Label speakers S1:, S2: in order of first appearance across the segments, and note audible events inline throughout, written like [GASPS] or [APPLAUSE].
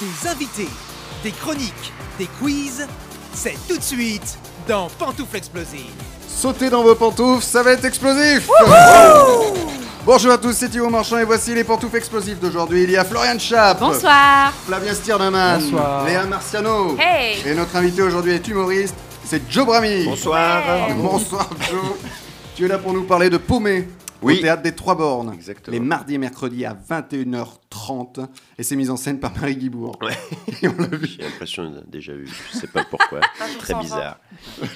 S1: Des invités, des chroniques, des quiz, c'est tout de suite dans Pantoufle Explosive.
S2: Sautez dans vos pantoufles, ça va être explosif Bonjour à tous, c'est Thibaut Marchand et voici les pantoufles explosives d'aujourd'hui. Il y a Florian Chap,
S3: Bonsoir.
S2: Flavia Stiernaman, Léa Marciano.
S3: Hey.
S2: Et notre invité aujourd'hui est humoriste, c'est Joe Brami.
S4: Bonsoir.
S2: Bonsoir Joe. tu es là pour nous parler de Paumé.
S4: Oui.
S2: Au théâtre des Trois Bornes.
S4: Exactement.
S2: Les mardis et mercredis à 21h30. Et c'est mis en scène par Marie Guibourg.
S4: Ouais.
S2: Et on [LAUGHS] l'a vu.
S4: J'ai l'impression de déjà vu, je sais pas pourquoi. Très bizarre.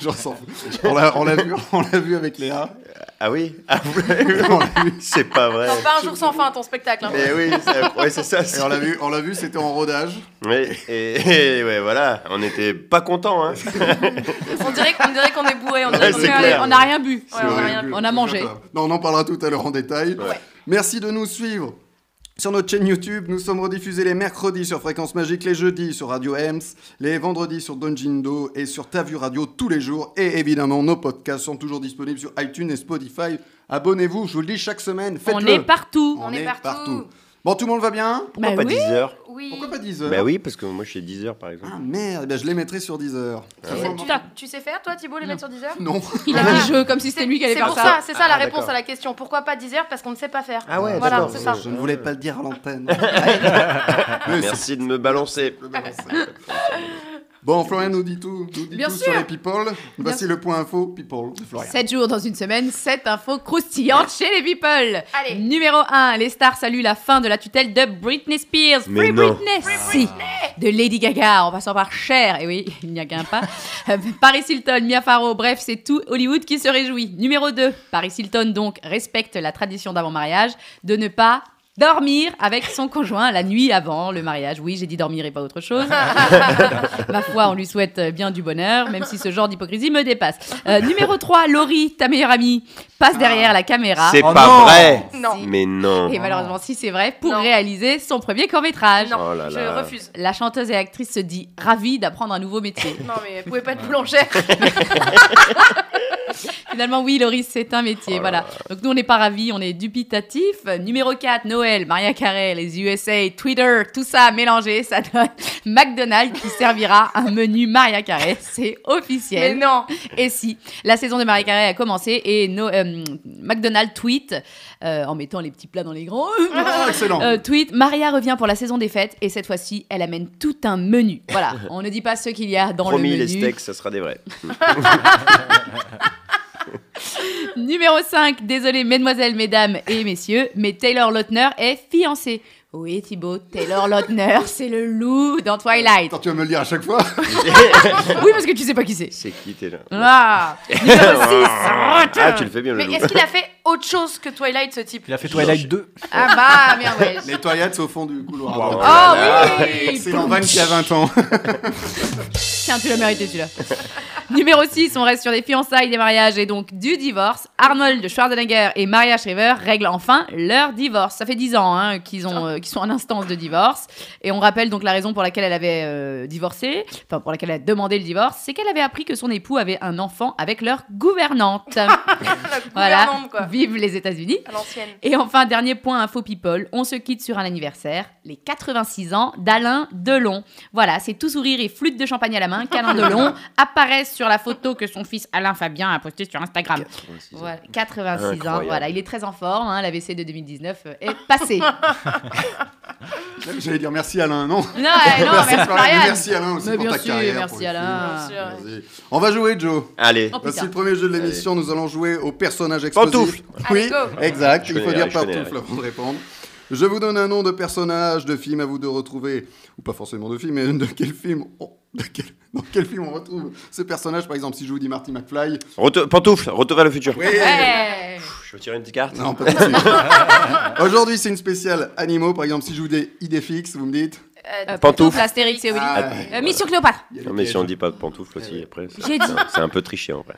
S2: J'en sens- On l'a on l'a vu, on l'a vu avec
S4: [LAUGHS]
S2: Léa.
S4: Ah oui Ah ouais
S2: On l'a vu.
S4: C'est pas vrai.
S3: T'en pas un jour sans fin ton spectacle. Hein.
S4: Mais oui, c'est ouais, c'est ça.
S2: Et on l'a
S4: [LAUGHS]
S2: vu, on l'a vu, c'était en rodage.
S4: Ouais, et, et ouais, voilà, on n'était pas contents. Hein.
S3: On dirait qu'on dirait qu'on est bourré. On
S4: Ouais,
S3: dirait qu'on
S4: c'est
S3: est-
S4: clair.
S3: on n'a rien bu. Ouais, on, a
S2: Ouais.
S3: rien bu. On a mangé.
S2: Non, on en parlera tout à l'heure en détail.
S4: Ouais.
S2: Merci de nous suivre. Sur notre chaîne YouTube, nous sommes rediffusés les mercredis sur Fréquence Magique, les jeudis sur Radio Ems, les vendredis sur Donjindo et sur Ta Vue Radio tous les jours. Et évidemment, nos podcasts sont toujours disponibles sur iTunes et Spotify. Abonnez-vous, je vous le dis chaque semaine, faites-le.
S5: On est partout.
S2: On
S3: On
S2: est
S3: est partout. Bah
S2: Bon, tout le monde va bien
S4: Pourquoi pas
S5: oui.
S4: 10 heures
S3: Oui.
S2: Pourquoi pas 10 heures
S4: Bah oui, parce que moi je suis 10 heures par exemple.
S2: Ah merde, eh ben, je les mettrai sur 10 heures.
S4: Ah
S3: Tu-
S4: ouais.
S3: tu,
S5: Putain.
S3: tu sais faire toi Thibault les mettre sur 10 heures
S2: Non.
S5: Il a dit jeu comme si c'était lui qui allait
S3: C'est
S5: faire
S3: pour ça,
S5: ça.
S3: c'est ça la
S4: Ah,
S3: réponse
S4: d'accord.
S3: à la question. Pourquoi pas 10 heures Parce qu'on ne sait pas faire.
S4: Ah ouais,
S3: voilà,
S4: d'accord.
S3: c'est ça.
S2: Je ne voulais pas le dire à [LAUGHS] l'antenne. Mais c'est-
S4: Merci de me balancer.
S2: [LAUGHS] Bon, Florian nous dit tout, nous dit
S3: Bien
S2: tout
S3: sûr.
S2: sur les people. Voici le point info people de Florian.
S5: 7 jours dans une semaine, 7 infos croustillantes chez les people.
S3: Allez.
S5: Numéro 1, les stars saluent la fin de la tutelle de Britney Spears.
S4: Mais
S5: Free
S4: non.
S5: Britney, si. De Lady Gaga, en passant par Cher, et oui, [LAUGHS] il n'y a qu'un pas. Euh, Paris Hilton, Mia Farrow, bref, c'est tout Hollywood qui se réjouit. Numéro 2, Paris Hilton donc respecte la tradition d'avant-mariage de ne pas dormir avec son conjoint la nuit avant le mariage. Oui, j'ai dit dormir et pas autre chose. Ma foi, on lui souhaite euh, bien du bonheur, même si ce genre d'hypocrisie me dépasse. Euh, numéro 3, Laurie, ta meilleure amie, passe derrière la caméra.
S4: C'est
S2: Oh
S4: pas
S2: non.
S4: vrai
S3: Non.
S4: Mais non
S5: Et malheureusement, si c'est vrai, pour
S3: Non.
S5: réaliser son premier court-métrage.
S3: Ah, Non,
S4: Oh là
S3: je
S4: là.
S3: refuse.
S5: La chanteuse et actrice se dit ravie d'apprendre un nouveau
S3: [LAUGHS]
S5: métier.
S3: Non mais vous pouvez pas être boulangère.
S5: Finalement, oui, Laurie, c'est un métier.
S4: Oh là
S5: voilà. Donc, nous, on n'est pas ravis, on est dubitatif. Numéro 4, Noël, Maria Carey, les USA, Twitter, tout ça mélangé, ça donne [LAUGHS] McDonald's qui servira un menu Maria Carey. C'est
S3: Mais
S5: officiel.
S3: non.
S5: Et si, la saison de Marie Carré a commencé et no- euh, McDonald's tweet, euh, en mettant les petits plats dans les grands, [LAUGHS]
S2: Ah, excellent.
S5: euh, tweet, Maria revient pour la saison des fêtes et cette fois-ci, elle amène tout un menu.
S4: [LAUGHS]
S5: Voilà, on ne dit pas ce qu'il y a dans
S4: Promis,
S5: le
S4: les
S5: menu.
S4: steaks, ça sera des vrais.
S5: Numéro 5, désolé mesdemoiselles, mesdames et messieurs, mais Taylor Lautner est fiancée. Oui Thibaut, Taylor Lautner, [LAUGHS] c'est le loup dans Twilight.
S4: [LAUGHS]
S2: Attends, tu vas me le dire à chaque fois.
S5: Oui, parce que tu sais pas qui c'est.
S4: C'est qui t'es là [LAUGHS]
S5: Ah, numéro 6,
S4: Ah, tu le fais bien le
S3: Mais
S4: loup.
S3: est-ce qu'il a fait autre chose que Twilight ce type
S6: Il a fait Twilight 2.
S5: ah bah, merde, ouais.
S2: Les toilettes au fond du couloir.
S6: Wow.
S2: Donc,
S4: Oh là là.
S5: Oh oui
S2: Ah C'est Norman qui a 20 [LAUGHS] ans.
S5: Tiens, tu l'as mérité celui-là. [LAUGHS] Numéro 6, on reste sur des fiançailles, des mariages et donc du divorce. Arnold Schwarzenegger et Maria Shriver règlent enfin leur divorce. Ça fait 10 ans hein, qu'ils ont, euh, qu'ils sont en instance de divorce. Et on rappelle donc la raison pour laquelle elle avait euh, divorcé, enfin pour laquelle elle a demandé le divorce, c'est qu'elle avait appris que son époux avait un enfant avec leur gouvernante. [LAUGHS]
S3: La
S5: voilà,
S3: gouvernante quoi.
S5: vive les États-Unis.
S3: À l'ancienne.
S5: Et enfin, dernier point info people, on se quitte sur un anniversaire, les 86 ans d'Alain Delon. Voilà, c'est tout sourire et flûte de champagne à la main
S2: [LAUGHS]
S5: qu'Alain Delon apparaisse sur la photo que son fils Alain Fabien a postée sur Instagram.
S4: 86 ans.
S5: Voilà, 86 ans,
S4: Incroyable.
S5: voilà, il est très en forme, hein, l'AVC de 2019 euh, est
S2: [LAUGHS]
S5: passé. non,
S2: J'allais dire merci Alain, non
S5: ouais, non, merci,
S2: Florian.
S5: Marianne.
S2: Merci Alain aussi
S5: Mais
S2: pour
S5: bien
S2: ta
S5: sûr,
S2: carrière.
S5: merci,
S2: pour le
S5: Alain.
S2: film.
S3: Bien sûr.
S2: Vas-y. On va jouer Joe.
S4: Allez,
S5: Oh, putain.
S2: Voici le premier jeu de l'émission, nous allons jouer au personnage explosif.
S4: Pantoufle.
S2: Oui,
S3: Allez, go.
S2: exact,
S4: Je
S2: il faut
S4: connais,
S2: dire
S4: je connais,
S2: pantoufle avant de répondre. Je vous donne un nom de personnage, de film à vous de retrouver, ou pas forcément de film, mais de quel film on... de quel- Dans quel film on retrouve ce personnage Par exemple, si je vous dis Marty McFly.
S4: Retour- Pantoufle, retour vers le futur.
S2: Oui
S5: Ouais.
S4: Je veux tirer une petite carte
S2: Non, pas tout de suite. [LAUGHS] Aujourd'hui, c'est une spéciale animaux. Par exemple, si je vous dis idée fixe, vous me dites.
S3: Euh,
S5: Euh,
S4: Pantoufle.
S5: Astérix et Obélix.
S2: Ah,
S5: Euh, Mission Cléopâtre.
S2: il y a Eh le
S4: Non, mais
S2: piège.
S4: si on dit pas de pantoufle aussi, après, c'est
S5: J'ai dit.
S4: c'est un peu triché en vrai.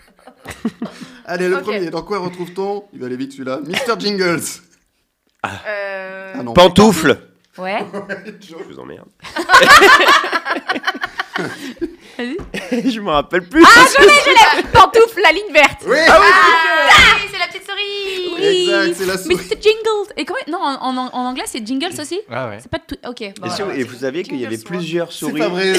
S2: Allez, le
S3: Ok.
S2: premier, dans quoi retrouve-t-on Il va aller vite celui-là. Mr. Jingles.
S3: euh,
S2: Ah non.
S4: Pantoufle
S2: [LAUGHS]
S5: Ouais.
S4: Je vous emmerde.
S5: Vas-y.
S4: [LAUGHS] je me rappelle plus.
S5: Ah, je l'ai, je l'ai. Pantoufle, la ligne verte.
S2: Oui
S3: Ah, oui, c'est la petite souris.
S2: Et Exact, c'est la souris.
S5: Mr. Jingles. Et comment Non, en, en- en anglais, c'est Jingles aussi
S6: Ah ouais.
S5: C'est pas tout. Ok. bon,
S4: Et, si-
S5: alors.
S4: et vous saviez qu'il y avait
S3: Jingle
S4: plusieurs
S2: C'est
S4: souris.
S2: pas vrai.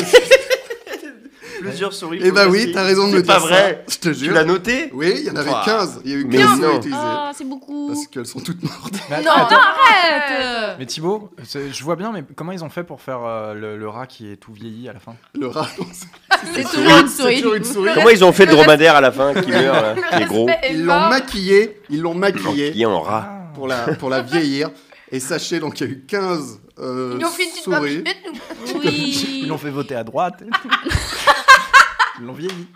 S4: Plusieurs souris.
S2: Eh bah
S4: pour
S2: oui,
S4: casting.
S2: t'as raison de me
S4: C'est
S2: dire
S4: pas
S2: ça.
S4: vrai.
S2: Je te
S4: Tu
S2: jure.
S4: l'as noté
S2: Oui, il y en avait
S4: Ouah.
S2: 15. Il y a eu
S4: Mais
S2: 15
S4: non.
S2: utilisés.
S3: Oh.
S5: Ah, c'est beaucoup.
S2: Parce qu'elles sont toutes mortes. [LAUGHS]
S6: Mais
S3: Non,
S6: attends,
S3: non,
S5: Arrête
S6: Mais Thibaut, c'est- je vois bien, mais comment ils ont fait pour faire euh, le, le rat qui est tout vieilli à la fin
S2: Le rat.
S5: C'est toujours une
S2: C'est
S5: souris.
S2: toujours
S5: du
S2: une
S5: coup.
S2: souris.
S4: Comment ils ont fait le
S3: Le reste-
S4: dromadaire à la fin qui meurt là,
S3: Le
S4: qui est gros,
S3: respect est
S2: Ils l'ont
S3: mort.
S2: maquillé. Ils l'ont maquillé.
S4: qui est en rat
S2: pour la, pour la vieillir. Et sachez donc qu'il y a eu 15 euh,
S3: Ils nous ont fait une petite
S2: souris.
S3: barbichette, nous.
S6: Ils
S5: Oui.
S6: l'ont fait voter à droite. et tout. Ils l'ont vieilli.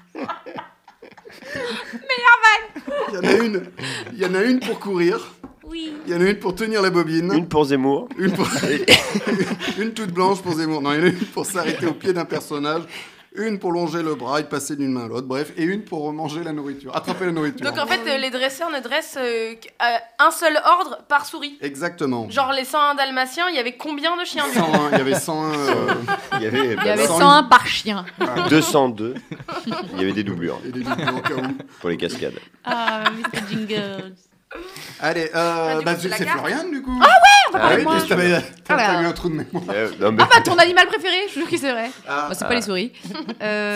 S2: Il y en a une, il y en a une pour courir,
S5: Oui.
S2: il y en a une pour tenir la bobine,
S4: Une
S2: une,
S4: pour Zemmour.
S2: pour- [LAUGHS] une toute blanche pour Zemmour, non, il y en a une pour s'arrêter au pied d'un personnage, une pour longer le bras et passer d'une main à l'autre, bref, et une pour manger la nourriture, attraper la nourriture.
S3: Donc en fait, euh, les dresseurs ne dressent euh, qu'à un seul ordre par souris.
S2: Exactement.
S3: Genre les 101 dalmatiens, il y avait combien de chiens
S4: [LAUGHS]
S3: du coup
S2: 101, il y avait 101. euh,
S4: Il y avait, bah,
S5: Il y avait
S2: 100.
S5: 101 par chien.
S4: 202. Il y avait des doublures
S2: et des vidéos au cas où.
S4: pour les cascades.
S5: Ah, Mr. Jingles.
S2: Allez, euh,
S3: du coup,
S2: bah,
S3: c'est la
S2: c'est
S3: carte.
S2: Florian du coup. Ah ouais,
S4: va parler de
S2: oui,
S4: moi.
S2: qu'est-ce que t'avais- T'as
S5: Alors. euh,
S2: eu un trou de mémoire.
S4: Euh, non, mais-
S5: Bah, ton animal préféré, je jure que c'est vrai.
S2: Ah,
S5: Bon, Bah, c'est pas les souris.
S2: c'est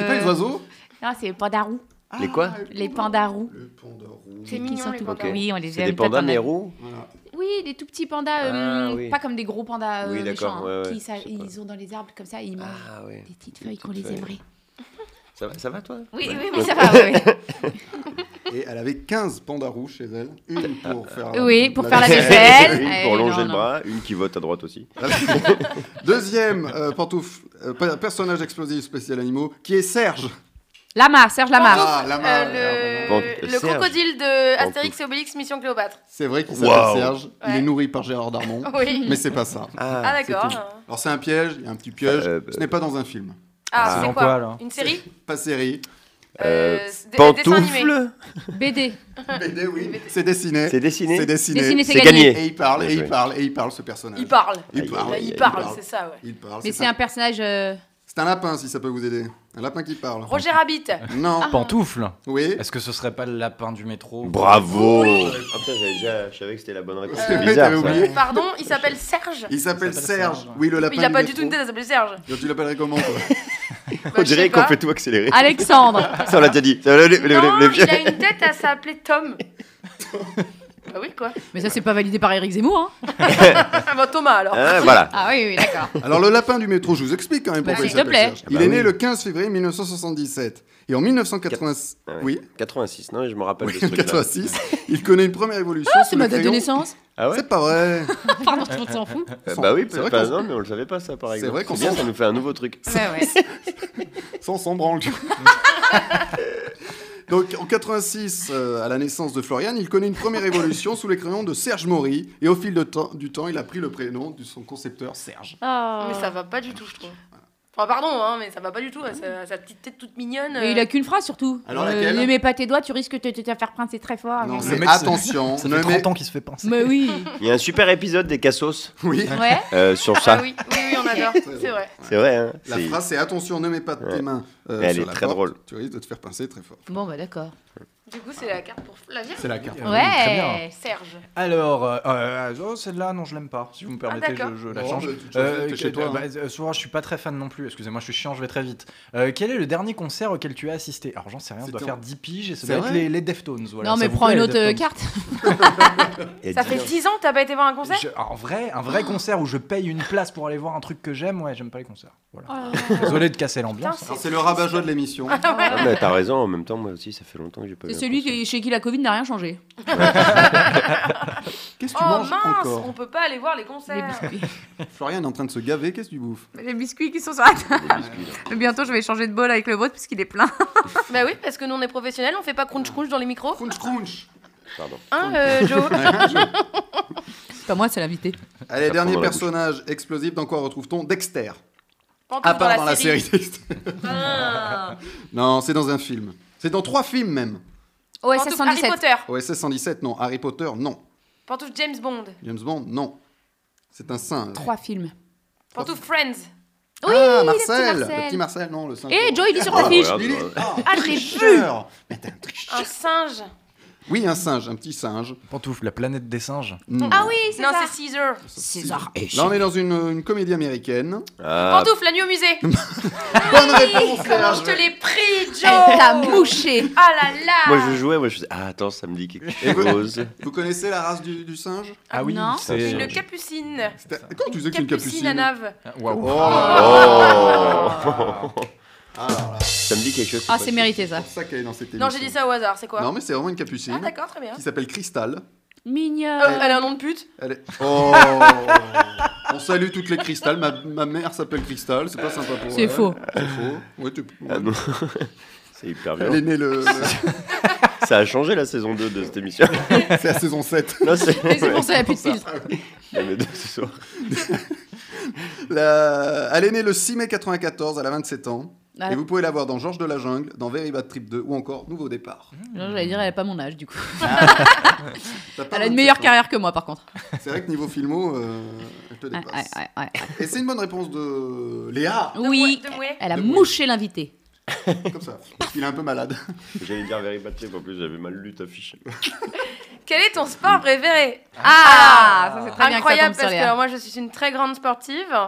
S2: pas les oiseaux Ah,
S5: Non, c'est les pandarous.
S4: Les quoi
S5: Les pandarous.
S2: Le panda rouge.
S3: C'est
S5: Qui
S3: mignon
S5: sont
S3: les
S5: tout
S3: pandas.
S5: petits. Oui, on les
S4: C'est
S5: aime.
S4: des
S5: pas
S4: pandas
S5: qu'on a-
S4: mais roux
S2: Voilà.
S5: Oui, des tout petits pandas, euh,
S4: Ah, oui.
S5: pas comme des gros pandas euh,
S4: Oui, d'accord,
S5: méchants, hein,
S4: ouais, ouais,
S5: qui sa-
S4: je sais pas.
S5: ils ont dans les arbres comme ça, et ils mangent
S4: Ah ouais.
S5: des petites feuilles qu'on
S4: petites
S5: les
S4: feuilles.
S5: aimerait.
S4: Ça va, ça va toi
S5: Oui,
S4: Ouais.
S5: oui, oui, ça va. Oui, oui.
S2: Et elle avait 15 pandas rouges chez elle. Une pour faire la,
S5: Oui, pour faire
S4: [LAUGHS]
S2: [LAUGHS]
S5: la
S4: Une
S5: vaisselle. Eh,
S4: pour
S5: non,
S4: longer le
S5: non.
S4: bras, une qui vote à droite aussi.
S2: [LAUGHS] Deuxième euh, pantoufle, euh, pe- personnage explosif spécial animaux, qui est Serge.
S5: Lama, Serge Lama.
S2: Ah, la main.
S3: Euh,
S4: Bon,
S3: le le
S4: Serge.
S3: crocodile de Astérix et Obélix
S2: [LAUGHS]
S3: Mission Cléopâtre.
S2: C'est vrai qu'il s'appelle
S4: Wow.
S2: Serge. Il est
S3: Ouais.
S2: nourri par Gérard
S3: [LAUGHS]
S2: Darmon.
S3: Oui.
S2: mais c'est pas ça.
S3: Ah
S4: Ah,
S2: c'est tout.
S3: d'accord.
S2: Alors c'est un piège, il y a un petit piège.
S4: Euh,
S2: Ce n'est pas dans un film.
S3: Ah,
S6: C'est
S3: c'est
S6: en hein.
S3: quoi,
S6: quoi, alors
S3: Une série
S2: Pas
S3: [LAUGHS]
S2: série.
S4: Euh,
S3: Euh, c'est des- dessin animé.
S4: pantoufle
S5: BD.
S2: BD, eh oui. C'est dessiné.
S4: C'est dessiné Eh
S2: C'est dessiné.
S5: Dessiné, c'est
S4: C'est
S5: gagné.
S4: gagné.
S2: Et il parle, et
S4: Bien
S2: il
S4: joué.
S2: parle, et il parle ce personnage.
S3: Il parle.
S2: Ah,
S3: Bah,
S2: Il
S4: Aïe,
S2: parle.
S4: aïe,
S3: Il
S4: aïe,
S3: parle, c'est ça, ouais.
S2: Il parle.
S5: Mais c'est
S2: un-
S5: un personnage.
S2: [LAUGHS]
S5: euh,
S2: c'est un lapin si ça peut vous aider. Un lapin qui parle.
S3: Roger Ah. Rabbit.
S2: Non.
S6: Pantoufle.
S2: Oui.
S6: Est-ce que ce serait pas le lapin du métro
S4: Bravo Ah putain, j'avais déjà, je savais que c'était la bonne
S2: [LAUGHS]
S4: réponse. C'est
S2: Oui,
S4: bizarre
S2: t'avais
S4: ça.
S2: oublié.
S3: Pardon, il s'appelle Serge.
S2: Il s'appelle
S6: Il s'appelle
S2: Serge.
S6: Serge.
S2: Oui, le lapin.
S3: Il n'a pas du
S2: métro.
S3: tout une tête, il s'appelle Serge.
S2: Donc, tu l'appellerais comment
S3: [LAUGHS]
S2: toi
S3: Bah,
S4: On
S3: je sais
S4: dirait qu'on
S3: pas.
S4: fait tout accélérer.
S5: Alexandre.
S4: [LAUGHS] Ça, on l'a déjà dit. Ça, le- le- le-
S3: Non,
S4: le-
S3: il a une tête à s'appeler Tom. bah oui, quoi. [LAUGHS]
S5: Mais ça, c'est pas validé par Eric Zemmour. Hein.
S3: bah Thomas, alors.
S4: Hein, voilà.
S5: Ah oui, oui, d'accord.
S2: Alors le lapin du métro, je vous explique quand même
S5: Bah,
S2: pourquoi
S5: s'il te
S2: s'appelle
S5: plaît.
S2: Serge.
S4: Ah
S2: Il
S4: bah
S2: est né
S4: oui.
S2: le 15 février 1977 et en 1986,
S4: Ah ouais.
S2: oui,
S4: 86, non, je me rappelle
S2: oui,
S4: de ce truc-là.
S2: 86, il connaît une première évolution.
S5: Ah,
S2: sous
S5: [LAUGHS] c'est
S2: le
S5: ma date de
S2: crayon.
S5: naissance.
S4: Ah ouais
S2: C'est pas
S4: [LAUGHS]
S2: vrai.
S5: [LAUGHS] Pardon, tout le monde s'en fout.
S4: Euh, Bah oui,
S2: C'est vrai
S4: pas,
S2: qu'on-
S4: non, mais on le savait pas ça par
S2: C'est
S4: exemple.
S2: vrai qu'on
S4: bien,
S2: s'en-
S4: ça nous fait un nouveau truc.
S5: [LAUGHS] Ouais, ouais. [LAUGHS]
S2: Sans s'en branle. [LAUGHS] Donc en 86, euh, à la naissance de Florian, il connaît une première évolution sous les crayons de Serge Maury et au fil de temps- du temps, il a pris le prénom de son concepteur Serge.
S5: Oh.
S3: Mais ça va pas du tout, je trouve. Enfin, pardon, hein, mais ça va pas du tout. à Sa, sa petite tête toute mignonne. euh.
S5: Mais il a qu'une phrase surtout. Euh,
S2: Alors laquelle
S5: Ne mets pas tes doigts, tu risques de te, te faire pincer très fort.
S2: Non,
S5: Mais-
S2: c'est
S6: mec, c'est-
S2: attention.
S6: Ça
S2: ne
S6: fait 30
S2: mets-
S6: ans qu'il se fait pincer.
S5: Mais oui.
S4: Il y a un super épisode des Cassos
S2: [LAUGHS] Oui.
S5: [LAUGHS] Ouais.
S4: euh, sur
S3: Ah
S4: ça.
S3: oui, oui, oui,
S2: [LAUGHS]
S3: on adore. c'est vrai.
S4: C'est vrai, hein.
S2: La
S4: C'est-
S2: phrase c'est attention, ne mets pas tes
S4: Ouais.
S2: mains. euh,
S4: Mais elle
S2: sur
S4: est
S2: la
S4: très
S2: porte,
S4: drôle.
S2: Tu risques de te faire pincer très fort.
S5: Bon, bah d'accord.
S3: Du coup, c'est la carte pour Flavien.
S2: C'est la carte.
S6: Euh, très bien.
S5: Ouais.
S3: Serge.
S6: Alors, euh, euh, oh, celle-là, non, je l'aime pas. Si vous me
S5: Ah,
S6: permettez,
S3: d'accord.
S6: je, je la
S2: Non,
S6: change.
S2: mais tu- tu restes chez
S6: que-
S2: toi,
S6: bah,
S2: hein.
S6: euh, souvent, je suis pas très fan non plus. Excusez-moi, je suis chiant, je vais très vite. Euh, quel est le dernier concert auquel tu as assisté Alors, j'en sais rien, ça doit
S2: C'était en-
S6: faire 10 piges et ça
S2: C'est
S6: doit être
S2: vrai
S6: les, les Deftones. Voilà.
S5: non,
S6: Ça
S5: mais
S6: vous
S5: prends
S6: plaît,
S5: une
S6: les
S5: autre euh,
S6: Deftones
S5: carte.
S4: Et
S3: Ça
S4: dis-
S3: fait 10 ans que t'as pas été voir un concert
S6: Je- en vrai, un vrai concert où je paye une place pour aller voir un truc que j'aime, ouais, j'aime pas les concerts. Voilà.
S5: Oh
S6: Désolé de casser l'ambiance.
S3: Putain,
S2: Alors, Ah, c'est le rabat-joie de l'émission.
S4: Ah, mais t'as raison, en même temps, moi aussi, ça fait longtemps que j'ai pas
S5: C'est
S4: vu un
S5: celui
S4: concert.
S5: qui- chez qui la Covid n'a rien changé.
S2: Qu'est-ce que tu
S3: Oh
S2: manges
S3: mince,
S2: encore
S3: on peut pas aller voir les concerts.
S5: Les biscuits.
S2: Florian est en train de se gaver, qu'est-ce que tu bouffes
S5: [LAUGHS] Les biscuits qui sont sur la table.
S4: Des biscuits, là.
S5: Bientôt, je vais changer de bol avec le vôtre parce qu'il est plein.
S3: bah oui, parce que nous on est professionnels, on fait pas crunch crunch dans les micros.
S2: Crunch [LAUGHS] crunch
S4: Pardon.
S3: Hein,
S2: [LAUGHS]
S3: euh, Joe
S5: [LAUGHS] C'est pas moi, c'est l'invité.
S2: Allez,
S4: Ça
S2: dernier
S4: prend dans la
S2: personnage explosif, dans quoi retrouve-t-on Dexter
S3: Pantoufle
S2: À part dans la série Dexter. [LAUGHS]
S3: Ah.
S2: Non, c'est dans un film. C'est dans trois films même.
S5: OSS
S3: Pantoufle Harry
S5: 117.
S3: Potter.
S2: OSS 117, non. Harry Potter, non.
S3: Pantoufle James Bond.
S2: James Bond, non. C'est un singe.
S5: Trois films.
S3: Pantoufle Friends.
S5: Oui,
S2: ah,
S5: le
S2: Marcel
S5: petit Marcel.
S2: Le petit Marcel, non, le singe.
S5: Eh, Joe, il est sur
S4: Ah,
S5: ta fiche.
S4: regarde,
S2: Il est-
S4: regarde.
S2: Ah,
S5: Ah, je l'ai vu.
S2: tricheur Mais t'es un tricheur
S3: Un singe.
S2: Oui, un singe, un petit singe.
S6: Pantoufle, la planète des singes.
S2: Non.
S5: Ah oui, c'est
S3: Non,
S5: ça.
S3: c'est Caesar.
S5: César et
S2: Là, on est dans une, une comédie américaine.
S4: Ah,
S3: Pantoufle, la nuit
S4: [LAUGHS]
S3: au musée.
S2: Bonne réponse,
S3: Comment
S2: Léa.
S3: je te l'ai pris, Joe
S5: Elle t'a mouché.
S3: Ah là là
S4: moi je jouais, moi je faisais. Ah attends, ça me dit [LAUGHS] quelque chose.
S2: Vous connaissez la race du, du singe
S5: Ah oui, Non.
S4: c'est-
S3: Une capucine.
S2: C'était- Comment tu disais qu'une
S3: Capucine,
S2: capucine
S3: à nave.
S6: Waouh.
S4: Oh
S2: Alors là,
S4: [LAUGHS] Ça me dit quelque chose.
S5: Ah,
S4: pas
S5: c'est
S4: sûr.
S5: mérité ça.
S2: c'est pour ça qu'elle est dans cette émission.
S3: Non, j'ai dit ça au hasard, c'est quoi
S2: Non, mais c'est vraiment une capucine
S3: Ah d'accord, très bien.
S2: qui s'appelle Cristal.
S5: Mignon.
S3: Euh, elle a un nom de pute
S2: Elle est- Oh On salue toutes les cristales. Ma, ma mère s'appelle Cristal, c'est pas sympa pour
S5: C'est
S2: elle.
S5: faux.
S2: C'est faux. Ouais, tu-
S4: Ah bon. C'est hyper
S2: Elle est
S4: bien.
S2: née le. le-
S4: Ça a changé la saison 2 de cette
S5: [LAUGHS]
S4: émission.
S2: c'est la saison 7.
S4: Non, c'est.
S5: Mais c'est
S4: Ouais.
S5: pour ça, la pute filtre.
S4: Il y en a deux ce soir.
S2: La- Elle est née le 6 mai 94, elle a 27 ans.
S5: Ah,
S2: Et vous pouvez la voir dans Georges de la Jungle, dans Very Bad Trip 2 ou encore Nouveau Départ.
S5: J'allais dire, elle a pas mon âge du coup.
S2: T'as pas
S5: Elle a
S2: 27
S5: une meilleure
S2: ans.
S5: carrière que moi par contre.
S2: C'est vrai que niveau filmo, euh, elle te
S5: Ouais,
S2: dépasse.
S5: ouais, ouais, ouais.
S2: Et c'est une bonne réponse de Léa,
S5: Oui,
S3: De mouet.
S5: elle a
S2: De mouet.
S5: mouché l'invité.
S2: comme ça. Il est un peu malade.
S4: J'allais dire Very Bad Trip, en plus j'avais mal lu ta fiche.
S3: Quel est ton sport préféré
S5: Ah, ça c'est très
S3: Incroyable
S5: bien
S3: parce
S5: que
S3: que
S5: ça
S3: alors,
S5: tombe
S3: moi je suis une très grande sportive.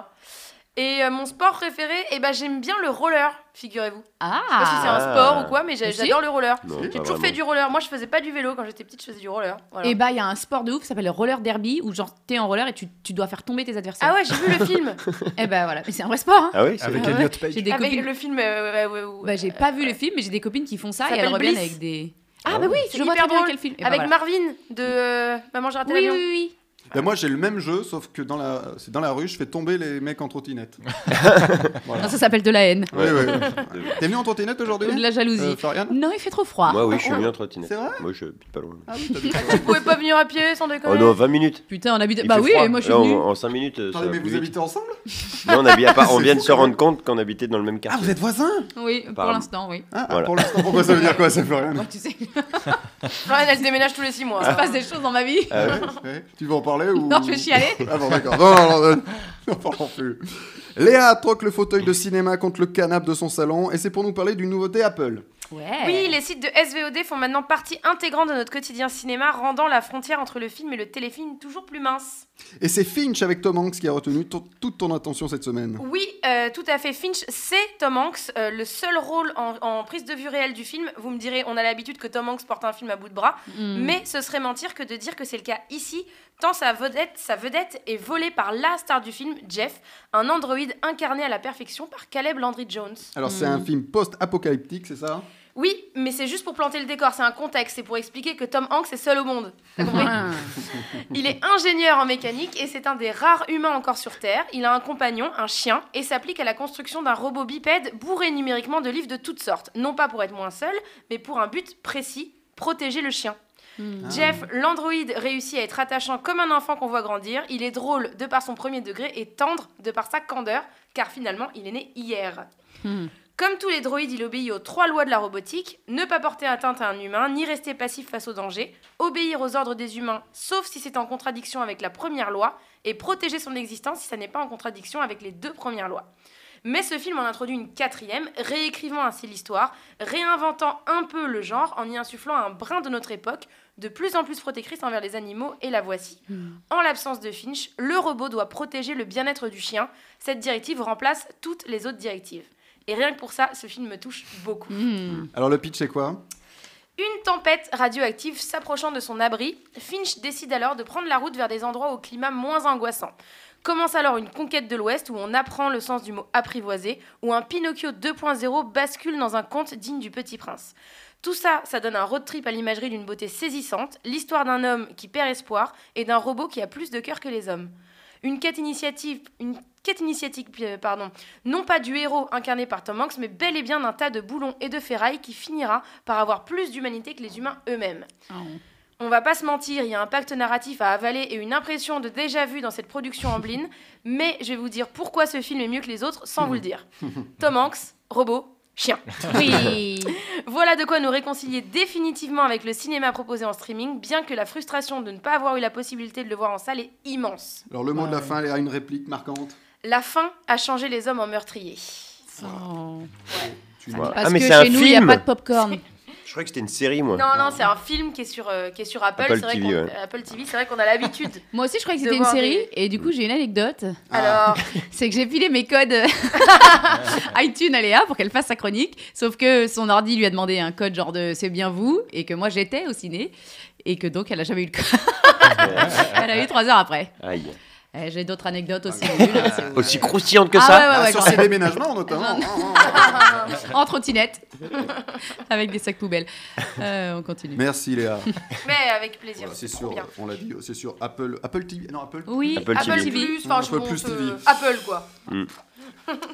S3: Et euh, mon sport préféré, eh ben, j'aime bien le roller, figurez-vous. Je sais pas si c'est
S5: Ah,
S3: un sport ou quoi, mais j'a-
S5: Si.
S3: j'adore le roller.
S2: J'ai
S4: Non, pas
S3: J'ai toujours
S4: vraiment.
S3: fait du roller. Moi je faisais pas du vélo quand j'étais petite, je faisais du roller. Voilà.
S5: et bah, il y a un sport de ouf qui s'appelle le roller derby où genre t'es en roller et tu, tu dois faire tomber tes adversaires.
S3: Ah ouais, j'ai vu le film.
S5: Et bah voilà, mais c'est un vrai sport. hein.
S4: Ah oui, c'est
S6: Avec
S5: Ah ouais.
S6: Elliot
S5: J'ai
S6: Page.
S5: des
S3: Avec
S5: copines.
S3: le film. euh, ouais, ouais, ouais.
S5: Bah, j'ai pas vu le film, mais j'ai des copines qui font ça
S3: Ça
S5: et elles
S3: s'appelle
S5: reviennent
S3: Bliss.
S5: avec des. Ah bah oui,
S3: C'est
S5: je vois
S3: hyper
S5: très bien
S3: drôle.
S5: quel film. Eh bah,
S3: Avec
S5: voilà.
S3: Marvin de euh, Maman j'ai raté
S5: Oui, oui,
S3: l'avion.
S5: oui.
S2: Ben, moi, j'ai le même jeu, sauf que dans la, c'est dans la rue, je fais tomber les mecs en
S5: [LAUGHS]
S2: trottinette. Ah,
S5: Non, ça s'appelle de la haine,
S2: Oui, oui.
S4: De-
S2: T'es venu en trottinette aujourd'hui
S5: de la jalousie.
S2: euh, Florian
S5: Non, il fait trop froid.
S4: Moi oui, je suis venu en trottinette.
S2: C'est vrai
S4: Moi je suis pas loin.
S2: Ah oui, t'as vu ça.
S3: Vous pouvez pas venir à pied sans
S4: Oh
S3: déconner
S4: non, 20 minutes.
S5: Putain, on habite.
S4: Il
S5: Bah
S4: fait
S5: oui,
S4: froid.
S5: moi je suis
S4: Là, on-
S5: venue.
S4: En 5 minutes. euh, ça
S2: Attendez,
S4: va
S2: mais
S4: plus
S2: vous
S4: vite.
S2: habitez ensemble
S4: Non, on habite à [LAUGHS] part. On
S2: C'est
S4: vient de
S2: fou,
S4: se
S2: quand
S4: rendre compte qu'on habitait dans le même
S2: Ah,
S4: quartier.
S2: vous êtes voisins
S5: Oui, pour
S4: Pardon.
S5: l'instant, oui.
S2: ah, ah,
S4: Voilà.
S2: Pour l'instant, pourquoi ça veut dire quoi, ça, Florian [LAUGHS]
S5: Moi, tu sais, [LAUGHS] il
S3: Florian, elle se déménage tous les 6 mois.
S5: se passe des choses dans ma vie.
S2: Euh,
S4: Ah ouais.
S2: Ouais, Tu veux en parler ou
S5: Non, je vais chialer.
S2: Ah bon, d'accord. Non, non, non, non, n'en parlons plus. Léa troque le fauteuil de cinéma contre le canapé de son salon, et c'est pour nous parler d'une nouveauté Apple.
S5: [LAUGHS] Ouais.
S3: Oui, les sites de SVOD font maintenant partie intégrante de notre quotidien cinéma, rendant la frontière entre le film et le téléfilm toujours plus mince.
S2: Et c'est Finch avec Tom Hanks qui a retenu ton- toute ton attention cette semaine.
S3: Oui, euh, tout à fait, Finch, c'est Tom Hanks, euh, le seul rôle en, en prise de vue réelle du film. Vous me direz, on a l'habitude que Tom Hanks porte un film à bout de bras,
S5: Mm.
S3: mais ce serait mentir que de dire que c'est le cas ici, tant sa vedette, sa vedette est volée par la star du film, Jeff, un androïde incarné à la perfection par Caleb Landry Jones.
S2: Alors, c'est
S5: Mhm.
S2: un film post-apocalyptique, c'est ça
S3: Oui, mais c'est juste pour planter le décor, c'est un contexte, c'est pour expliquer que Tom Hanks est seul au monde.
S5: [LAUGHS]
S3: T'as compris
S5: Ah.
S3: Il est ingénieur en mécanique et c'est un des rares humains encore sur Terre. Il a un compagnon, un chien, et s'applique à la construction d'un robot bipède bourré numériquement de livres de toutes sortes. Non pas pour être moins seul, mais pour un but précis, protéger le chien.
S5: Mm.
S3: Jeff, l'androïde, réussit à être attachant comme un enfant qu'on voit grandir. Il est drôle de par son premier degré et tendre de par sa candeur, car finalement, il est né hier.
S5: Hmm.
S3: Comme tous les droïdes, il obéit aux trois lois de la robotique ne pas porter atteinte à un humain, ni rester passif face au danger, obéir aux ordres des humains, sauf si c'est en contradiction avec la première loi, et protéger son existence si ça n'est pas en contradiction avec les deux premières lois. Mais ce film en introduit une quatrième, réécrivant ainsi l'histoire, réinventant un peu le genre en y insufflant un brin de notre époque, de plus en plus protectrice envers les animaux, et la voici.
S5: Hmm.
S3: En l'absence de Finch, le robot doit protéger le bien-être du chien. Cette directive remplace toutes les autres directives. Et rien que pour ça, ce film me touche beaucoup.
S5: Mm.
S2: Alors, le pitch, c'est quoi
S3: Une tempête radioactive s'approchant de son abri, Finch décide alors de prendre la route vers des endroits au climat moins angoissant. Commence alors une conquête de l'Ouest où on apprend le sens du mot apprivoisé, où un Pinocchio 2.0 bascule dans un conte digne du Petit Prince. Tout ça, ça donne un road trip à l'imagerie d'une beauté saisissante, l'histoire d'un homme qui perd espoir et d'un robot qui a plus de cœur que les hommes. Une quête initiative, une quête initiatique, euh, pardon, non pas du héros incarné par Tom Hanks, mais bel et bien d'un tas de boulons et de ferrailles qui finira par avoir plus d'humanité que les humains eux-mêmes.
S5: Ah.
S3: On va pas se mentir, il y a un pacte narratif à avaler et une impression de déjà-vu dans cette production ambline, mais je vais vous dire pourquoi ce film est mieux que les autres sans vous le dire. Tom Hanks, robot, chien.
S5: Oui.
S3: Voilà de quoi nous réconcilier définitivement avec le cinéma proposé en streaming, bien que la frustration de ne pas avoir eu la possibilité de le voir en salle est immense.
S2: Alors, le mot de la
S6: Ouais.
S2: fin, Léa, une réplique
S5: [LAUGHS]
S2: marquante
S3: La fin a changé les hommes en meurtriers.
S5: Oh.
S2: Tu
S4: Voilà.
S5: Parce
S4: Ah, mais
S5: que
S4: c'est un
S5: chez nous, il n'y a
S4: film
S5: pas de popcorn.
S4: croyais que c'était une série, moi.
S3: Non, non, c'est un film qui est sur, euh, qui est sur Apple.
S4: Apple
S3: c'est vrai
S4: TV,
S3: qu'on-
S4: ouais.
S3: Apple TV, c'est vrai qu'on a l'habitude.
S5: [LAUGHS] Moi aussi, je croyais que
S3: De
S5: c'était une
S3: voir
S5: série.
S3: des-
S5: Et du coup, j'ai une [LAUGHS] anecdote.
S2: Ah.
S3: Alors,
S5: C'est que j'ai filé mes [LAUGHS] codes iTunes à Léa pour qu'elle fasse sa chronique. Sauf que son ordi lui a demandé un code genre de c'est bien vous. Et que moi, j'étais au ciné. Et que donc, elle a jamais eu le [LAUGHS] code. elle a eu trois heures après.
S4: Aïe.
S5: Eh, j'ai d'autres anecdotes aussi. nulles, hein, si
S6: Euh,
S5: vous
S4: Aussi
S5: voulez.
S4: croustillante que
S5: Ah
S4: ça
S5: ouais, ouais,
S2: Ah,
S5: ouais,
S2: sur
S5: genre-
S2: ces déménagements,
S5: [LAUGHS]
S2: notamment. Ah,
S5: en trottinette [LAUGHS] avec des sacs poubelles. Euh, on continue.
S2: Merci Léa.
S3: mais avec plaisir.
S2: C'est
S3: Trop
S2: sûr,
S3: bien.
S2: on l'a dit, c'est sur Apple, Apple TV. Non, Apple.
S5: Oui,
S4: Apple
S3: Apple
S4: TV.
S3: Plus, enfin, je
S2: Apple
S3: bon,
S2: Plus
S3: on peut-
S2: TV.
S3: Apple quoi.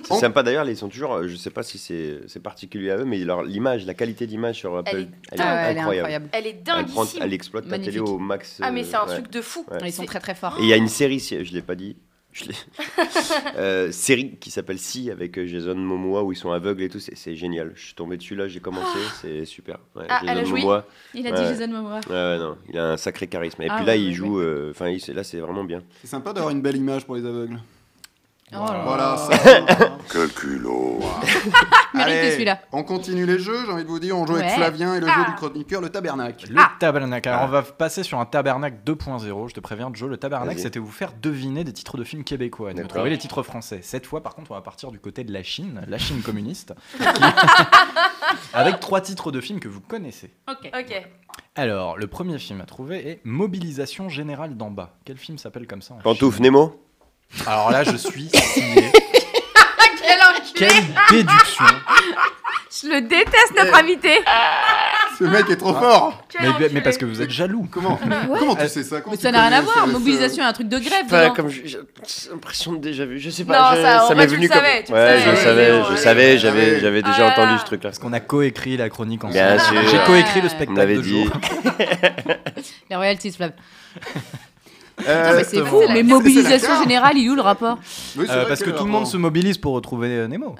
S4: C'est sympa d'ailleurs, ils sont toujours, euh, je sais pas si c'est c'est particulier à eux, mais leur- l'image, la qualité d'image sur Apple,
S3: Elle est
S5: Ah ouais, elle est incroyable.
S3: Elle est
S4: Elle, prend-
S3: dinguissime.
S4: elle exploite la
S5: Magnifique.
S4: télé au max.
S3: Ah mais
S4: euh,
S3: c'est un
S4: ouais.
S3: truc de fou.
S4: Ouais.
S5: Ils sont
S3: C'est-
S5: très très forts.
S4: Et il y a une série, si- je l'ai pas dit. Je l'ai- [LAUGHS] Euh, série qui s'appelle Si avec euh, Jason Momoa où ils sont aveugles et tout, c'est- c'est génial. Je suis tombé dessus là, j'ai commencé,
S3: [GASPS]
S4: c'est super. Ouais,
S3: Ah, elle a
S4: Jason
S3: joué
S4: Momoa,
S5: Il a dit
S4: Ouais.
S5: Jason Momoa.
S4: ouais, ouais, non, il a un sacré charisme. Et
S5: Ah,
S4: puis là,
S5: ouais,
S4: il
S5: ouais,
S4: joue, euh, enfin il- c'est- là c'est vraiment bien.
S2: C'est sympa d'avoir une belle image pour les aveugles.
S5: Oh là
S6: Ah.
S5: là.
S2: Voilà,
S5: [LAUGHS]
S2: ça.
S4: Quel culot
S5: Mérité,
S2: Allez,
S5: celui-là.
S2: On continue les jeux, j'ai envie de vous dire, on joue avec
S5: Ouais.
S2: Flavien et le jeu
S3: Ah.
S2: du chroniqueur, le tabernacle.
S6: Le
S5: Ah.
S6: tabernacle. Alors, on va passer sur un tabernacle 2.0. Je te préviens, Joe. Le tabernacle,
S4: Vas-y.
S6: c'était vous faire deviner des titres de films québécois. et de Vous
S4: D'accord.
S6: trouver les titres français. Cette fois, par contre, on va partir du côté de la Chine, la Chine
S5: [LAUGHS]
S6: communiste, qui- avec trois titres de films que vous connaissez.
S5: Ok.
S3: Ok.
S6: Alors, le premier film à trouver est Mobilisation générale d'en bas. Quel film s'appelle comme ça en
S4: Pantouf
S6: Chine
S4: Nemo
S6: Alors là,
S5: [LAUGHS]
S6: je suis signé.
S3: Quel enculé
S6: Quelle déduction
S5: Je le déteste, notre invité.
S2: Ce mec est trop
S6: Ah.
S2: fort
S3: Quel
S6: mais,
S3: enculé.
S6: mais parce que vous êtes jaloux.
S2: Comment, comment tu sais ça Comment
S5: Mais
S2: tu
S5: ça n'a rien à
S2: connais
S5: voir.
S2: ce- ce-
S5: Mobilisation, un truc de grève. dedans.
S4: j'ai l'impression de déjà vu, je sais
S3: pas, Non, je- ça, ça en m'est vrai, tu venu le comme- savais, tu le
S4: Ouais,
S2: savais.
S4: je le savais, je
S2: Ouais.
S4: le savais,
S2: Ouais.
S4: j'avais j'avais
S3: Ah
S4: déjà
S3: là là.
S4: entendu ce truc là.
S6: Parce qu'on a coécrit la chronique ensemble.
S4: Bien sûr.
S6: J'ai coécrit le
S4: On me
S6: spectacle
S4: l'avait
S6: de
S4: dit.
S6: jour.
S5: Les royalties, Flav.
S2: Euh,
S5: Non, mais c'est
S2: exactement.
S5: fou. Mais
S2: C'est
S5: mobilisation
S2: la
S5: générale, il est où le rapport
S2: Oui, c'est
S6: Euh,
S2: vrai
S6: parce que tout le monde se mobilise pour retrouver euh, Nemo.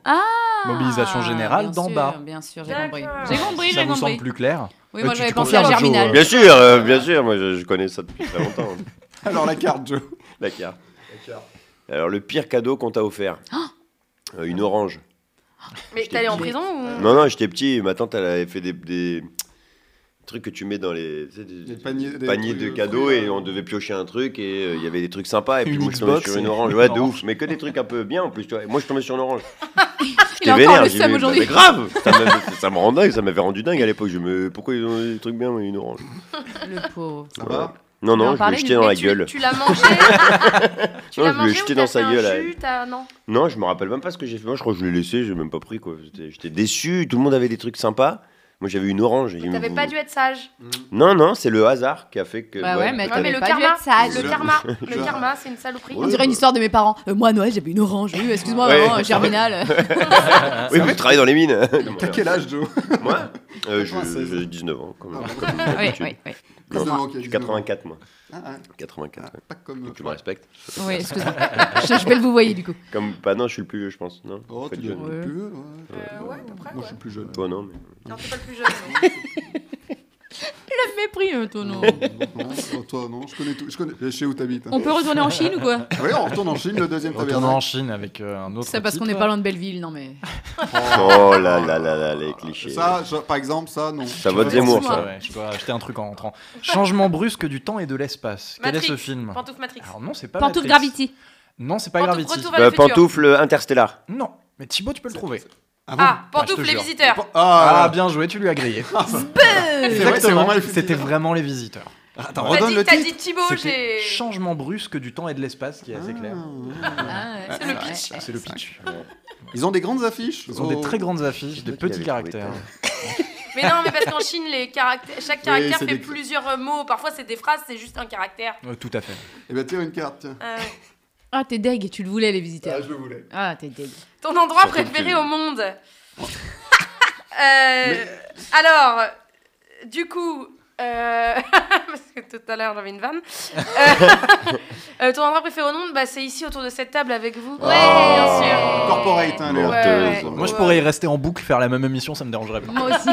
S6: Mobilisation
S5: Ah,
S6: générale
S5: bien
S6: d'en
S5: sûr,
S6: bas.
S5: Bien sûr, j'ai compris.
S3: D'accord.
S5: J'ai compris,
S6: Si ça
S5: j'ai
S6: vous semble
S5: compris.
S6: plus clair.
S5: Oui, moi
S6: Tu
S5: j'avais
S6: te
S5: pensé à
S6: confirmes, Joe,
S5: Germinal.
S4: Bien sûr, euh, bien sûr, moi je, je connais ça depuis très longtemps. hein.
S2: Alors la carte, Joe.
S4: La carte. Alors le pire cadeau qu'on t'a offert
S3: Oh
S4: Euh, Une orange.
S3: Mais t'es allé en prison ou
S4: Non, non, j'étais petit, et ma tante elle avait fait des, des trucs que tu mets dans les, tu sais, des-
S2: Des paniers- des
S4: paniers de
S2: trucs,
S4: cadeaux
S2: euh,
S4: et on devait piocher un truc et euh, il y avait des trucs sympas et puis
S6: Une
S4: moi je tombais
S6: Xbox
S4: sur une
S6: et
S4: orange,
S6: une
S4: ouais de
S6: orange.
S4: ouf, mais que des trucs un peu bien en plus, tu vois. Et moi je tombais sur une orange.
S5: Il a
S4: J'étais
S5: encore le
S4: j'ai
S5: seum
S4: vu-
S5: aujourd'hui.
S4: Mais grave ça, m'avait- ça me rend dingue, ça m'avait rendu dingue à l'époque. Je me pourquoi ils ont des trucs bien mais une orange
S5: Le pauvre.
S2: Ça va
S4: Non,
S5: Mais on
S4: non, je
S5: parlait
S4: l'ai
S5: du-
S4: jeté dans
S5: mais
S4: la
S5: tu-
S4: gueule.
S3: Tu l'as mangé Tu
S4: Non,
S3: l'as
S4: je lui ai
S3: mangé ou
S4: jeté
S3: t'as
S4: dans sa
S3: fait un
S4: gueule, elle.
S3: jus, t'as- Non.
S4: Non, je me rappelle même pas ce que j'ai fait. Moi, je crois que je l'ai laissé, j'ai même pas pris quoi. J'étais- J'étais déçu, tout le monde avait des trucs sympas. Moi, j'avais une orange. J'ai dit,
S3: Mais T'avais
S4: vous-
S3: pas dû être sage.
S4: Non, non, c'est le hasard qui a fait que.
S5: Bah ouais, mais-
S4: peut-être.
S3: Ouais, mais le
S5: pas dû
S3: karma,
S5: être sage.
S3: le
S2: Je-
S3: karma,
S2: je-
S3: le karma, c'est une saloperie.
S5: On dirait une histoire de mes parents. Euh, moi, à Noël, j'avais une orange. Oui, excuse-moi,
S4: [LAUGHS] Ouais.
S5: maman, euh, Germinal.
S4: Oui, mais je travaille dans les
S3: [LAUGHS]
S4: mines.
S2: T'as quel âge, Joe
S4: Moi, euh, je-
S2: 96.
S4: j'ai 19 ans quand même.
S2: Ah,
S4: Comme
S5: oui,
S4: d'habitude.
S5: oui, oui.
S4: Non,
S2: Comme moi,
S4: je suis
S2: qui a 19 ans.
S4: 84, moi.
S2: Ah, ah,
S4: 84.
S2: ah,
S4: ouais.
S2: Pas comme.
S4: Donc, tu me respectes.
S5: Oui, excuse-moi. je, je vais le vous voyez du coup.
S4: Comme. Bah non, je suis le plus vieux, je pense. Non
S2: Oh,
S4: Faites
S2: tu es
S4: jeune.
S5: Ouais.
S2: plus vieux ouais.
S3: Euh, ouais, à peu
S2: Moi,
S3: près,
S2: je
S3: ouais.
S2: suis plus jeune.
S4: Toi, non, mais.
S3: Non, t'es pas le plus jeune. non.
S5: Le mépris, euh,
S2: [LAUGHS]
S5: ton nom.
S2: Non, oh, toi, non, je connais tout. Je, connais... je sais où t'habites.
S5: On peut retourner en Chine ou quoi
S2: Oui, on retourne en Chine, le deuxième
S6: Retournons en
S2: tabernacle.
S6: Chine avec euh, un autre.
S5: C'est parce qu'on
S6: titre.
S5: n'est pas loin de Belleville, non mais.
S4: [LAUGHS] Oh là là là là, les clichés.
S2: Ça, je- par exemple, ça, non.
S4: Ça vote Zemmour,
S5: Excuse-moi.
S4: ça.
S6: Ouais, je dois acheter un truc en rentrant. Changement brusque du temps et de l'espace. Quel est
S3: Matrix.
S6: ce film
S3: Pantouf Matrix.
S6: Alors non, c'est pas
S5: Pantouf
S6: Matrix.
S5: Gravity.
S6: Non, c'est pas
S3: Pantouf
S6: Gravity.
S3: Retour vers le
S4: Euh,
S3: futur.
S4: pantoufle interstellar.
S6: Non, mais Thibaut, tu peux le trouver.
S2: bon
S3: Ah, pantoufle
S6: Ah, je te
S3: les
S6: jure.
S3: visiteurs.
S6: Ah,
S2: Ah,
S6: bien joué, tu lui
S2: [LAUGHS]
S6: as grillé.
S2: c'est vrai, c'est vraiment les films.
S6: C'était vraiment les visiteurs.
S2: Attends,
S3: T'as
S2: redonne
S3: dit,
S2: le
S3: t'as
S2: titre.
S3: dit Thibaut,
S6: C'était
S3: j'ai.
S6: Changement brusque du temps et de l'espace qui est assez clair.
S5: Ah, ouais,
S3: C'est le pitch.
S6: C'est le pitch.
S2: Ils ont des grandes affiches.
S6: Ils ont des
S2: Oh.
S6: très grandes affiches, des
S4: C'est toi qui
S6: petits
S4: avais trouvé
S6: caractères.
S3: Mais non, mais parce qu'en Chine, les caractères, chaque caractère
S2: c'est
S3: fait
S2: des-
S3: plusieurs euh, mots. Parfois, c'est des phrases, c'est juste un caractère.
S6: Ouais, tout à fait.
S2: Eh ben, tire une carte. tiens.
S3: Euh,
S5: Ah, t'es deg, tu le voulais les visiteurs.
S2: le voulais.
S5: Ah, t'es deg.
S3: ton endroit
S4: Surtout
S3: préféré
S4: que- [LAUGHS]
S3: au monde. Euh, Alors, euh, du coup, euh, [LAUGHS] parce que tout à l'heure j'avais une vanne. Euh, [LAUGHS] euh, ton endroit préféré au monde, bah, c'est ici autour de cette table avec vous. Ouais,
S4: Ah.
S3: bien sûr.
S2: Corporate, hein, Léa.
S3: Ouais, ouais.
S4: Menteuse.
S6: Moi, je pourrais y rester en boucle, faire la même émission, ça me dérangerait pas.
S5: Moi aussi.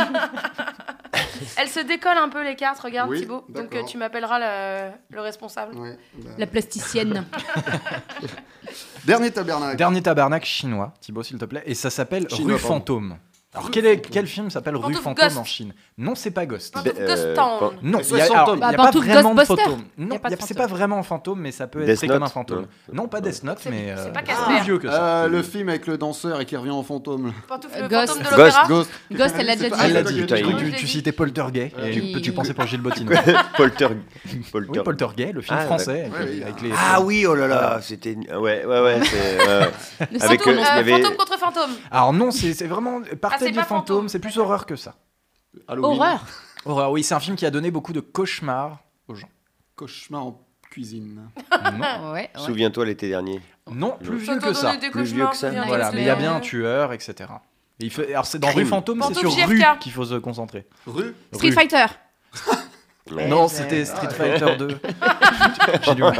S3: Elle se décolle un peu les cartes, regarde
S2: Oui,
S3: Thibaut. Donc
S2: d'accord.
S3: euh, tu m'appelleras le, le responsable.
S2: Ouais, bah.
S5: La plasticienne.
S2: Dernier tabernacle.
S6: Dernier tabernacle chinois, Thibaut, s'il te plaît, et ça s'appelle
S2: Chinois,
S6: Rue
S2: pardon.
S6: Fantôme. Alors quel, est- quel film s'appelle Rue
S3: Pantoufle
S6: Fantôme
S3: Ghost.
S6: en Chine Non, c'est pas Ghost.
S3: Pantoufle
S4: Euh,
S3: Ghost Town.
S4: pan-
S6: Non, il y a,
S2: 60
S6: alors,
S2: hommes.
S6: il y
S5: Bah,
S6: a pas
S5: Pantoufle
S6: vraiment de
S5: Ghostbuster.
S6: fantôme.
S5: Il y
S6: Non,
S5: a pas de
S6: il y a- c'est
S5: fantôme.
S6: pas vraiment un fantôme, mais ça peut être
S4: Death
S6: pris
S4: Note
S6: comme un fantôme.
S4: Non.
S6: Non, pas Death Note,
S3: C'est-
S6: mais
S3: c'est
S6: euh,
S3: pas
S6: plus
S3: Casper.
S6: vieux que ça.
S2: Euh, le film avec le danseur et qui revient en fantôme.
S3: Pantoufle
S5: Euh,
S3: fantôme
S5: Ghost.
S3: de l'opéra.
S5: [LAUGHS]
S2: Ghost.
S5: Ghost, elle l'a déjà dit.
S2: Ah,
S6: Elle l'a
S2: toi,
S6: dit,
S2: tu
S4: l'as
S6: tu,
S4: dit.
S6: tu-
S3: Oui,
S6: tu
S3: j'ai
S6: citais Poltergeist
S2: Euh,
S6: et
S5: oui.
S6: tu, tu pensais pour Gilles [LAUGHS] Bottino.
S4: Polter. Polter.
S6: oui, Poltergeist, le film
S4: Ah,
S6: français avec,
S2: ouais.
S6: les-
S2: Ouais,
S6: avec les.
S4: Ah oui, oh là là, c'était. Ouais, ouais, ouais. c'est, euh,
S5: Ne
S4: Avec,
S5: sortons
S3: Fantôme,
S5: non.
S4: euh, il y
S3: euh,
S4: avait-
S3: fantôme contre fantôme.
S6: Alors non, c'est c'est vraiment
S3: c'est pas
S6: partez des
S3: fantôme.
S6: fantômes, c'est plus horreur que ça.
S3: Oh,
S2: Halloween.
S5: Horreur.
S6: Horreur, oui, c'est un film qui a donné beaucoup de cauchemars aux gens.
S2: Cauchemar en cuisine.
S6: Non,
S5: Ah, Ouais, ouais.
S4: Souviens-toi l'été dernier.
S6: non plus vieux
S3: Fantôme
S6: que ça.
S3: donne des
S4: Plus vieux
S3: cauchemars,
S4: que ça.
S3: viens,
S6: Voilà,
S3: laisse-le.
S6: mais il y a bien un tueur, etc. Et il fait- Alors c'est dans
S4: Crime.
S6: Rue Fantôme, c'est sur
S3: Pantoufle
S6: Rue
S3: JFK.
S6: qu'il faut se concentrer.
S2: Rue.
S5: Street
S6: Rue.
S5: Fighter.
S4: Ouais.
S6: Non, c'était Street Fighter 2. Eh ben, [LAUGHS] J'ai du mal.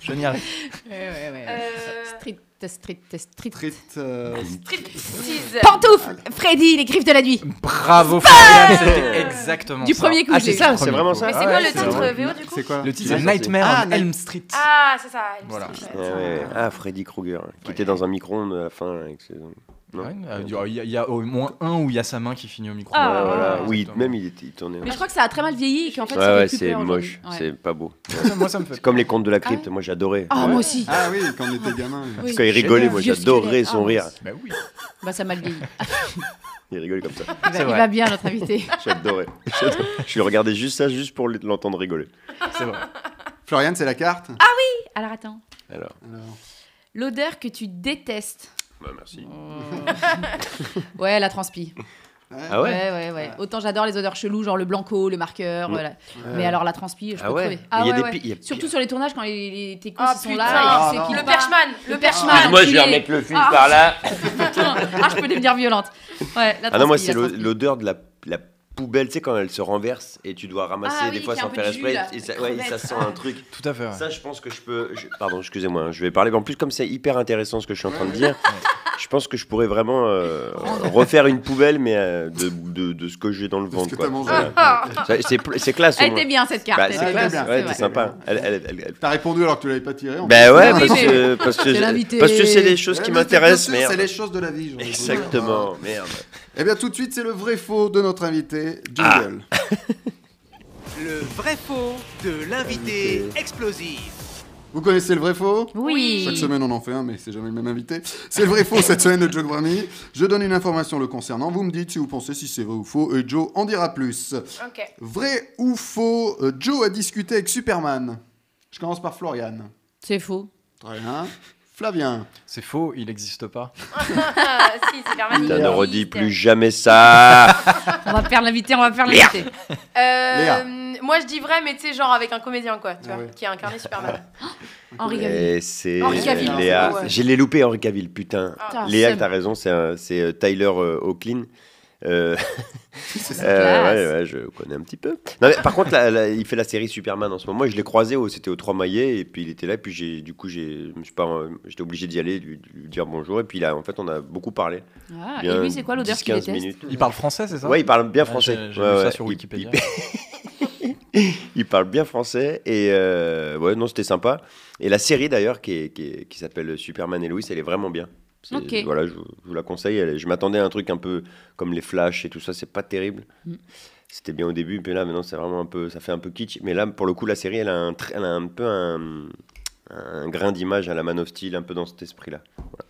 S6: Je n'y arrive
S5: Ouais, ouais, ouais.
S3: Euh,
S5: Street, street, street.
S2: Street.
S6: Bah,
S2: euh,
S3: Striptease.
S5: Pantoufle, Freddy, les griffes de la nuit.
S6: Bravo Florian, c'était exactement
S5: Du
S6: ça.
S5: premier coup,
S6: ah,
S5: je
S6: c'est
S5: l'ai
S6: ça,
S5: eu.
S6: c'est vraiment ça.
S3: Mais c'est
S4: Ah
S3: quoi
S4: ouais,
S3: le
S4: c'est
S3: titre
S4: vraiment-
S3: VO du coup
S2: C'est quoi
S6: Le titre
S4: Ouais,
S6: c'est
S4: ça,
S6: Nightmare
S2: c'est-
S6: on
S2: Ah,
S6: Elm Street.
S3: Ah, c'est ça. Elm
S6: Voilà.
S3: Street,
S4: Ouais,
S3: ouais.
S4: ouais. Ah, Freddy Krueger, qui était dans un micro-ondes à la fin. avec ses- Non.
S6: Ouais, euh, Il y a- il y, a au moins un où il y a sa main qui finit au micro.
S3: Ah,
S4: Ouais, voilà.
S6: ouais,
S4: Oui,
S6: exactement.
S4: même il, était, il tournait.
S5: Mais je crois que ça a très mal vieilli et qu'en fait,
S4: Ouais,
S5: ça fait
S4: ouais,
S5: plus
S4: c'est
S5: peur aujourd'hui.
S4: moche,
S5: Ouais.
S4: c'est pas beau.
S6: Moi, ça me fait.
S4: C'est comme les contes de la
S3: Ah
S4: crypte, moi j'adorais.
S5: Ah,
S4: Ouais.
S5: moi aussi.
S2: Ah oui, quand on était gamin.
S6: Ah.
S2: oui.
S5: Oui.
S4: Parce qu'il rigolait, moi
S5: Vieux
S4: j'adorais
S5: squelette.
S4: son
S5: Ah,
S4: rire.
S6: Bah oui.
S5: [LAUGHS] Bah, ça a mal vieilli.
S4: Il rigolait comme ça.
S5: Il va,
S6: C'est
S5: il
S6: vrai.
S5: va bien, notre invité.
S4: J'adorais. J'adorais. Je lui regardais juste ça, juste pour l'entendre rigoler.
S6: C'est vrai.
S2: Florian, c'est la carte
S6: Ah.
S5: Alors, attends.
S4: [LAUGHS] Alors,
S2: Alors,
S5: L'odeur que tu détestes.
S4: bah, merci.
S5: [LAUGHS] Ouais, la transpi.
S4: Ah ouais
S5: ouais, ouais, ouais. Autant j'adore les odeurs cheloues, genre le blanco, le marqueur,
S4: Mm.
S5: voilà.
S2: Ouais.
S5: Mais alors la transpi, je
S4: Ah
S5: peux
S4: ouais.
S5: trouver.
S4: Mais
S5: Ah
S4: il y a
S5: ouais,
S4: des
S5: ouais.
S4: pi- il y a-
S5: Surtout sur les tournages quand les, les- tes cons,
S3: Ah,
S5: ils sont
S3: putain.
S5: là, ils
S2: Ah,
S5: s'équipe
S3: Le
S5: pas.
S3: Perchman.
S5: Le
S3: Le
S5: Perchman.
S3: Perchman.
S5: Excuse-moi, je vais remettre
S4: le fil
S5: Ah.
S4: par là.
S5: [LAUGHS] ah, je peux devenir violente. Ouais, la
S4: Ah non, moi
S5: transpi,
S4: c'est
S5: la
S4: l'o-
S5: transpi.
S4: l'odeur de la, la poubelle, tu sais, quand elle se renverse et tu dois ramasser
S5: Ah
S4: des
S5: oui,
S4: fois
S5: qu'il y a
S4: sans
S5: un
S4: faire
S5: peu de jus,
S4: exprès.
S5: là,
S4: et
S5: de
S4: ça, ouais, et ça
S5: crevettes.
S4: sent un truc.
S6: Tout à fait. ouais.
S4: Ça, je pense que je peux. je- Pardon, excusez-moi, hein, je vais parler. En plus, comme c'est hyper intéressant ce que je suis en train de dire, je pense que je pourrais vraiment euh, refaire une poubelle, mais euh, de, de- de ce que j'ai dans le
S2: ce
S4: ventre.
S2: que
S4: quoi.
S2: t'as mangé.
S4: Voilà.
S3: Ah,
S4: Ça, C'est pl- c'est classe. au
S5: Elle
S4: moins.
S5: était bien cette carte.
S4: Bah,
S5: elle
S4: c'est
S5: était
S4: classe,
S5: bien,
S4: ouais,
S5: c'est
S4: c'est
S5: vrai.
S4: sympa. Elle- elle- elle- elle-
S2: T'as répondu alors que tu l'avais pas tiré. en
S4: Ben
S2: plus.
S4: ouais,
S5: Oui,
S4: parce
S5: mais-
S4: que, parce, que
S5: l'invité.
S4: parce que c'est des choses
S2: Ouais,
S4: qui
S2: mais c'est-
S4: m'intéressent,
S2: bien sûr,
S4: merde.
S2: C'est les choses de la vie. genre.
S4: Exactement, merde.
S2: Eh bien, tout de suite, c'est le vrai faux de notre invité, Jingle.
S4: Ah.
S1: Le vrai faux de l'invité
S4: Invité.
S1: explosif.
S2: Vous connaissez le vrai faux Chaque
S5: Oui.
S2: semaine, on en fait un, mais c'est jamais le même invité. C'est le vrai faux cette semaine de Joe Grammy. Je donne une information le concernant. Vous me dites si vous pensez si c'est vrai ou faux, et Joe en dira plus.
S3: Oh, Ok.
S2: Vrai ou faux euh, Joe a discuté avec Superman. Je commence par Florian.
S5: C'est faux.
S2: Très bien. Flavien.
S6: C'est faux, il n'existe pas.
S3: [LAUGHS] Ah, si, c'est Perman.
S4: Putain,
S5: Il
S4: ne
S5: est
S4: redis
S5: triste.
S4: plus jamais ça.
S5: On va perdre l'invité, on va perdre l'invité.
S3: Euh, Moi, je dis vrai, mais tu sais, genre avec un comédien, quoi, tu
S2: Ah
S3: vois,
S2: ouais.
S3: qui a incarné Superman.
S5: Henri Gavin.
S4: Et c'est euh,
S3: Henri
S2: Cavill,
S4: Léa.
S3: ouais.
S4: J'ai les loupé Henri Cavill, putain.
S5: Ah. Putain,
S4: Léa,
S5: seum.
S4: t'as raison, c'est un- c'est euh, Tyler euh, Hoechlin. Euh,
S2: C'est
S4: euh,
S5: classe.
S4: ouais, ouais, je connais un petit peu. Non, mais par contre, là, là, il fait la série Superman en ce moment. Moi, je l'ai croisé, au- c'était au 3 maillet, et puis il était là, et puis j'ai, du coup, j'ai, je sais pas, euh, j'étais obligé d'y aller, lui, lui dire bonjour, et puis là, en fait, on a beaucoup parlé.
S5: Ah, et
S4: Bien
S5: lui, c'est quoi l'odeur qu'il
S4: 10-15
S5: déteste
S4: minutes.
S6: Il parle français, c'est ça
S4: Ouais, il parle bien
S6: Ah,
S4: français.
S6: j'ai- J'ai
S4: Ouais,
S6: vu ça
S4: ouais.
S6: sur
S4: Il-
S6: Wikipédia.
S4: Il parle bien français et euh, ouais, non, c'était sympa. Et la série d'ailleurs qui, est- qui, est- qui s'appelle Superman et Lois, elle est vraiment bien. C'est-
S5: Ok.
S4: Voilà, je, vous- je vous la conseille. Elle est- je m'attendais à un truc un peu comme les flashs et tout ça, c'est pas terrible.
S5: Mm.
S4: C'était bien au début, mais là maintenant c'est vraiment un peu, ça fait un peu kitsch. Mais là, pour le coup, la série, elle a un, tr- elle a un peu un, un grain d'image à la Man of Steel, un peu dans cet esprit-là.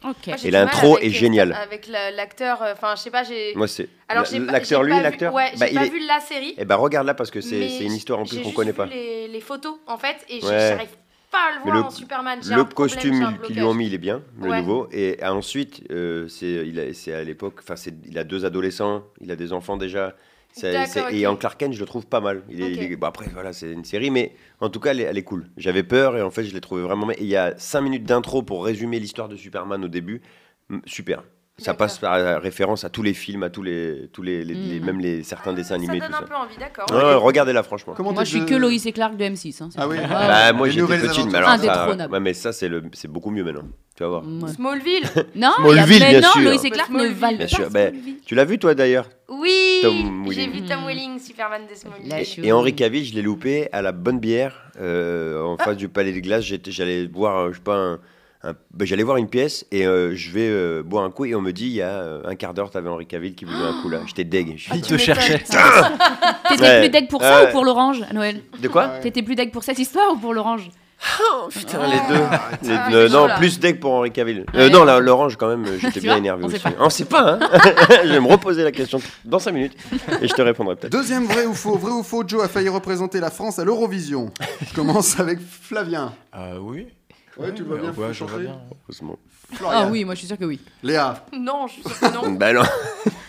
S5: Ok.
S3: Moi, j'ai
S4: Et
S3: du mal
S4: l'intro
S3: avec,
S4: est
S3: euh,
S4: géniale.
S3: Avec la- l'acteur, euh, enfin, je sais pas, j'ai.
S4: Moi, c'est
S3: Alors,
S4: la-
S3: j'ai pas-
S4: l'acteur,
S3: j'ai
S4: lui,
S3: pas vu-
S4: l'acteur.
S3: Ouais, j'ai
S4: bah,
S3: pas
S4: il est-
S3: vu la série.
S4: Eh ben regarde là parce que c'est
S3: mais
S4: c'est une histoire en plus
S3: j'ai
S4: qu'on
S3: juste
S4: connaît
S3: vu
S4: pas.
S3: Les, les photos, en fait, et j'ai-
S4: Ouais.
S3: j'arrive pas à le
S4: Mais
S3: voir
S4: le-
S3: en Superman. J'ai
S4: Le
S3: un problème, j'ai un
S4: costume qu'ils lui ont
S3: blocage.
S4: mis, il est bien, le
S3: Ouais.
S4: nouveau. Et euh, ensuite, euh, c'est il a- c'est à l'époque, enfin, c'est- il a deux adolescents, il a des enfants déjà. C'est-
S3: D'accord,
S4: c'est-
S3: ok.
S4: Et en Clark Kent, je le trouve pas mal. Il est-
S3: Ok.
S4: il est- bon, après, voilà, c'est une série, mais en tout cas, elle est, elle est cool. J'avais peur et en fait, je l'ai trouvé vraiment. bien. Et il y a cinq minutes d'intro pour résumer l'histoire de Superman au début. Mm, Super. Ça
S3: D'accord.
S4: passe par euh, référence à tous les films, à tous les, tous les, les- les-
S5: Mm.
S4: même les certains dessins animés,
S3: Ça
S4: tout
S3: donne un
S4: ça.
S3: peu envie, d'accord.
S4: Ouais, ouais, Regardez-la, franchement.
S2: Comment
S5: Euh, Moi,
S2: t'es
S5: je suis
S2: de-
S5: que Loïs et Clark de M6. hein, c'est
S2: Ah oui.
S5: vrai.
S2: Ah
S4: Bah,
S2: ouais.
S4: moi
S2: Les
S4: j'étais
S2: nouvelles
S4: petit,
S2: aventures.
S4: mais alors ça,
S5: Indétrônable.
S4: ouais, mais ça c'est le, c'est beaucoup mieux maintenant. Tu vas voir.
S5: Ouais.
S3: Smallville.
S5: Non,
S4: Smallville,
S5: il y a- mais
S4: bien
S5: non,
S4: sûr.
S5: Loïs et Clark ne
S3: Smallville.
S5: valent
S4: Bien
S5: pas
S4: sûr, ben,
S5: Smallville.
S4: Tu l'as vu toi d'ailleurs
S3: Oui,
S4: Tom
S3: j'ai
S4: Welling.
S3: vu Tom Welling, Superman de Smallville.
S5: La
S4: Et-
S5: chou-
S4: Et Henri Cavill, je l'ai
S5: Ah.
S4: loupé à la bonne bière euh, en face du Palais des Glaces. J'étais- J'allais boire, euh, je sais pas, un, un- ben, j'allais voir une pièce et euh, je vais euh, boire un coup et on me dit il y a euh, un quart d'heure, t'avais Henri Cavill qui voulait un coup là. J'étais deg.
S5: Ah,
S4: Je fais,
S6: Il te cherchait.
S7: T'étais
S4: Ouais.
S7: plus deg pour ça
S4: Ouais.
S7: ou pour l'orange, à Noël
S4: de
S5: Ah,
S4: quoi
S7: T'étais plus deg pour cette histoire ou pour l'orange
S4: Putain, les deux. Les-
S3: Ah,
S4: euh,
S3: c'est chaud,
S4: non,
S3: là.
S4: plus deg pour Henri Cavill.
S5: Ouais.
S4: Euh, non, la- l'orange
S5: [LAUGHS]
S4: quand même, euh,
S5: Tu
S4: j'étais bien
S5: vois,
S4: énervé
S5: on sait
S4: aussi.
S5: pas.
S4: On sait pas, hein [LAUGHS] Je vais me reposer la question dans 5 minutes et je te
S5: [LAUGHS]
S4: répondrai peut-être.
S2: Deuxième vrai ou faux, vrai ou faux, Joe a failli représenter la France à l'Eurovision. Je commence avec Flavien.
S6: Euh, oui.
S2: Ouais, tu le vois bien,
S6: Ouais,
S2: faut
S6: je vois
S2: changer.
S6: bien.
S4: Heureusement.
S5: Ah
S2: Florian.
S5: oui, moi je suis sûr que oui.
S2: Léa.
S3: Non, je suis sûre que non.
S4: Ben non.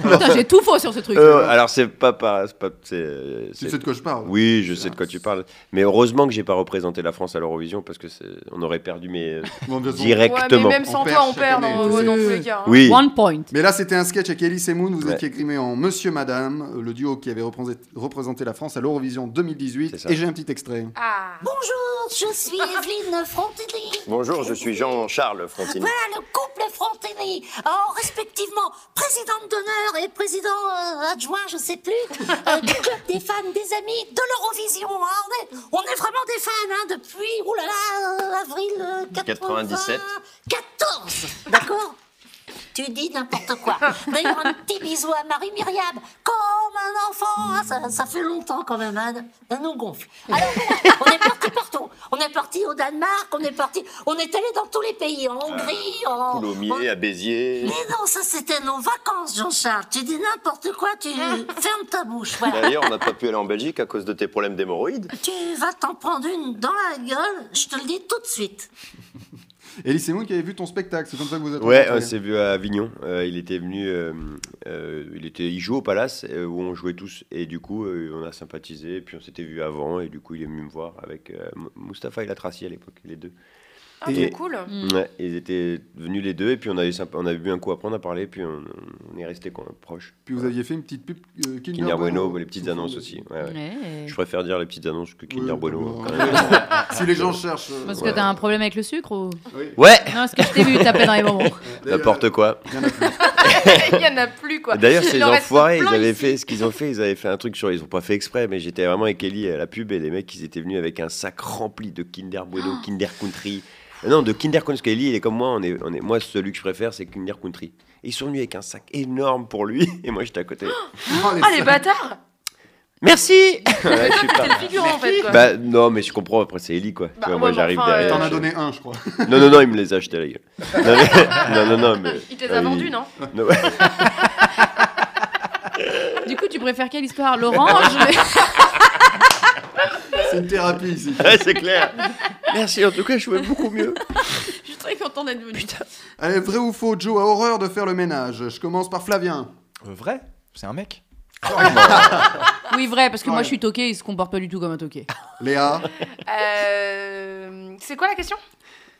S5: Putain, j'ai tout faux sur ce truc.
S4: Euh, alors c'est pas par- c'est pas- c'est, euh,
S2: Tu
S4: c'est-
S2: sais de quoi je parle
S4: Oui, je sais de quoi tu parles. Mais heureusement que j'ai pas représenté la France à l'Eurovision parce que c'est- on aurait perdu mais euh,
S2: Bon, bien sûr.
S4: directement.
S3: Ouais, mais même
S2: On
S3: sans
S2: perd
S3: toi, on
S2: chaque
S3: perd
S2: année.
S3: dans,
S5: Oui.
S3: dans tous les cas. hein.
S4: Oui.
S5: One point.
S2: Mais là, c'était un sketch avec Elise et Moon. Vous
S4: Ouais.
S2: étiez grimé en Monsieur Madame, euh, le duo qui avait représent- représenté la France à l'Eurovision
S4: C'est
S2: 2018.
S4: ça.
S2: Et j'ai un petit extrait.
S3: Ah.
S8: Bonjour, je suis Evelyne Frontigny.
S4: Bonjour, je suis Jean-Charles Frontini.
S8: Voilà le couple Frontigny. Oh, respectivement, présidente d'honneur et président euh, adjoint, je sais plus, euh, du club des fans, des amis, de l'Eurovision. hein. on, est, on est vraiment des fans hein, depuis, oulala, avril euh,
S4: 97.
S8: 14, d'accord Tu dis n'importe quoi. D'ailleurs, un petit bisou à Marie-Myriam, comme un enfant. hein, ça, ça fait longtemps quand même, hein, elle nous gonfle. Alors, voilà, on est parti partout. On est parti au Danemark, on est parti, on est allé dans tous les pays, en Hongrie, en. en-
S4: à Béziers.
S8: Mais non, ça c'était nos vacances, Jean-Charles. Tu dis n'importe quoi, tu fermes ta bouche, voilà.
S4: D'ailleurs, on n'a pas pu aller en Belgique à cause de tes problèmes d'hémorroïdes.
S8: Tu vas t'en prendre une dans la gueule, je te le dis tout de suite.
S2: Elise et Moon qui avait vu ton spectacle, c'est comme ça que vous êtes
S4: Ouais, on
S2: rencontrés.
S4: s'est vu à Avignon. Euh, il était venu, euh, euh, il était, il joue au Palace euh, où on jouait tous et du coup euh, on a sympathisé. Et puis on s'était vu avant et du coup il est venu me voir avec euh, M- Mustapha et Latraci à l'époque, les deux.
S3: Ah,
S4: Et- [LAUGHS]
S3: c'est cool.
S5: Mm.
S4: Ouais, ils étaient venus les deux et puis on a eu sympa- on a bu un coup après, on a parlé puis on, on est resté proche.
S2: Puis vous aviez fait une petite pub euh, Kinder,
S4: Kinder Bueno, les petites
S2: sous
S4: annonces
S2: forme de-
S4: aussi. ouais, ouais.
S5: Ouais.
S4: Je préfère dire les petites annonces que Kinder
S2: Oui,
S4: Bueno.
S2: bon,
S4: quand même.
S2: [LAUGHS] euh, si les gens cherchent. euh,
S5: Parce
S4: Ouais.
S5: que t'as un problème avec le sucre ou
S2: oui.
S4: Ouais,
S5: Non, ce que je t'ai vu taper dans les bonbons.
S2: D'ailleurs, euh,
S4: n'importe quoi.
S2: il y en a plus. Oh,
S3: Il n'y en a plus, quoi.
S4: D'ailleurs,
S3: [LAUGHS] Il
S4: ces
S3: en reste
S4: enfoirés, ils
S3: plein
S4: avaient
S3: ici.
S4: fait ce qu'ils ont fait. Ils avaient fait un truc sur. Ils ont pas fait exprès, mais j'étais vraiment avec Ellie à la pub et les mecs, ils étaient venus avec un sac rempli de Kinder Bueno, Kinder Country. Euh, Non, de Kinder Country. Parce qu'Ellie, il est comme moi. On est, on est, moi, celui que je préfère, c'est Kinder Country. Et ils sont venus avec un sac énorme pour lui [LAUGHS] et moi, j'étais à côté.
S2: Oh, les
S3: Ah, les bâtards
S4: Merci [LAUGHS] Ouais,
S3: [LAUGHS]
S4: je suis pas-
S3: T'es le figurant, en fait, quoi.
S4: Ah. Bah non, mais je comprends. Après, c'est Ellie, quoi. Tu
S3: Bah,
S4: vois,
S3: ouais,
S4: moi,
S3: mais
S4: j'arrive
S3: enfin,
S2: Et
S4: derrière.
S2: T'en as
S4: je-
S2: donné un, je crois.
S4: Non, non, non, il me les a achetés, la gueule. Non, mais- non, non, non, mais.
S3: [LAUGHS]
S4: euh, Ah,
S3: Il te les a
S4: Oui.
S3: vendus, non
S4: [LAUGHS] Non.
S5: Du coup, tu préfères quelle histoire L'orange
S2: C'est une thérapie ici.
S4: Ouais, c'est clair. [LAUGHS] Merci, en tout cas, je jouais beaucoup mieux.
S5: Je suis très contente d'être venue.
S2: Allez, vrai ou faux, Joe a horreur de faire le ménage. Je commence par Flavien.
S6: Euh, vrai C'est un mec
S5: Oui, vrai, parce que moi je suis toqué, il se comporte pas du tout comme un toqué.
S2: Léa.
S3: Euh, C'est quoi la question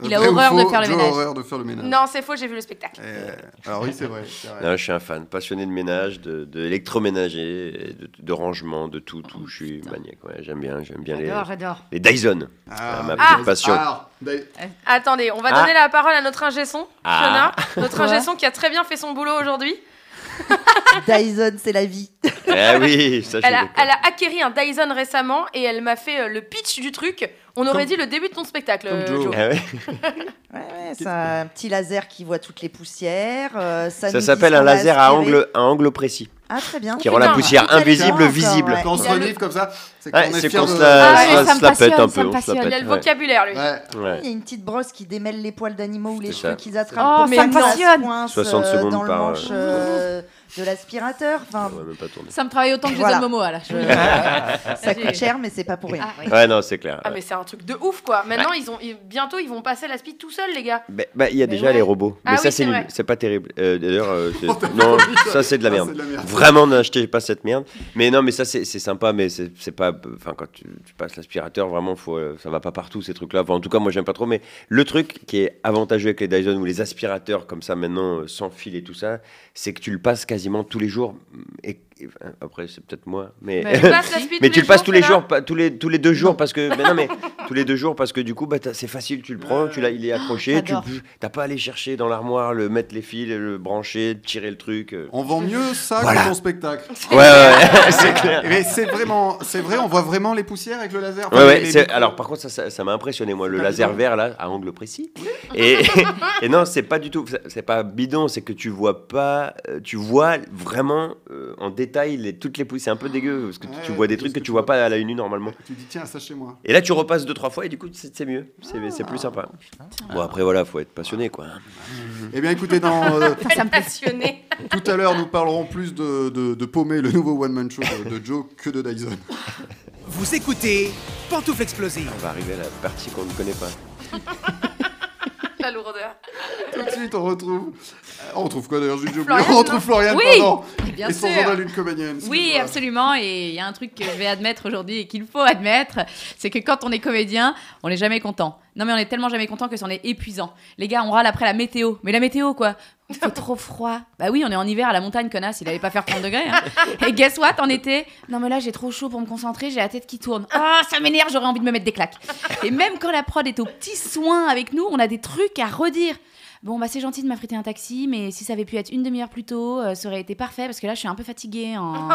S5: Il a
S2: vrai ou
S5: horreur de
S2: faux,
S5: faire le
S2: Joe a
S5: ménage.
S2: horreur de faire le ménage.
S3: Non, c'est faux, j'ai vu le spectacle.
S2: Euh, alors oui, c'est vrai. c'est vrai.
S4: Non, je suis un fan, passionné de ménage, de, de électroménager, et de, de rangement, de tout,
S3: Oh,
S4: tout. Je suis maniaque, ouais, j'aime bien, j'aime bien les,
S5: J'adore, j'adore.
S4: les
S3: [LAUGHS]
S4: Dyson.
S2: Ah,
S4: ma petite passion.
S2: Alors, d'ailleurs,
S3: Attendez, on va
S4: Ah.
S3: donner la parole à notre ingé son,
S4: Ah.
S3: Fiona. Notre
S9: Quoi
S3: ingé son qui a très bien fait son boulot aujourd'hui.
S9: Dyson, c'est la vie.
S4: Ah oui, ça je suis
S3: Elle a,
S4: d'accord.
S3: elle a acquéri un Dyson récemment et elle m'a fait euh, le pitch du truc. On aurait
S2: Comme-
S3: dit le début de ton spectacle,
S2: comme
S3: euh,
S2: Joe.
S3: Joe.
S4: Ah ouais.
S9: Ouais, ouais, c'est un petit laser qui voit toutes les poussières. euh, ça nous
S4: Ça
S9: dit
S4: s'appelle
S9: ce
S4: un
S9: qu'on a
S4: laser à
S9: aspiré.
S4: angle, à angle précis,
S9: Ah, très bien.
S4: qui rend la
S3: putain,
S4: poussière
S9: tout à l'heure
S4: invisible
S9: encore,
S4: visible.
S9: ouais.
S2: quand on se
S3: Il a le-
S2: renifle comme ça, c'est qu'on
S4: Ouais,
S2: est
S4: c'est
S2: fier
S4: qu'on
S2: de...
S4: se la,
S5: Ah ouais,
S4: se-
S5: ça me
S4: se la pète un
S5: passionne, ça
S4: peu.
S5: me
S4: on se la
S5: passionne.
S3: Il a
S4: pète,
S3: le
S4: ouais.
S3: vocabulaire, lui.
S2: Ouais.
S4: Ouais.
S9: Il y a une petite brosse qui démêle les poils d'animaux ou les
S4: C'est
S9: cheveux
S4: ça.
S9: qu'ils attrapent.
S5: Oh,
S9: mais
S5: ça me
S9: ça se
S5: passionne.
S9: coince,
S4: 60
S9: euh,
S4: secondes
S9: dans le
S4: par-
S9: manche euh, de l'aspirateur. Enfin,
S4: On va même pas tourner.
S5: Ça me travaille autant que Jason
S9: Voilà.
S5: Momoa là. Je-
S9: [LAUGHS] ça coûte cher, mais c'est pas pour rien.
S5: Ah, ouais.
S4: Ouais, non, c'est clair.
S3: Ah,
S4: ouais.
S3: mais c'est un truc de ouf, quoi. Maintenant, ils ont, ils- bientôt, ils vont passer à l'aspi tout seuls, les gars.
S4: Bah, bah, il y a déjà
S5: ouais.
S4: les robots.
S3: Ah
S4: Mais
S3: oui,
S4: ça, c'est
S3: c'est
S4: nul.
S3: vrai.
S4: C'est pas terrible. Euh, D'ailleurs, euh,
S2: [LAUGHS]
S4: c'est- non, ça, c'est de la
S2: Ah,
S4: merde.
S2: c'est de la merde.
S4: Vraiment, n'achetez pas cette merde. Mais non, mais ça, c'est c'est sympa, mais c'est c'est pas. Enfin, quand tu, tu passes l'aspirateur, vraiment, faut, euh, ça va pas partout, ces trucs-là. Enfin, en tout cas, moi, j'aime pas trop. Mais le truc qui est avantageux avec les Dyson ou les aspirateurs, comme ça, maintenant, euh, sans fil et tout ça, c'est que tu le passes quasiment tous les jours. Et, enfin, après c'est peut-être moi, mais
S5: Mais-
S2: [LAUGHS]
S3: Tu passes la suite [LAUGHS]
S4: mais tu le passes tous les
S3: Fernand
S4: jours, pas, tous les tous les deux jours parce que mais non mais tous les deux jours parce que du coup bah t'as- c'est facile, tu le prends, tu l'as, il est accroché, tu
S5: j'adore.
S4: t'as pas à aller chercher dans l'armoire, le mettre les fils, le brancher, tirer le truc. euh.
S2: On vend mieux ça
S4: Voilà.
S2: que ton spectacle. Eh, [LAUGHS]
S4: Ouais ouais, ouais, [LAUGHS] c'est clair.
S2: Mais c'est vraiment, c'est vrai, on voit vraiment les poussières avec le laser.
S4: Ouais,
S2: Enfin,
S4: ouais,
S2: les- les
S4: c'est-
S2: micros.
S4: alors par contre ça- ça ça m'a impressionné moi le
S2: pas
S4: laser
S2: bidon.
S4: vert là à angle précis et, [LAUGHS] et non c'est pas du tout c'est- c'est pas bidon c'est que tu vois pas euh, tu vois vraiment euh, en détail les, toutes les poussières c'est un peu dégueu parce que tu-
S2: Ouais,
S4: tu vois des
S2: tout
S4: trucs
S2: ce
S4: que
S2: que
S4: tu
S2: tu
S4: vois
S2: vois.
S4: pas à la une normalement
S2: Tu dis tiens, ça chez moi.
S4: et là tu repasses deux trois fois et du coup c'est c'est mieux c'est
S5: Ah.
S4: c'est plus sympa bon après voilà faut être passionné quoi Mm.
S2: Eh bien, écoutez, dans, euh, [LAUGHS]
S3: Ça me passionné.
S2: tout à l'heure, nous parlerons plus de, de, de Paumé, le nouveau one man show de, de Joe, que de
S5: [LAUGHS]
S2: Dyson.
S1: Vous écoutez Pantoufle Explosive.
S4: on va arriver à la partie qu'on ne connaît pas
S3: [LAUGHS] La lourdeur.
S2: Tout de suite, on retrouve. euh, on retrouve quoi d'ailleurs, Jules J'ai oublié.
S3: Florian,
S2: On retrouve Florian
S5: Oui,
S2: pendant.
S5: bien
S2: et son
S5: sûr.
S2: journal d'une comédienne.
S5: [LAUGHS] Oui,
S2: excuse-moi.
S5: absolument. Et il y a un truc que je vais admettre aujourd'hui et qu'il faut admettre, c'est que quand on est comédien, on n'est jamais content. Non, mais on est tellement jamais content que c'en est épuisant. Les gars, on râle après la météo. Mais la météo, quoi Il fait trop froid. Bah oui, on est en hiver à la montagne, connasse. Il allait pas faire 30 degrés. hein. Et guess what, en été Non, mais là, j'ai trop chaud pour me concentrer. J'ai la tête qui tourne. Ah, ça m'énerve, j'aurais envie de me mettre des claques. Et même quand la prod est au petit soin avec nous, on a des trucs à redire. Bon, bah c'est gentil de m'affréter un taxi, mais si ça avait pu être une demi-heure plus tôt, euh, ça aurait été parfait parce que là, je suis un peu fatiguée. En...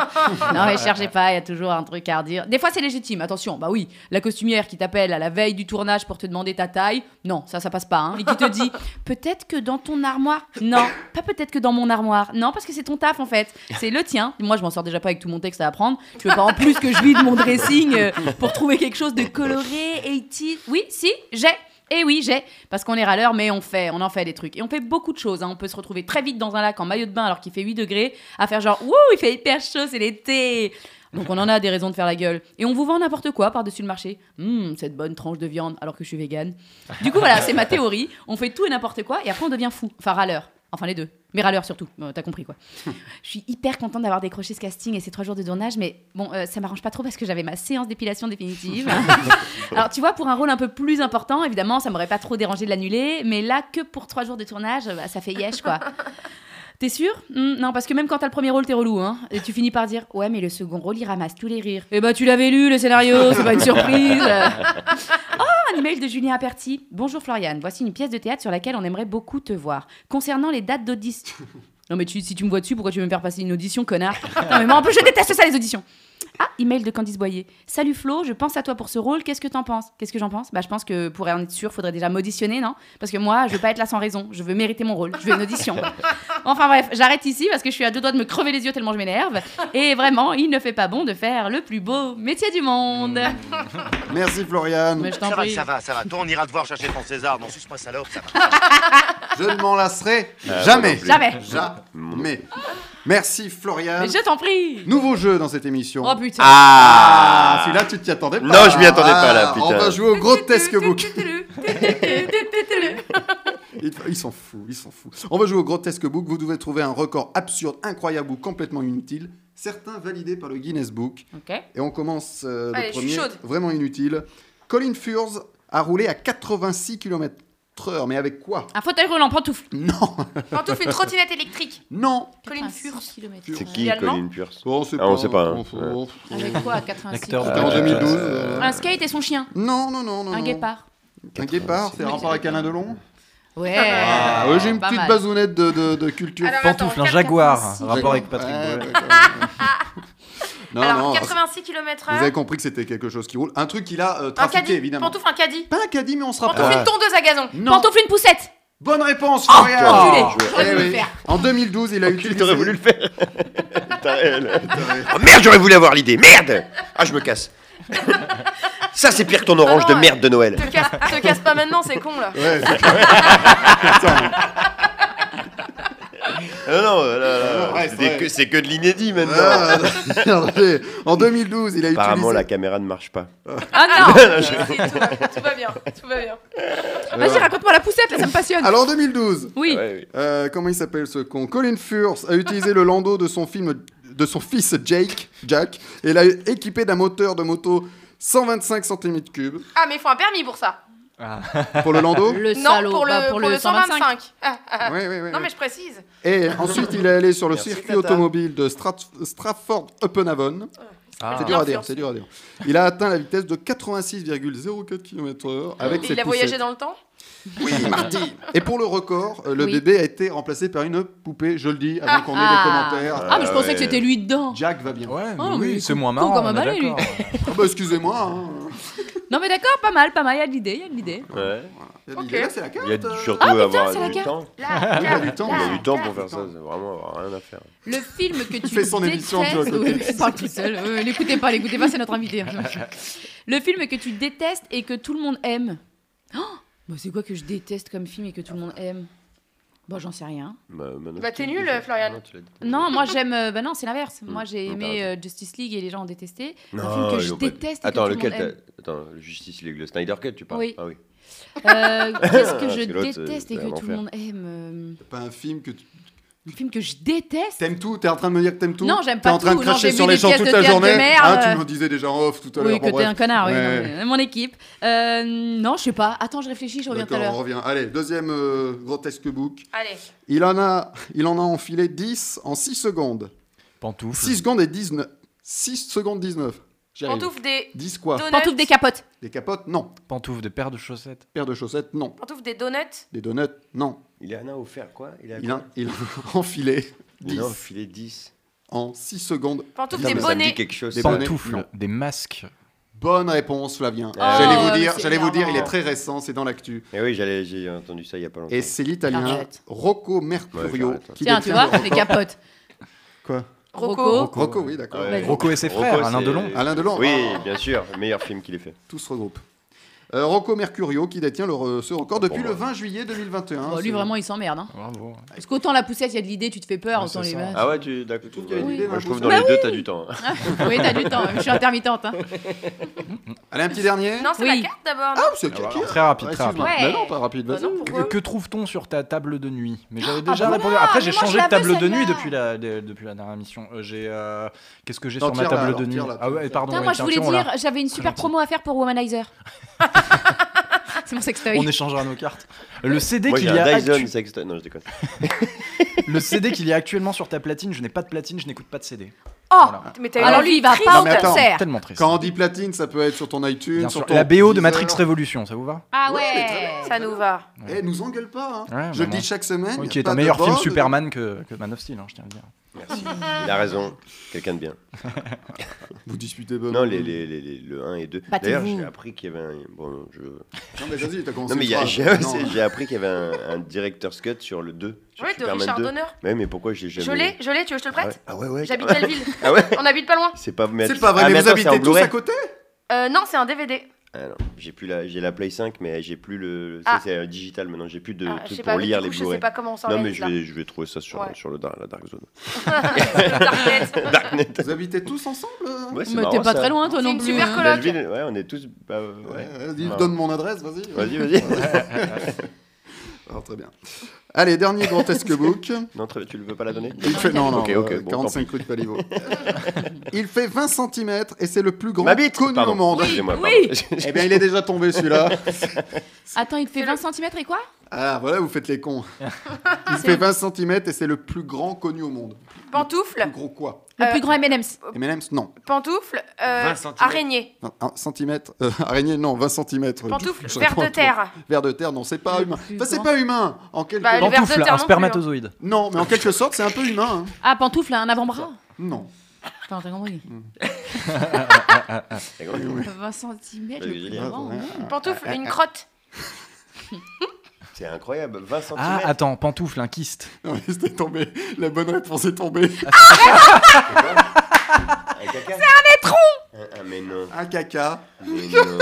S5: non, mais cherchez pas, il y a toujours un truc à redire. Des fois, c'est légitime, attention. Bah oui, la costumière qui t'appelle à la veille du tournage pour te demander ta taille, non, ça, ça passe pas. hein. Et qui te dit, peut-être que dans ton armoire, non, pas peut-être que dans mon armoire, non, parce que c'est ton taf en fait, c'est le tien. Moi, je m'en sors déjà pas avec tout mon texte à apprendre. Tu veux pas en plus que je vide mon dressing euh, pour trouver quelque chose de coloré, 80 Oui, si, j'ai. Et oui, j'ai, parce qu'on est râleur, mais on fait, on en fait des trucs. Et on fait beaucoup de choses. hein. On peut se retrouver très vite dans un lac en maillot de bain alors qu'il fait 8 degrés, à faire genre, wouh, il fait hyper chaud, c'est l'été. Donc on en a des raisons de faire la gueule. Et on vous vend n'importe quoi par-dessus le marché. Hum, cette bonne tranche de viande alors que je suis végane. Du coup, voilà, c'est ma théorie. On fait tout et n'importe quoi et après on devient fou. Enfin, râleur. Enfin, les deux. Mais râleur surtout. Euh, T'as compris quoi. Je suis hyper contente d'avoir décroché ce casting et ces trois jours de tournage, mais bon, euh, ça m'arrange pas trop parce que j'avais ma séance d'épilation définitive. Alors, tu vois, pour un rôle un peu plus important, évidemment, ça m'aurait pas trop dérangé de l'annuler, mais là, que pour trois jours de tournage, bah, ça fait yesh, quoi. T'es sûr Hmm, Non, parce que même quand t'as le premier rôle, t'es relou, hein. Et tu finis par dire, ouais, mais le second rôle, il ramasse tous les rires. Eh bah, tu l'avais lu, le scénario, c'est pas une surprise. [LAUGHS] Oh, Un email de Julien Aperti. Bonjour Floriane, voici une pièce de théâtre sur laquelle on aimerait beaucoup te voir. Concernant les dates d'audition. Non mais tu- si tu me vois dessus, pourquoi tu veux me faire passer une audition, connard Non mais moi en plus je déteste ça les auditions. Ah, email de Candice Boyer. Salut Flo, je pense à toi pour ce rôle, qu'est-ce que t'en penses Qu'est-ce que j'en pense Bah je pense que pour en être sûr, faudrait déjà m'auditionner, non Parce que moi, je veux pas être là sans raison, je veux mériter mon rôle, je veux une audition. Enfin bref, j'arrête ici parce que je suis à deux doigts de me crever les yeux tellement je m'énerve. Et vraiment, il ne fait pas bon de faire le plus beau métier du monde.
S2: Mm. Merci, Florian.
S5: Mais je t'en
S10: Ça va,
S5: prie.
S10: ça va, ça va. Toi, on ira te voir chercher ton César. Non, suce-moi salope, ça va.
S2: Je ne m'en lasserai
S4: [LAUGHS] Euh,
S2: jamais.
S4: moi
S5: Jamais.
S2: Jamais. Merci, Florian.
S5: Mais je t'en prie.
S2: Nouveau jeu dans cette émission.
S5: Oh putain.
S2: Ah, celui-là, tu t'y attendais pas.
S4: Non, je m'y attendais pas, là,
S2: Ah,
S4: putain.
S2: On va jouer au
S5: [LAUGHS]
S2: grotesque book.
S5: Putain,
S2: Ils ils s'en foutent, ils s'en foutent. On va jouer au grotesque book. Vous devez trouver un record absurde, incroyable ou complètement inutile. Certains validés par le Guinness Book.
S5: Ok.
S2: Et on commence euh, le
S3: Allez, je suis
S2: premier,
S3: chaude.
S2: vraiment inutile. Colin Furze a roulé à 86 km/h, mais avec quoi
S5: Un fauteuil roulant, pantoufle.
S2: Non,
S3: Pantoufle, une trottinette électrique.
S2: non.
S3: Colin Furse.
S4: c'est qui
S3: Finalement
S4: Colin Pearce
S2: Oh, on sait
S4: Ah, on sait pas, hein.
S2: sait- on-
S5: Avec quoi, 86
S6: L'acteur
S2: C'était en 2012. euh.
S5: Un skate et son chien.
S2: Non, non, non, non.
S5: Un
S2: non.
S5: guépard.
S2: Un guépard, c'est un rapport avec Alain Delon
S5: Ouais.
S2: Ah, ouais, j'ai une
S5: bah, Pas
S2: petite
S5: mal.
S2: bazounette de, de- de culture.
S3: Alors,
S6: Pantoufle,
S3: attends,
S6: un
S3: quatre-
S6: jaguar.
S5: quatre-
S6: Rapport avec Patrick
S2: Ouais,
S6: Bruel.
S2: d'accord. non, non.
S3: Alors, 86 km/h.
S2: Vous avez compris que c'était quelque chose qui roule. Un truc qu'il a euh,
S3: un
S2: trafiqué,
S3: caddie.
S2: évidemment.
S3: Pantoufle, un caddie.
S2: Pas un caddie, mais on se rapproche. Euh,
S3: Pantoufle, une tondeuse à gazon.
S2: Non.
S5: Pantoufle, une poussette.
S2: Bonne réponse, Florian
S5: enculé.
S2: Eh
S5: J'aurais voulu
S2: oui.
S5: le
S2: [LAUGHS]
S5: faire.
S2: En 2012, il a
S4: Tu
S2: utilisé...
S4: [LAUGHS] t'aurais voulu le faire T'as réel. Oh merde, j'aurais voulu avoir l'idée Merde Ah, je me casse Ça, c'est pire que ton orange
S3: Ah non,
S4: de merde de Noël
S3: Te casse, te casse pas maintenant, c'est con là.
S2: Ouais, c'est clair. Attends,
S4: Ah non, là, là, là,
S2: Ouais, c'est
S4: c'est
S2: vrai.
S4: que, c'est que de l'inédit maintenant.
S2: euh, [LAUGHS] regardez. en 2012, il a
S4: Ah, Apparemment,
S2: utilisé...
S4: la caméra ne marche pas.
S5: Ah non.
S3: Merci, tout, va- tout va bien, tout va bien.
S5: Vas-y, raconte-moi la poussette, là, ça me passionne.
S2: Alors, en 2012,
S5: Oui.
S4: Ouais, oui.
S2: euh, comment il s'appelle ce con Colin Furse a utilisé le landau de son, film, de son fils Jake, Jack, et l'a équipé d'un moteur de moto 125 cm3.
S3: Ah, mais il faut un permis pour ça.
S2: Pour le
S5: [LAUGHS]
S2: Lando
S5: Le
S3: non,
S5: salaud,
S3: pour le,
S5: bah,
S3: pour le 125. Ah, ah.
S2: Oui, oui, oui,
S3: non,
S2: oui.
S3: mais je précise.
S2: Et ensuite, il est allé sur le
S4: Merci,
S2: circuit
S4: Tata.
S2: automobile de Strat- Stratford-Upon-Avon.
S6: Ah.
S2: C'est dur à dire, c'est dur à dire. Il a atteint la vitesse de 86,04
S4: Ah.
S2: km/h avec
S3: Et
S2: ses
S3: il a voyagé dans le temps
S2: Oui, Marty. Et pour le record, euh, le
S5: Oui.
S2: bébé a été remplacé par une poupée, je le dis, avant qu'on ait
S5: Ah.
S2: les commentaires. Euh,
S5: Ah, mais je pensais
S4: ouais.
S5: que c'était lui dedans.
S2: Jack va bien.
S6: Ouais, mais
S5: Oh, mais il
S6: oui, c'est
S5: coupe
S6: moins
S5: tout
S6: marrant.
S5: comme un
S6: on est
S5: balai, lui.
S6: d'accord.
S2: Ah bah, excusez-moi. hein.
S5: Non, mais d'accord, pas mal, pas mal. Il y a de l'idée, il y a de l'idée.
S4: Ouais.
S2: Il y a-
S3: Ok.
S2: Là, c'est la carte.
S4: Il y a
S2: euh.
S4: du- surtout
S5: Ah, putain,
S4: avoir
S5: c'est la
S4: du
S5: carte.
S4: temps.
S3: Là,
S2: Il a du temps.
S4: Il y a du temps pour
S2: Ah,
S4: faire
S2: putain.
S4: ça, c'est vraiment avoir rien à faire.
S5: Le film que tu
S2: fait son
S5: détestes.
S2: émission, Joe, à côté.
S5: Oui, il parle tout seul. Oui, l'écoutez pas, l'écoutez pas, c'est notre invité. hein, Le film que tu détestes et que tout le monde aime. Oh, bah, c'est quoi que je déteste comme film et que tout le monde aime Bon, j'en sais rien.
S4: Bah, Manos
S3: Bah, t'es
S4: King,
S3: nul,
S4: déjà.
S3: Florian.
S4: Non, tu l'as dit.
S5: Non, moi j'aime. euh, Bah non, c'est l'inverse. Moi j'ai
S4: Non,
S5: aimé
S4: t'as
S5: euh, Justice League et les gens ont détesté.
S4: Non,
S5: un film que
S4: ils
S5: je
S4: l'ont pas dit.
S5: déteste et que
S4: Attends,
S5: tout le
S4: lequel
S5: monde aime.
S4: t'as- Attends, le Justice League, le Snyder Cut, tu parles
S5: Oui.
S4: Ah oui.
S5: Euh, Qu'est-ce que
S4: Ah, Parce
S5: je
S4: que l'autre, c'est-
S5: déteste et
S4: c'est
S5: que
S4: un
S5: tout le
S4: enfer.
S5: monde aime euh,
S2: Pas un film que tu
S5: Un film que je déteste
S2: T'aimes tout T'es en train de me dire que t'aimes tout
S5: Non, j'aime
S2: T'es
S5: pas
S2: en train
S5: tout,
S2: de
S5: non,
S2: cracher
S5: j'ai
S2: sur
S5: vu
S2: les
S5: des
S2: gens
S5: pièces
S2: toute
S5: de
S2: la
S5: théâtre de
S2: journée.
S5: merde.
S2: Ah, tu me le disais déjà en off tout à l'heure.
S5: Oui,
S2: bon,
S5: que t'es
S2: bref.
S5: un connard, oui, non,
S2: Ouais,
S5: mais- mon équipe. Euh, non, je sais pas. Attends, je réfléchis, je reviens tout à
S2: D'accord, on
S5: l'heure.
S2: revient. Allez, deuxième euh, grotesque book.
S3: Allez.
S2: Il en a, il en a enfilé 10 en 6 secondes.
S6: Pantoufle.
S2: 6 secondes et 19. 6 secondes 19. J'y
S3: On
S2: arrive.
S3: touffe des
S2: 10 quoi
S3: donuts.
S5: Pantoufles des capotes.
S2: Des capotes Non.
S6: Pantoufle de paire de chaussettes.
S2: Paire de chaussettes Non.
S3: Pantoufles des donuts.
S2: Des donuts Non.
S4: Il en a offert quoi Il a
S2: Il a, il a [LAUGHS] enfilé
S4: Il
S2: 10
S4: a enfilé 10.
S2: en 6 secondes.
S3: Pantoufles
S2: Non,
S3: des
S2: mais
S4: Ça me dit
S3: bonnets.
S4: quelque chose.
S2: Des
S4: ça.
S2: bonnets.
S6: Pantoufles,
S2: non.
S6: des masques.
S2: Bonne réponse, Flavien.
S4: Ah,
S2: j'allais
S5: ouais,
S2: vous dire,
S5: c'est
S2: j'allais vous dire, il
S5: énervant.
S2: est très récent, c'est dans l'actu.
S4: Eh oui, j'allais- j'ai entendu ça il y a pas longtemps.
S2: Et c'est l'italien
S5: J'arrête.
S2: Rocco Mercurio
S4: Ouais, j'arrête,
S2: qui
S5: Tiens, tu
S2: détient
S5: vois,
S2: le record.
S5: des capotes.
S2: Quoi
S3: Rocco.
S5: Rocco.
S2: Rocco, oui, d'accord.
S4: Ouais.
S6: Rocco et ses
S4: Rocco,
S6: frères, Alain
S4: c'est-
S6: Delon.
S2: Alain Delon.
S4: Oui,
S2: Ah.
S4: bien sûr, meilleur film qu'il ait fait.
S2: Tout se regroupe. Euh, Rocco Mercurio qui détient le re- ce record depuis
S4: Bon,
S2: le
S4: bah.
S2: 20 juillet 2021.
S5: Bon, Oh, lui,
S2: C'est-
S5: vraiment, il s'emmerde. Hein.
S6: Bravo.
S5: Parce qu'autant la poussette, il y a de l'idée, tu te fais peur.
S6: Ouais,
S5: autant
S6: c'est
S5: les
S6: ça.
S5: meufs.
S4: Ah ouais, tu d'accord.
S2: trouves qu'il y a une idée dans
S4: Moi, je
S2: le
S4: trouve
S2: bouquin
S4: dans
S5: Bah
S4: les deux, t'as du temps. hein.
S5: Oui, t'as du temps. Je suis intermittente. hein.
S2: Allez, un petit dernier
S3: Non, c'est
S5: Oui.
S3: la carte d'abord. non
S2: Ah, c'est qui
S6: Alors, Très rapide,
S2: Ouais,
S6: très rapide.
S2: excuse-moi.
S3: rapide.
S2: Bah non, pas rapide,
S3: Bah
S2: vas-y.
S3: non, pourquoi
S6: Que, que trouve-t-on sur ta table de nuit Mais j'avais
S5: bah
S6: déjà
S5: voilà,
S6: répondu. Après,
S5: mais
S6: j'ai
S5: moi, je
S6: changé
S5: la
S6: de
S5: veux,
S6: table de nuit
S5: celle-là.
S6: depuis la, de- depuis la dernière émission. Euh, j'ai. euh, Qu'est-ce que j'ai
S2: Non,
S6: sur ma
S2: tire-la,
S6: table
S2: alors,
S6: de nuit
S2: tire-la,
S6: Ah ouais,
S2: tire-la.
S6: pardon.
S5: Putain,
S6: ouais,
S5: moi, je
S6: tiens,
S5: voulais
S6: tiens, on l'a.
S5: dire, j'avais une super
S6: gentil.
S5: promo à faire pour Womanizer. C'est mon sextoy.
S6: On échangera nos cartes. Le CD
S4: Moi,
S6: qu'il
S4: j'ai
S6: y a
S4: un Dyson
S6: actu-
S4: sextoy. Non, je déconne.
S6: le CD qu'il y a actuellement sur ta platine. Je n'ai pas de platine, je n'écoute pas de CD.
S5: Oh
S6: Voilà.
S3: Mais t'as eu
S5: Alors
S3: envie
S5: lui, il va
S3: triste.
S5: pas
S2: Non,
S5: au
S2: mais attends.
S5: concert.
S6: Tellement triste.
S2: Quand on dit platine, ça peut être sur ton iTunes,
S6: Bien
S2: sur
S6: sûr.
S2: ton
S6: La BO de
S2: Deezer.
S6: Matrix Révolution, ça vous va
S5: Ah
S2: Ouais, mais très bien.
S5: ouais.
S3: Ça nous va.
S2: Eh, nous engueule pas, hein.
S6: Ouais,
S2: Je le
S6: maman.
S2: dis chaque semaine.
S6: Oui,
S2: y a
S6: qui est
S2: pas
S6: un
S2: de
S6: meilleur film
S2: bande.
S6: Superman que, que Man of Steel, hein, je tiens à le dire.
S4: Merci. Il a raison, quelqu'un de bien.
S2: Vous disputez pas.
S4: Non, les, les, les, les- le 1 et 2.
S5: Battez-vous.
S4: D'ailleurs, j'ai appris qu'il y avait un. Bon, je...
S2: Non, mais vas-y, t'as commencé.
S4: Non, mais il y a-
S2: une
S4: j'ai [LAUGHS]
S2: phrase. Non.
S4: j'ai appris qu'il y avait un, un director's cut sur le 2. Sur
S3: Oui, de
S4: Superman
S3: Richard
S4: 2.
S3: Donner.
S4: Ouais, mais pourquoi j'ai jamais.
S3: Je l'ai, je l'ai, tu veux que je te le
S4: Ah ouais,
S3: prête
S4: ah ouais, ouais.
S3: J'habite quelle ville
S4: Ah ouais
S3: On habite pas loin
S4: C'est pas, mais-
S2: C'est pas vrai,
S4: Ah,
S2: mais vous
S4: attends, c'est en
S2: habitez tous
S4: Blu-ray.
S2: à côté
S3: Euh, Non, c'est un DVD.
S4: Ah non, j'ai plus la, j'ai la Play 5, mais j'ai plus le.
S3: Ah.
S4: ça, C'est euh, digital maintenant, j'ai plus de
S3: Ah, je
S4: trucs
S3: sais
S4: pour
S3: pas, mais
S4: lire
S3: du coup,
S4: les
S3: Je sais
S4: Blu-ray.
S3: pas comment on
S4: Non, mais
S3: s'organise
S4: je
S3: là.
S4: vais, je vais trouver ça sur,
S3: Ouais.
S4: sur le, dar- la Dark Zone.
S3: Darknet.
S4: Darknet
S2: Vous habitez tous ensemble euh
S4: Ouais, c'est
S5: Mais
S4: marrant,
S5: t'es pas
S4: ça.
S5: très loin, toi
S3: C'est
S5: non
S3: une
S5: plus.
S3: super
S5: hein.
S3: coloc.
S4: Belleville, ouais, on est tous. bah, ouais.
S2: Ouais, vas-y,
S4: Marrant.
S2: donne mon adresse, vas-y.
S4: Vas-y, vas-y.
S2: Alors, très bien. Allez, dernier grotesque
S4: [LAUGHS]
S2: book.
S4: non, très- tu ne veux pas la donner
S2: Il fait... Non, non,
S4: Ok, ok,
S2: euh,
S4: bon,
S2: 45 coups de palivo. Il fait 20 cm et c'est le plus grand
S4: Ma bite
S2: connu
S4: Pardon,
S2: au monde.
S4: excusez-moi,
S5: Oui.
S4: pardon.
S2: Eh bien, il est déjà tombé celui-là.
S5: Attends, il te fait
S3: C'est le-
S5: 20 cm et quoi
S2: Ah, voilà, vous faites les
S3: [LAUGHS]
S2: cons. Il fait 20 cm et c'est le plus grand connu au monde.
S3: Pantoufles,
S2: Plus gros quoi
S5: Le
S3: Euh,
S5: plus grand M&M's.
S2: M&M's Non.
S3: pantoufles, euh,
S10: 20 centimètres.
S3: araignée,
S2: Non, un centimètre. euh, araignée, non, 20 cm.
S4: Oh,
S3: pantoufles, vers de terre.
S2: Vers de terre, non, c'est pas
S5: Le
S2: humain.
S5: plus
S2: Enfin, c'est
S5: grand.
S2: pas humain. En quelque...
S3: Bah, le ver-
S6: Pantoufle,
S3: de terre non
S6: un
S3: plus,
S6: spermatozoïde.
S2: Non, mais en quelque sorte, c'est un peu humain. hein.
S5: Ah, pantoufle, un avant-bras.
S2: Non.
S5: Enfin, t'as compris.
S4: D'accord.
S5: 20 cm, le
S4: Vas-y,
S5: plus
S4: dis-le.
S5: grand.
S2: Ouais.
S4: Ah,
S3: Pantoufles, une crotte.
S4: [LAUGHS] C'est incroyable, 20 cm.
S6: Ah, attends, pantoufle, un kyste.
S2: Non, [LAUGHS] mais c'était tombé. La bonne réponse est tombée.
S4: un caca. C'est un étron Ah, mais non,
S2: Un caca.
S4: mais non.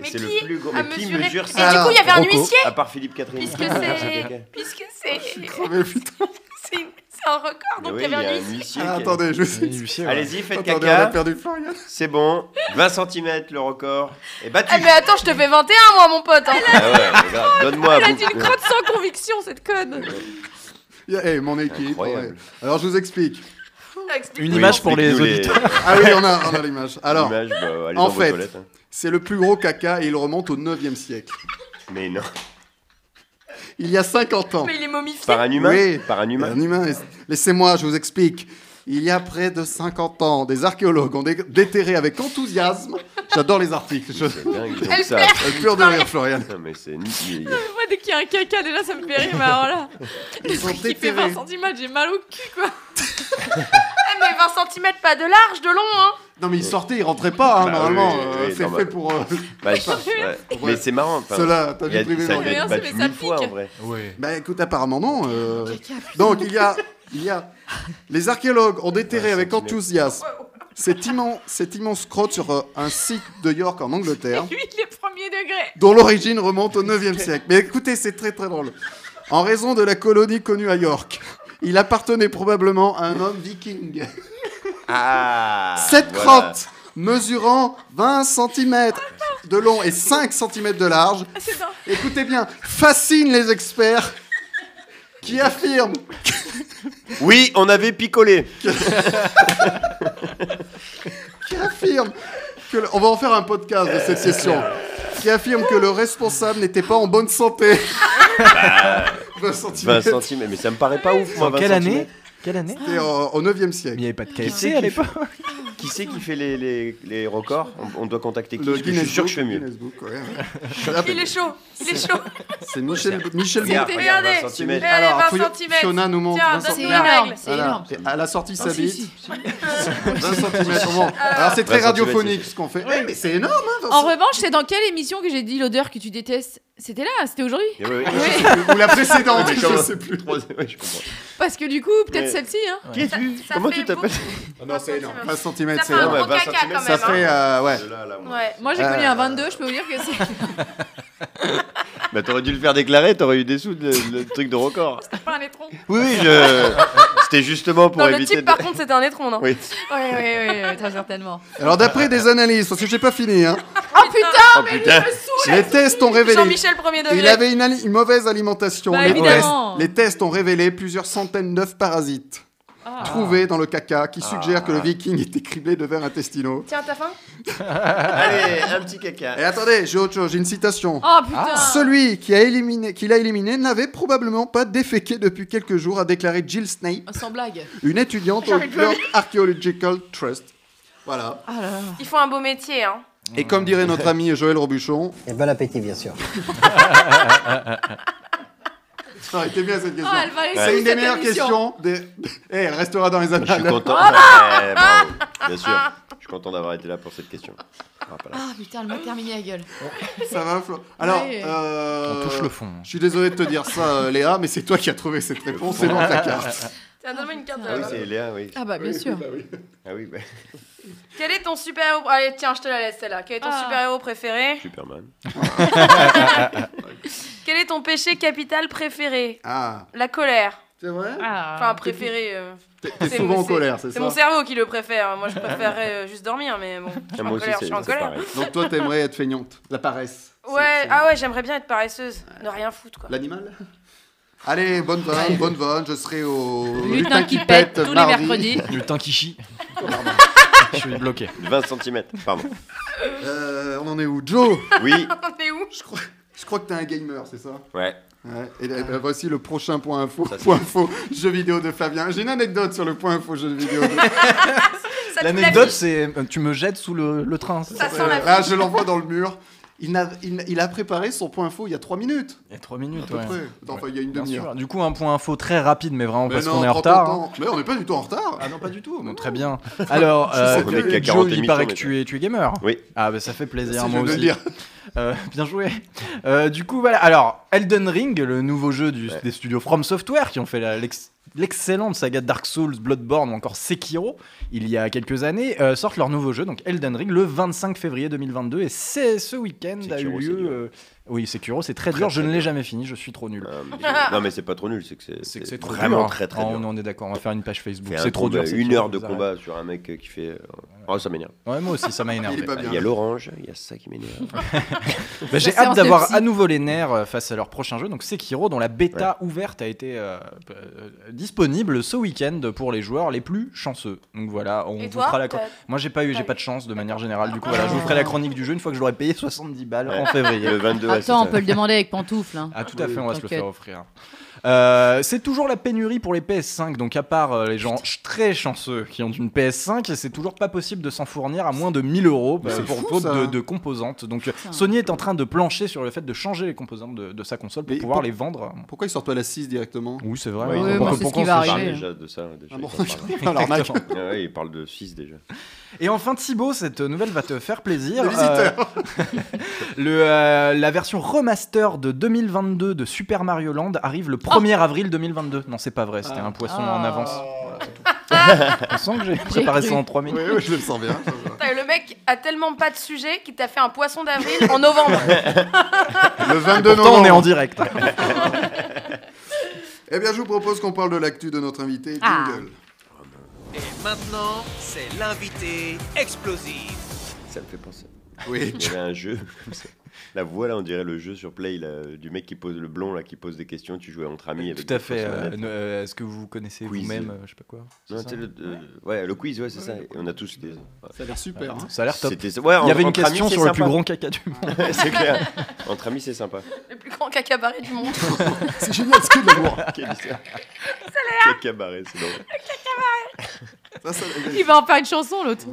S3: Mais
S4: Et c'est
S3: qui
S4: le plus gros.
S3: a
S4: Mais qui
S3: mesuré-
S4: mesure
S3: Et
S4: ça
S3: du coup, il y avait un
S6: Rocco.
S3: huissier,
S4: À part Philippe Catherine.
S3: puisque
S4: C'est
S3: c'est...
S4: caca.
S3: Puisque c'est...
S2: Crevé, Ah, putain.
S3: C'est c'est un record,
S4: Mais
S3: donc il
S4: oui,
S3: y avait un huissier.
S4: huissier.
S2: Ah,
S4: qui-
S2: attendez, je sais.
S6: Lucien, ouais.
S4: Allez-y, faites
S2: Attendez, on a
S4: caca.
S2: perdu Florian. [LAUGHS]
S4: C'est bon. 20 cm le record. Et battu.
S3: Ah mais attends, je te fais 21 moi mon pote hein.
S4: Ah ouais, mais grave, Donne-moi.
S5: Elle a
S4: un
S5: dit une
S4: bout.
S5: crotte sans conviction, cette conne.
S2: Yeah, eh, mon équipe.
S4: Incroyable.
S2: ouais. Alors, je vous explique.
S3: Ah, Explique-moi.
S6: Une image pour les
S4: explique-nous
S6: auditeurs.
S2: Ah oui, on a, on a l'image. Alors,
S4: L'image, bah, allez
S2: en
S4: dans vos
S2: fait,
S4: toilettes, hein.
S2: C'est le plus gros caca et il remonte au 9e siècle.
S4: Mais non.
S2: Il y a 50 ans.
S3: Mais il est momifié.
S4: Par un humain
S2: Oui.
S4: Par
S2: [LAUGHS]
S4: un humain
S2: Un humain, laisse- Laissez-moi, je vous explique. Il y a près de 50 ans, des archéologues ont dé- déterré avec enthousiasme. J'adore les articles.
S4: [LAUGHS]
S2: Je...
S4: C'est dingue, ils ont
S3: Elle
S4: ça.
S2: Elle pleure de rire, Florian.
S4: Non, mais c'est ni-
S5: Moi, [LAUGHS] dès qu'il y a un caca, déjà, ça me fait rire. Mais alors là,
S2: Ils sont
S5: il fait 20
S2: déterrés.
S5: cm, j'ai mal au cul, quoi.
S3: Eh, mais 20 cm pas de large, de long, hein.
S2: Non, mais ils sortaient, ils rentraient pas, hein,
S4: Bah oui,
S2: normalement.
S4: oui,
S2: euh,
S4: oui,
S2: c'est
S4: normal.
S2: fait
S4: [LAUGHS]
S2: pour euh,
S4: Bah, je- ouais. Mais c'est marrant. enfin,
S2: cela. T'as
S4: il a-
S2: vu privé
S4: ça
S2: mon-
S4: a dû être
S5: Rien,
S4: battu
S5: mais ça
S4: mille fois en
S5: pique.
S4: vrai.
S6: Ouais.
S2: Bah écoute, apparemment non. euh. Donc il y a, il y a, les archéologues ont déterré
S4: Ouais,
S2: avec
S4: sentinelle.
S2: enthousiasme
S5: Oh,
S2: cette, immense cette immense crotte sur euh, un site de York en Angleterre,
S5: Lui, il est premier degré.
S2: dont l'origine remonte au 9e siècle. Mais écoutez, c'est très très drôle. En raison de la colonie connue à York, il appartenait probablement à un homme viking.
S4: Ah
S2: [LAUGHS] Cette
S4: voilà.
S2: crotte, mesurant 20 cm de long et 5 cm de large,
S5: Ah, C'est dingue.
S2: écoutez bien, fascine les experts qui affirment
S4: Oui, on avait picolé.
S2: qui affirme que le- on va en faire un podcast de
S4: Euh,
S2: cette session qui affirme que le responsable n'était pas en bonne santé.
S4: Bah,
S2: 20
S4: 20
S2: centimètres.
S4: cm. Mais ça me paraît pas ouf, moi.
S6: En
S4: 20
S6: quelle année
S4: centimètres.
S6: Quelle année
S2: C'était au, au 9e
S6: Il
S2: siècle.
S6: n'y avait pas de
S4: sait
S6: KFC
S4: qui
S6: Ah. à l'époque.
S4: Qui c'est qui fait les, les, les records on, on doit contacter qui
S2: Le
S4: Parce que Je suis sûr que je fais
S2: Book,
S4: mieux.
S2: Guinness Book, ouais, ouais. Hop,
S3: Il est chaud, il est chaud.
S2: C'est Michel, Michel
S4: Regarde,
S2: Book.
S4: regarde,
S3: Regardez.
S4: 20
S3: Eh,
S4: cm.
S2: Alors,
S3: 20
S2: Fio-
S3: centimètres.
S2: Fiona nous montre
S3: Tiens,
S2: 20
S3: donne-nous
S2: centimètres.
S3: la règle.
S5: C'est
S2: Voilà.
S5: énorme.
S2: Et à la sortie, ça
S5: Ah, si,
S2: bite.
S5: si.
S2: 20 centimètres. on monte. Alors, c'est très
S4: 20 centimètres,
S2: radiophonique ce qu'on fait. Ouais, mais c'est énorme, hein, 20
S5: En revanche, c'est dans quelle émission que j'ai dit l'odeur que tu détestes C'était là, c'était aujourd'hui.
S4: Eh oui, oui.
S2: centimètres. Ou la précédente,
S4: Mais
S2: je
S4: comment-
S2: sais plus.
S4: Trois- ouais, je comprends.
S5: Parce que du coup, peut-être
S4: Ouais.
S5: celle-ci. Hein.
S4: Qui es-tu
S3: Ça
S4: Comment
S3: fait
S4: tu t'appelles
S2: Non, c'est énorme. 20 centimètres,
S3: Ça
S2: c'est
S3: fait un
S4: énorme.
S2: énorme.
S3: gros
S4: Ouais, 20
S3: caca quand
S4: centimètres,
S2: Ça
S3: même.
S2: fait,
S3: hein.
S2: euh, ouais.
S4: De là à là, moi.
S3: Ouais.
S5: Moi, j'ai
S2: Euh.
S5: connu un 22, je peux vous dire que c'est [LAUGHS]
S4: Bah, t'aurais dû le faire déclarer, t'aurais eu des sous de le truc de
S3: [LAUGHS]
S4: record.
S5: pas un étron.
S4: Oui, oui, je. C'était justement pour
S3: Dans le
S4: éviter
S3: type,
S4: de.
S3: par contre, c'était un étron, non
S4: [LAUGHS] Oui.
S5: Oui, oui, oui, très certainement.
S2: Alors,
S4: Euh,
S2: d'après des analyses, parce que j'ai pas fini, hein.
S5: Oh putain
S4: Oh putain
S2: Les tests ont révélé.
S3: Jean-Michel, premier degré.
S2: Il avait une, ali- une mauvaise alimentation.
S5: Bah,
S2: les, tests,
S5: évidemment.
S2: les tests ont révélé plusieurs centaines d'œufs parasites
S5: Ah.
S2: trouvés dans le caca qui suggèrent que le viking était criblé de vers intestinaux.
S3: Tiens, t'as faim
S4: Allez, un petit caca.
S2: Et attendez, j'ai autre chose, j'ai une citation.
S5: Oh putain
S2: Celui qui a éliminé, qui l'a éliminé n'avait probablement pas déféqué depuis quelques jours, a déclaré Jill Snape,
S5: Oh, Sans blague.
S2: une étudiante au York Archaeological Trust. Voilà.
S3: Ils font un beau métier, hein.
S2: Et comme dirait notre ami Joël Robuchon,
S11: Et bon appétit, bien sûr.
S2: ça était bien cette
S5: Oh,
S2: question.
S5: elle va aller
S2: C'est
S5: sur
S2: une des
S5: cette
S2: meilleures
S5: émission.
S2: questions. Des... [LAUGHS] Eh, elle restera dans les
S3: Ah,
S4: Je suis
S2: annales.
S4: content. Ouais, bravo. Bien sûr. Je suis content d'avoir été là pour cette question. Ah, pas là.
S5: Ah putain, le mot terminé la gueule.
S2: [LAUGHS] Ça va, Flo Alors,
S5: Ouais.
S2: euh,
S6: On touche le fond.
S2: Je suis désolé de te dire ça, euh, Léa, mais c'est toi qui as trouvé cette réponse, c'est dans ta carte.
S3: Tiens, donne-moi une carte.
S4: Ah oui,
S3: là.
S4: c'est Léa, oui.
S5: Ah bah [LAUGHS] bien sûr.
S4: Ah oui, bah,
S3: Quel est ton super-héros Allez, tiens, je te la laisse celle-là. Quel est ton
S5: Ah.
S3: super-héros préféré
S4: Superman.
S3: Quel est ton péché capital préféré
S2: Ah,
S3: La colère.
S2: c'est vrai
S5: Ah,
S6: Ah.
S3: Enfin, préféré. euh,
S2: T'es t'es
S3: c'est-
S2: souvent en
S3: c'est-
S2: colère, c'est
S3: C'est
S2: ça
S3: mon cerveau qui le préfère. Moi, je préférerais euh, juste dormir, mais bon. Je suis
S4: Ah, moi
S3: en
S4: aussi,
S3: colère. Je
S4: c'est
S3: suis en
S4: c'est
S3: colère.
S4: pareil.
S2: Donc toi, t'aimerais être feignante, la paresse. c'est-
S3: Ouais,
S2: c'est-
S3: ah ouais, j'aimerais bien être paresseuse. Ne rien foutre, [LAUGHS] quoi.
S2: L'animal Allez, bonne vanne, bonne vanne, je serai au...
S5: Lutin qui pète tous les
S2: mardi.
S5: mercredis.
S6: Le teint qui [LAUGHS] chie. Je suis bloqué.
S4: 20 cm, pardon.
S2: Euh, on en est où Joe
S4: Oui,
S3: On est où
S2: je crois, je crois que t'es un gamer, c'est ça
S4: ouais.
S2: Ouais, et euh, bah, voici le prochain point info,
S4: Ça, c'est-
S2: point info, jeu vidéo de Flavien. J'ai une anecdote sur le point info, jeu vidéo
S5: [LAUGHS]
S2: de
S3: Ça te
S6: L'anecdote, c'est euh, tu me jettes sous le, le train.
S3: Ça sent la
S2: Là, je l'envoie dans le mur. Il n'a- il n'a- il a, préparé son point info il y a 3 minutes,
S6: Il y a 3 minutes,
S2: à peu
S6: ouais.
S2: près. Attends, Enfin, il y a une
S6: Bien
S2: demi-heure.
S6: sûr. Du coup, un point info très rapide, mais vraiment
S2: Mais
S6: parce
S2: non,
S6: qu'on est en
S2: prends ton
S6: retard. hein.
S2: temps. Mais on n'est pas du tout en retard.
S6: Ah non, pas du tout. Bon, très [LAUGHS] bien. Alors, euh,
S2: sais que-
S6: Joe,
S4: On est qu'à 40
S6: il
S4: émissions,
S6: paraît que
S4: mais-
S6: tu es, tu es gamer.
S4: Oui.
S6: Ah, bah ça fait
S2: Si,
S6: plaisir,
S2: je
S6: moi
S2: veux le
S6: aussi.
S2: dire.
S6: Euh, bien joué. Euh, du coup, voilà. Alors, Elden Ring, le nouveau jeu du-
S4: Ouais.
S6: des studios From Software qui ont fait la- l'ex- l'excellente saga Dark Souls, Bloodborne ou encore Sekiro il y a quelques années, euh, sortent leur nouveau jeu, donc Elden Ring, le 25 février 2022. Et c'est ce week-end a eu
S4: Sekiro, c'est
S6: lieu
S4: dur.
S6: euh, Oui, Sekiro, c'est très
S4: Très,
S6: dur. Je
S4: très
S6: ne l'ai
S4: dur.
S6: jamais fini, je suis trop nul.
S5: Euh,
S4: Ah, mais je- non, mais c'est pas trop nul, c'est que c'est-
S6: C'est que c'est
S4: c'est
S6: trop
S4: vraiment
S6: dur.
S4: très très
S6: Ah,
S4: dur.
S6: On en est d'accord, on va faire une page Facebook.
S4: Faire un
S6: C'est trop
S4: combat,
S6: dur.
S4: Une
S6: Sekiro,
S4: heure de
S6: vous arrêtez.
S4: combat sur un mec euh, qui fait. euh, Oh, ça m'énerve.
S6: Ouais, moi aussi, ça m'a énervé.
S2: Il est pas bien.
S4: [LAUGHS] Il y a l'orange, il y a ça qui
S6: [LAUGHS]
S4: m'énerve.
S6: Bah, j'ai
S5: séance
S6: hâte
S5: de
S6: d'avoir
S5: psy.
S6: à nouveau les nerfs euh, face à leur prochain jeu, donc Sekiro, dont la bêta ouverte a été euh, euh, disponible ce week-end pour les joueurs les plus chanceux. Donc voilà, on
S3: Et
S6: vous
S3: toi,
S6: fera la.
S3: t'as-
S6: Moi, j'ai pas eu, j'ai
S3: t'as-
S6: pas de chance de manière générale. Du coup, voilà, je vous ferai la chronique du jeu une fois que je l'aurai payé 70 balles en février.
S4: Le 22 à
S5: Attends, on peut
S4: Stéphane.
S5: le demander avec pantoufle. hein.
S6: Ah tout à
S5: Oui,
S6: fait, on va se le
S5: t'inquiète.
S6: faire offrir. Euh, c'est toujours la pénurie pour les PS5, donc à part euh, les gens ch- très chanceux qui ont une PS5, c'est toujours pas possible de s'en fournir à moins de 1000 euros
S2: Mais
S6: euh,
S2: c'est
S6: pour
S2: fou,
S6: faute
S2: ça.
S6: de, de composantes. Donc euh, Sony est en train de plancher sur le fait de changer les composantes de, de sa console pour
S2: Mais
S6: pouvoir
S2: pour-
S6: les vendre.
S2: Pourquoi ils sortent pas la 6 directement
S6: Oui, c'est vrai.
S4: Ouais,
S5: Ouais,
S4: bon,
S5: moi, c'est ce qui va
S4: On parle
S5: arriver.
S4: déjà de ça. Déjà,
S2: Ah bon,
S5: [LAUGHS]
S4: ils en
S2: [LAUGHS]
S4: parlent.
S2: Ah, l'arnaque.
S4: Ah ouais, il parle de 6 déjà.
S6: Et enfin, Thibaut, cette nouvelle va te faire plaisir.
S2: Le visiteur.
S6: Euh, le, euh, la version remaster de 2022 de Super Mario Land arrive le 1er avril 2022. Non, c'est pas vrai, c'était
S2: Ah.
S6: un poisson
S5: Ah.
S6: en avance. Voilà, c'est tout. [LAUGHS] On sent que j'ai préparé
S5: cru.
S6: ça en 3
S2: Oui,
S6: minutes.
S2: oui, je le sens
S6: [LAUGHS]
S2: bien. ça, voilà.
S3: Putain, Le mec a tellement pas de sujet qu'il t'a fait un poisson d'avril en novembre.
S2: Le 22
S6: Pourtant, on est en
S2: novembre.
S6: direct.
S4: Ah,
S2: Eh bien, je vous propose qu'on parle de l'actu de notre invité,
S5: Ah.
S2: Jingle.
S1: Et maintenant, c'est l'invité explosif.
S4: Ça me fait penser.
S2: Oui.
S4: Il y avait un jeu. [LAUGHS] comme ça. La voix là, on dirait le jeu sur Play là, du mec qui pose le blond là, qui pose des questions. Tu jouais entre amis avec.
S6: Tout à
S4: des
S6: fait.
S4: personnes
S6: euh,
S4: honnêtes.
S6: ne- euh, Est-ce que vous connaissez
S4: Quiz.
S6: vous-même euh, Je sais pas quoi. c'est
S4: Non,
S6: ça
S4: tu sais, le, euh, ouais, le quiz, ouais, c'est ça. Et on a tous des.
S2: Ça a l'air super. hein.
S6: Ça a l'air top.
S4: C'était- ouais,
S6: Il
S4: en-
S6: y avait une
S4: entre amis,
S6: question
S4: c'est
S6: sur le plus
S4: sympa.
S6: grand caca du monde.
S4: [LAUGHS] c'est clair. Entre amis, c'est sympa.
S3: Le plus grand cacabaret du monde.
S2: C'est génial ce que de l'amour.
S4: Quel Quel cabaret, c'est drôle.
S2: Ça, ça-
S5: Il va en faire une chanson, l'autre.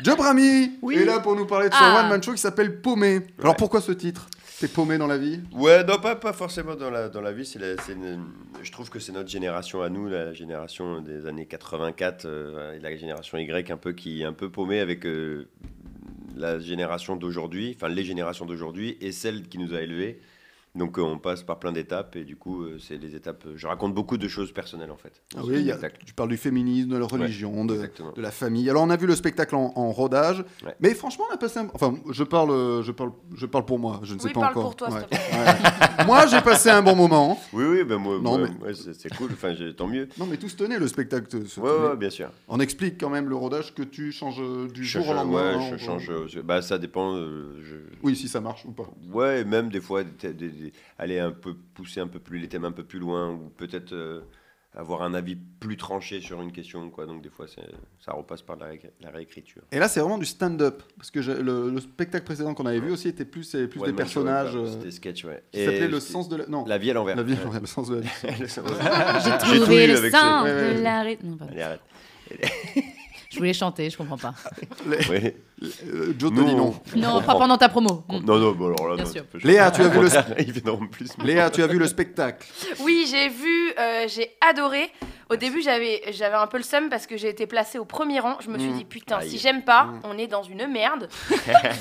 S2: Joe Brami est là pour nous parler de son
S5: Ah.
S2: one-man show qui s'appelle Paumé. Alors
S4: Ouais.
S2: pourquoi ce titre T'es paumé dans la vie
S4: Ouais, non, pas, pas forcément dans la, dans la vie. C'est la- c'est une- je trouve que c'est notre génération à nous, la génération des années 84, euh, et la génération Y, un peu qui est un peu paumée avec euh, la génération d'aujourd'hui, enfin les générations d'aujourd'hui et celle qui nous a élevés. Donc euh, on passe par plein d'étapes et du coup euh, c'est les étapes. Je raconte beaucoup de choses personnelles en fait.
S2: Ah oui, il y a-
S4: Spectacle.
S2: tu parles du féminisme, de la religion, de,
S4: Exactement.
S2: de la famille. Alors on a vu le spectacle en, en rodage,
S4: Ouais.
S2: mais franchement on a passé un... Enfin, je parle, euh, je parle, je parle pour moi, je ne sais
S3: Oui,
S2: pas
S3: parle
S2: encore.
S3: pour toi, s'il te
S2: Ouais. moi j'ai passé un bon moment.
S4: Oui oui, ben moi,
S2: Non,
S4: moi-
S2: mais-
S4: ouais, c'est c'est cool. Enfin j'ai- tant mieux.
S2: Non mais tout se tenait, le spectacle se
S4: Ouais,
S2: tenait.
S4: ouais, bien sûr.
S2: On explique quand même le rodage que tu changes euh, du
S4: Je
S2: jour au
S4: change-
S2: lendemain. hein,
S4: ouais, je
S2: on-
S4: change. euh, Bah ça dépend. euh, je-
S2: Oui, si ça marche ou pas.
S4: Ouais, et même des fois, des- des- des- aller un peu pousser un peu plus les thèmes un peu plus loin, ou peut-être euh, avoir un avis plus tranché sur une question, quoi. Donc des fois, c'est- ça repasse par la, ré- la réécriture.
S2: Et là c'est vraiment du stand-up, parce que je- le, le spectacle précédent qu'on avait vu aussi était plus, c'était plus
S4: One
S2: des
S4: man show, ouais,
S2: personnages...
S4: bah,
S2: euh,
S4: C'était sketch, ouais.
S2: qui s'appelait
S4: Et
S2: le
S4: c'était-
S2: sens de la... Non,
S4: La vie à l'envers.
S2: la vie, ouais, le sens de la vie.
S4: [LAUGHS] Le sens-
S5: J'ai
S4: tout
S5: trouvé
S4: eu
S5: le
S4: avec
S5: sein
S2: ce- Ouais, ouais.
S5: de la ré- non, pardon.
S4: Allez, arrête.
S5: Je voulais chanter, je comprends pas.
S4: Ouais.
S2: Euh, Joe te
S4: Nous,
S2: dit
S4: on-
S2: non.
S5: Non, pas
S4: comprend.
S5: pendant ta promo. Mm.
S4: Non, non, bon, alors là,
S5: Bien
S4: non,
S5: sûr.
S4: tu peux-
S2: Léa, tu as vu le-
S4: [LAUGHS] Évidemment, plus.
S2: Léa, tu as vu le spectacle
S3: Oui, j'ai vu, euh, j'ai adoré. Au début, j'avais j'avais un peu le seum parce que j'ai été placée au premier rang. Je me suis
S2: Mm.
S3: dit, putain,
S4: Mmh. Aïe. Mmh.
S3: si j'aime pas,
S2: Mm.
S3: on est dans une
S4: [LAUGHS]
S3: merde.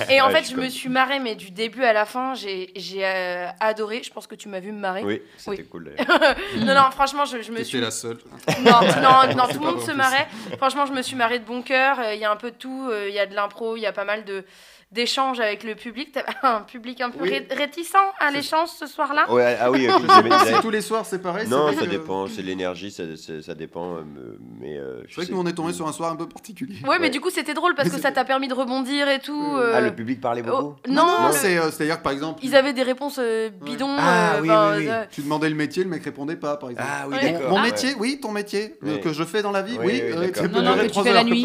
S3: Et en
S4: Ouais,
S3: fait,
S4: je
S3: je me
S4: connais.
S3: suis marrée, mais du début à la fin, j'ai j'ai, euh, adoré. Je pense que tu m'as vu me marrer.
S4: Oui, c'était cool. d'ailleurs.
S3: Non, non, franchement, je, je me suis.
S2: [LAUGHS] seule.
S4: [LAUGHS]
S3: Non, non, non, tout
S2: pas
S3: le
S2: vrai,
S3: monde se
S2: en plus.
S3: marrait. Franchement, je me suis marrée de bon cœur. Euh, Il y a un peu de tout. Euh, Il y a de l'impro, il y a pas mal de d'échanges avec le public. T'as [LAUGHS] un public un peu
S2: Oui.
S3: ré- réticent à l'échange ce soir-là.
S4: Ouais, ah oui, ok, ils
S2: [LAUGHS]
S4: aimaient- ils avaient-
S2: tous les soirs, c'est pareil
S4: Non,
S2: c'est vrai
S4: ça
S2: que-
S4: dépend, c'est l'énergie, ça, c'est- ça dépend. euh, Mais euh, je
S2: C'est vrai que
S4: sais-
S2: nous, on est tombé sur un soir un peu particulier.
S3: Ouais, mais du coup, c'était drôle parce
S2: Mais
S3: que
S2: c'était-
S3: ça t'a permis de rebondir et tout.
S2: Ah,
S4: Ah,
S3: euh,
S4: le public parlait beaucoup.
S3: oh, non, le-
S2: c'est, euh, c'est-à-dire que par exemple,
S3: ils avaient des réponses euh, bidons.
S2: Ah,
S3: euh,
S2: oui,
S3: ben,
S2: oui, oui.
S3: euh,
S2: tu demandais le métier, le mec répondait pas, par exemple.
S4: Ah oui,
S3: Ouais.
S4: d'accord.
S2: Mon
S4: ouais.
S2: métier, oui, ton métier,
S4: Oui.
S2: euh, que je fais dans la vie,
S4: Oui,
S2: oui.
S4: oui,
S2: euh,
S4: d'accord.
S2: tu peux
S5: Non, non,
S2: durer
S5: que tu
S2: trois
S5: fais la
S2: heures.
S5: nuit.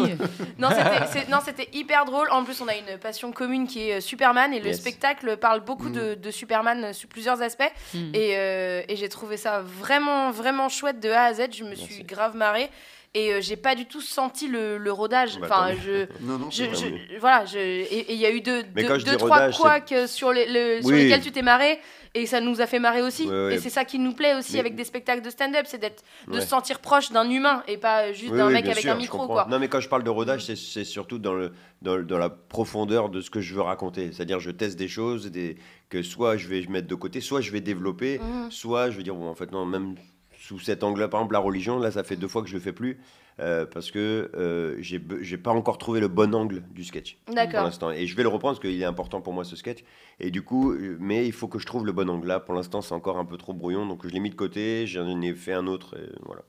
S3: non, c'était- c'est- non, c'était hyper drôle. En plus, on a une passion commune qui est euh, Superman et le
S4: Yes.
S3: spectacle parle beaucoup
S2: Mm.
S3: de, de Superman euh, sur plusieurs aspects.
S5: Mm.
S3: Et, euh, et j'ai trouvé ça vraiment, vraiment chouette de A à Z. Je me suis
S4: Merci.
S3: grave marrée. Et euh, j'ai pas du tout senti le, le rodage.
S4: Bah,
S3: enfin,
S4: tant
S3: je.
S2: Non, non,
S3: je-
S2: c'est
S4: tant
S3: je-
S4: mieux.
S3: voilà, je, et et il y a eu deux,
S4: Mais
S3: deux-
S4: quand je
S3: deux,
S4: dis
S3: trois
S4: rodage, c'est-
S3: couacs euh, sur, les, le- sur
S4: Oui.
S3: lesquels tu t'es marré et ça nous a fait marrer aussi.
S4: Ouais, ouais.
S3: Et c'est ça qui nous plaît aussi
S4: Mais-
S3: avec des spectacles de stand-up, c'est d'être de
S4: Ouais.
S3: se sentir proche d'un humain et pas juste
S4: Oui,
S3: d'un
S4: oui,
S3: mec
S4: bien
S3: avec
S4: sûr,
S3: un
S4: je
S3: micro,
S4: comprends.
S3: quoi.
S4: Non, mais quand je parle de rodage, c'est- c'est surtout dans, le, dans, le- dans la profondeur de ce que je veux raconter. C'est-à-dire, je teste des choses des, que soit je vais mettre de côté, soit je vais développer,
S3: Mhm.
S4: soit je vais dire, bon, en fait, non, même sous cet angle-là, par exemple, la religion, là, ça fait deux fois que je le fais plus euh, parce que euh, j'ai be- j'ai pas encore trouvé le bon angle du sketch pour
S3: D'accord.
S4: l'instant. Et je vais le reprendre parce qu'il est important pour moi ce sketch. Et du coup, euh, mais il faut que je trouve le bon angle. Là, pour l'instant, c'est encore un peu trop brouillon, donc je l'ai mis de côté. J'en ai fait un autre. et voilà.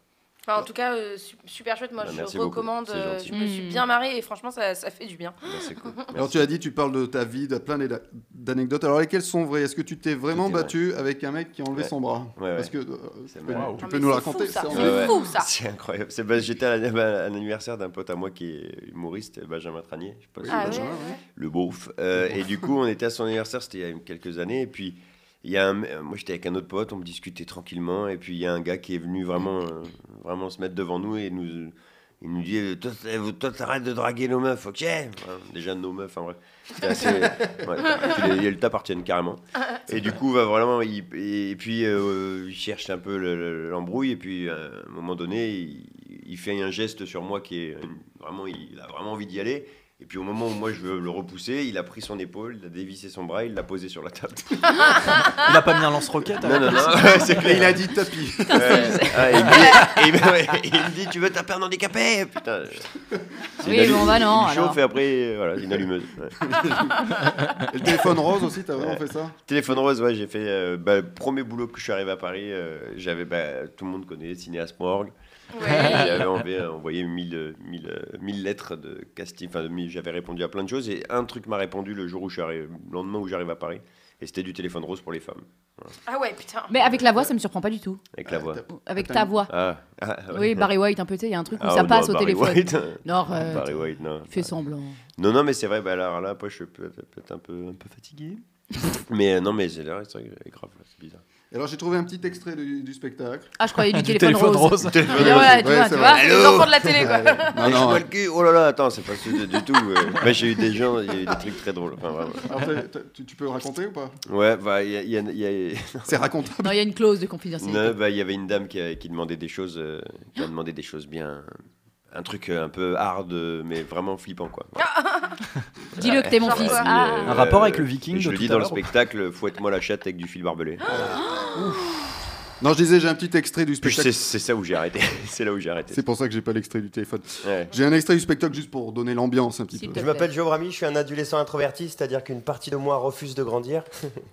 S3: Enfin, en tout cas, euh, su- super chouette. Moi,
S4: Bah,
S3: je
S4: merci beaucoup.
S3: recommande.
S4: C'est
S3: euh,
S4: gentil.
S3: je me suis bien marrée et franchement, ça, ça fait du bien.
S4: Bah, c'est cool.
S2: Alors tu as dit, tu parles de ta vie, de plein d'ana- d'anecdotes. Alors lesquelles sont vraies Est-ce que tu t'es vraiment
S4: Tout est vrai.
S2: battu avec un mec qui a enlevé
S4: Ouais.
S2: son bras
S4: Ouais, ouais.
S2: Parce que euh,
S4: C'est
S2: tu peux,
S4: marrant.
S2: tu
S3: Ah,
S2: peux
S3: mais
S2: nous le
S3: c'est
S2: raconter.
S3: fou, ça.
S2: c'est
S3: C'est
S2: vrai.
S4: Ouais, ouais.
S3: fou, ça.
S4: C'est incroyable. C'est parce que j'étais à la- à l'anniversaire d'un pote à moi qui est humoriste, Benjamin Tranier. Je sais pas si
S2: Oui,
S4: vous
S3: Ah
S4: le
S3: ouais,
S2: Benjamin,
S3: ouais.
S4: le beauf. Euh, et du coup, on était à son anniversaire, c'était il y a quelques années. Et puis, il y a un- euh, moi, j'étais avec un autre pote, on me discutait tranquillement. Et puis, il y a un gars qui est venu vraiment, euh, vraiment se mettre devant nous et nous, il nous dit Toi, t- Toi, t'arrêtes de draguer nos meufs, ok Ouais, Déjà, nos meufs, enfin bref. C'était assez- ouais, et puis, les- elles t'appartiennent carrément. Et du coup, va vraiment, il- et, et puis, euh, il cherche un peu le- le- l'embrouille. Et puis, à un moment donné, il, il fait un geste sur moi qui est vraiment, il a vraiment envie d'y aller. Et puis au moment où moi je veux le repousser, il a pris son épaule, il a dévissé son bras, il l'a posé sur la table.
S6: Il a pas mis un lance-roquette euh,
S4: Non, [LAUGHS] non, non, c'est
S2: Et
S4: clair.
S2: il a dit tapis.
S4: Ouais. Ah, il, me dit, il me- ouais, il me dit, tu veux taper un handicapé Putain. c'est
S5: Oui,
S4: une
S5: bon, bah non,
S4: Il chauffe
S5: alors.
S4: et après, euh, voilà, une allumeuse. ouais.
S2: Et le téléphone rose aussi, t'as vraiment fait ça
S4: Téléphone rose, ouais, j'ai fait. euh, bah, premier boulot que je suis arrivé à Paris, euh, j'avais. bah, tout le monde connaît cinéaste morgue.
S3: Ah
S4: [LAUGHS]
S3: Ouais.
S4: J'avais envoyé, envoyé 1000 lettres de casting. Enfin, de mille- j'avais répondu à plein de choses et un truc m'a répondu le jour où je suis arrivé, le lendemain où j'arrive à Paris. Et c'était du téléphone rose pour les femmes,
S3: Ah ouais, putain.
S7: Mais avec la voix, ça me surprend pas du tout.
S6: Ah,
S4: avec la voix.
S7: Avec ta voix.
S4: Ah, ah, ouais.
S7: Oui, Barry White, un peu, tu sais, il y a un truc où
S4: Ah,
S7: ça
S4: non,
S7: passe au
S4: Barry
S7: téléphone.
S4: White. hein.
S7: Non, arrête.
S4: Barry White, non.
S7: fais semblant.
S4: Non, non, mais c'est vrai, bah, alors là, moi, je suis peut- peut-être un, peu, un peu fatigué. [LAUGHS] mais euh, non, mais c'est là, c'est vrai que c'est grave, c'est bizarre.
S2: Et Alors j'ai trouvé un petit extrait du, du spectacle.
S7: Ah, je croyais du,
S6: Du
S7: téléphone,
S6: téléphone
S7: rose.
S6: rose.
S7: Je veux dire, voilà, tu
S2: Ouais,
S7: vois,
S2: c'est
S7: tu
S2: vrai.
S7: vois.
S3: Les enfants de la télé,
S4: Ah
S3: quoi.
S2: [LAUGHS]
S6: Ah,
S2: Non,
S4: Lèche-moi
S2: non,
S4: le cul, oh là là, attends, c'est pas ça du du tout. euh. [LAUGHS] Bah, j'ai eu des gens, il y a eu des trucs très drôles. Enfin, vraiment.
S2: alors, t'as- t'as- tu, tu peux le raconter ou pas
S4: Ouais, bah, il y a. il y a- il y a-
S2: C'est racontable.
S7: Non, il y a une clause de
S4: [LAUGHS] Non,
S7: confidentialité.
S4: bah, il y avait une dame qui, a- qui demandait des choses, euh, qui a demandé des choses bien. Un truc euh, un peu hard, euh, mais vraiment flippant, quoi.
S7: Ah, Dis-le que t'es mon
S4: Voilà.
S7: fils.
S4: Elle dit,
S7: Ah.
S4: euh,
S6: Un rapport avec le viking
S4: Je
S6: de
S4: le
S6: tout
S4: dis
S6: à
S4: dans le
S6: l'heure.
S4: spectacle, fouette-moi la chatte avec du fil barbelé.
S2: Non, je disais, j'ai un petit extrait du
S4: Puis
S2: spectacle.
S4: c'est c'est ça où j'ai arrêté. [LAUGHS] c'est là où j'ai arrêté.
S2: C'est pour ça que j'ai pas l'extrait du téléphone.
S4: Ouais.
S2: J'ai un extrait du spectacle juste pour donner l'ambiance un petit
S7: S'il
S2: peu.
S7: te
S11: Je m'appelle Ah. Joe Brami, je suis un adolescent introverti, c'est-à-dire qu'une partie de moi refuse de grandir.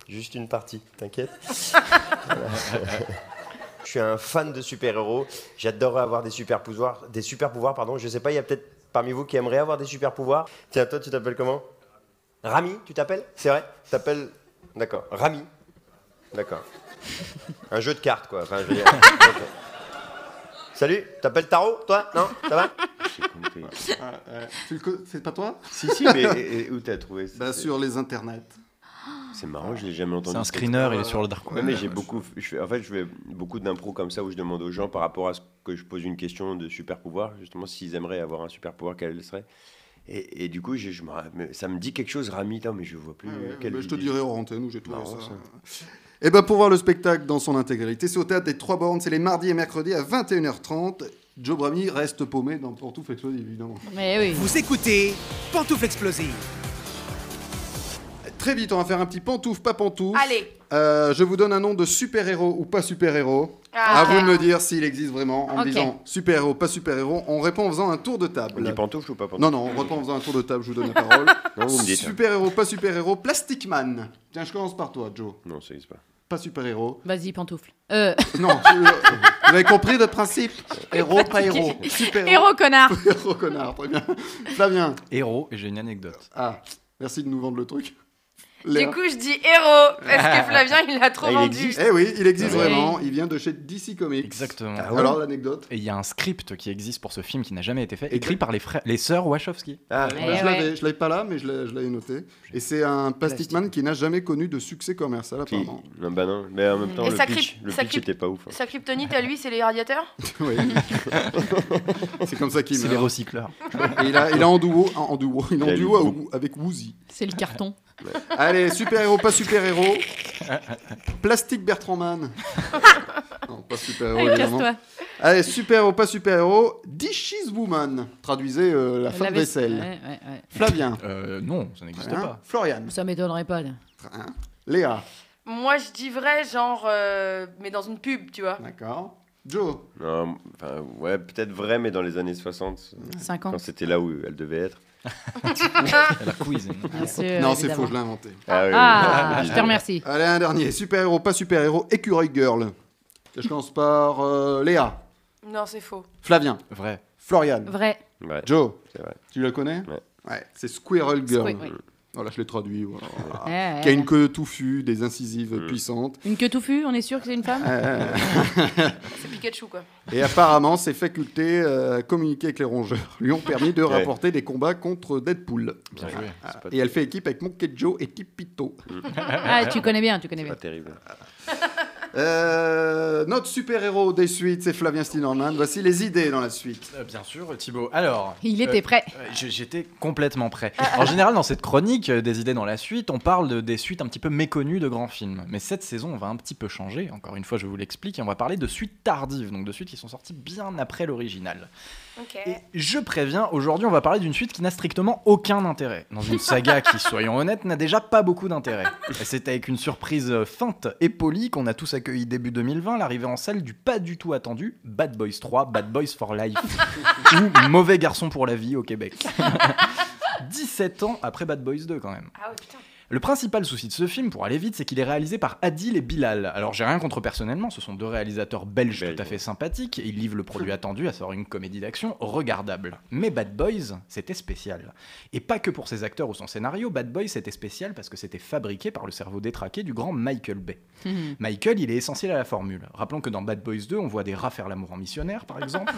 S11: Juste une partie, t'inquiète. Voilà. je suis un fan de super-héros, j'adorerais avoir des super-pouvoirs. Des super-pouvoirs, pardon, je sais pas, il y a peut-être parmi vous qui aimeraient avoir des super-pouvoirs. Tiens, toi, tu t'appelles comment Rami, tu t'appelles C'est vrai Tu t'appelles. D'accord, Rami. D'accord. Un jeu de cartes, quoi. Enfin, je veux dire. Ok. Salut, t'appelles Tarot, toi Non Ça va
S4: J'ai compris.
S2: Ah, ouais. Tu le co- C'est pas toi
S4: si, [LAUGHS] si, mais et- et où t'as trouvé ça
S2: Bah
S4: C'est-
S2: sur les internets.
S4: C'est marrant, je l'ai jamais entendu.
S6: C'est un
S4: cette
S6: screener, il est sur le dark
S4: Ouais,
S6: web.
S4: mais j'ai beaucoup. Je fais, en fait, je fais beaucoup d'impro comme ça où je demande aux gens par rapport à ce que je pose une question de super pouvoir, justement, s'ils aimeraient avoir un super pouvoir, quel serait. Et, et du coup, je, je me ra- mais ça me dit quelque chose, Rami. Non, mais je vois plus.
S2: Ah ouais,
S4: quel
S2: bah, je te
S4: vidéo.
S2: dirai hors antenne où j'ai trouvé
S4: Marrant,
S2: ça.
S4: ça.
S2: Et ben pour voir le spectacle dans son intégralité, c'est au théâtre des Trois Bornes, c'est les mardis et mercredis à 21h30. Joe Brami reste paumé dans Pantouf Explosive, évidemment.
S7: Mais oui.
S1: Vous écoutez Pantoufle Explosive.
S2: Très vite, on va faire un petit pantouf, pas pantouf.
S3: Allez.
S2: Euh, je vous donne un nom de super-héros ou pas super-héros.
S3: Ah.
S2: À vous de me dire s'il existe vraiment en me
S7: Ok.
S2: disant super-héros, pas super-héros. On répond en faisant un tour de
S4: On dit
S2: table.
S4: pantoufle ou pas pantoufle
S2: Non, non, on répond en faisant un tour de table, je vous donne la parole.
S4: Non, vous me dites.
S2: super-héros, pas super-héros, Plastic Man. Tiens, je commence par toi, Joe.
S4: Non, ça existe pas.
S2: Pas super-héros.
S7: Vas-y, pantoufle. Euh,
S2: Non, tu- vous avez compris le principe. Héros, pas héros. Super héros.
S5: Héros connard
S2: Héros, connard, très bien. Flavien,
S6: Héros, et j'ai une anecdote.
S2: ah, merci de nous vendre le truc.
S3: Du
S2: Léa.
S3: coup, je dis héros parce que Flavien, il l'a trop
S4: Ah, il
S3: vendu.
S4: existe.
S2: Eh oui, il existe
S7: Oui.
S2: vraiment. Il vient de chez DC Comics.
S6: Exactement. Ah
S4: Ah
S2: Alors, l'anecdote
S6: Et il y a un script qui existe pour ce film qui n'a jamais été fait,
S2: Exact.
S6: écrit par les frères, les sœurs Wachowski.
S4: Ah,
S2: je
S7: ouais.
S2: l'avais, je l'avais pas là, mais je l'ai- je l'avais noté. Et c'est un Plastic Man qui n'a jamais connu de succès commercial,
S4: si.
S6: [LAUGHS]
S2: apparemment.
S4: Non, bah non. Mais en même temps,
S3: Et
S4: le
S3: ça
S4: pitch,
S3: crie-
S4: le
S3: ça
S4: pitch
S3: crie-
S4: était pas ouf. hein.
S3: Sa kryptonite à lui, c'est les radiateurs
S2: Oui. [LAUGHS] c'est comme ça qu'il
S6: C'est les
S2: meurt.
S6: recycleurs.
S2: Et il a, il a en duo, en, en duo, il est
S4: Il
S2: en
S4: a
S2: duo
S4: lu
S2: avec- avec Woozy.
S7: c'est le carton.
S2: Allez, super-héros, pas super-héros. Plastique Bertrand Mann.
S7: [LAUGHS]
S2: non, pas super-héros,
S7: Allez,
S2: évidemment.
S7: casse-toi.
S2: Allez, super-héros, pas super-héros. Dishes Woman. Traduisez euh, la femme
S7: La vaisse-
S2: vaisselle.
S7: Ouais, ouais, ouais.
S2: Flavien.
S6: Euh, non, ça n'existe
S2: Hein,
S6: pas.
S2: Florian.
S7: Ça m'étonnerait pas. là.
S2: Hein, Léa.
S3: Moi, je dis vrai, genre, euh, mais dans une pub, tu vois.
S2: D'accord. Joe
S4: Non, enfin, ouais, peut-être vrai, mais dans les années 60.
S7: Cinq ans.
S4: Quand c'était là où elle devait être.
S6: La cuisine.
S7: Bien sûr,
S2: non, c'est
S7: Euh, évidemment.
S2: faux, je l'ai inventé.
S4: Ah, oui,
S7: Ah,
S4: oui.
S7: je te remercie.
S2: Allez, un dernier. Super-héros, pas super-héros, écureuil girl. Je commence par euh, Léa,
S3: Non, c'est faux.
S2: Flavien,
S6: Vrai.
S2: Florian,
S7: Vrai.
S4: Ouais,
S2: Joe.
S4: c'est vrai.
S2: Tu la connais
S4: Ouais.
S2: c'est Squirrel Girl.
S7: Squid, oui.
S2: Voilà, je l'ai traduit. voilà.
S5: Eh
S7: Ouais,
S2: Qui a
S7: ouais.
S5: ben.
S2: une queue touffue, des incisives
S4: Mm.
S2: puissantes.
S7: eh. Une queue touffue, on est sûr que c'est une femme
S2: Euh,
S3: C'est Pikachu, quoi.
S2: et apparemment, ses facultés euh, à communiquer avec les rongeurs lui ont permis de
S4: Ouais.
S2: rapporter des combats contre Deadpool.
S4: Bien joué. C'est pas,
S2: Et elle fait équipe avec Monkey Joe et Tipito.
S7: Ah, tu connais bien, tu connais
S4: c'est
S7: bien.
S4: pas terrible.
S2: Euh, notre super-héros des suites, c'est Flavien Stinorman. Voici les idées dans la suite.
S6: Euh, Bien sûr, Thibaut. Alors.
S7: Il
S6: euh,
S7: était
S2: [LAUGHS]
S7: prêt. Ah,
S6: euh, je- J'étais complètement prêt. En général, dans cette chronique euh, des idées dans la suite, on parle de- des suites un petit peu méconnues de grands films. Mais cette saison, on va un petit peu changer. Encore une fois, je vous l'explique. Et on va parler de suites tardives, donc de suites qui sont sorties bien après l'original.
S3: Ok.
S6: Et je préviens, aujourd'hui, on va parler d'une suite qui n'a strictement aucun intérêt. Dans une saga qui, soyons honnêtes, n'a déjà pas beaucoup d'intérêt. Et C'est avec une surprise euh, feinte et polie qu'on a tous accueilli début 2020 l'arrivée en salle du pas du tout attendu Bad Boys 3, Bad Boys for Life, ou Mauvais garçon pour la vie au Québec. [LAUGHS] 17 ans après Bad Boys 2 quand même.
S3: Ah ouais, putain.
S6: Le principal souci de ce film, pour aller vite, c'est qu'il est réalisé par Adil et Bilal. Alors j'ai rien contre eux personnellement, ce sont deux réalisateurs belges
S4: Belges,
S6: tout à fait sympathiques, et ils livrent le produit attendu, à savoir une comédie d'action regardable. Mais Bad Boys, c'était spécial. Et pas que pour ses acteurs ou son scénario, Bad Boys c'était spécial parce que c'était fabriqué par le cerveau détraqué du grand Michael Bay.
S7: Mhm.
S6: Michael, il est essentiel à la formule. Rappelons que dans Bad Boys 2, on voit des rats faire l'amour en missionnaire, par exemple.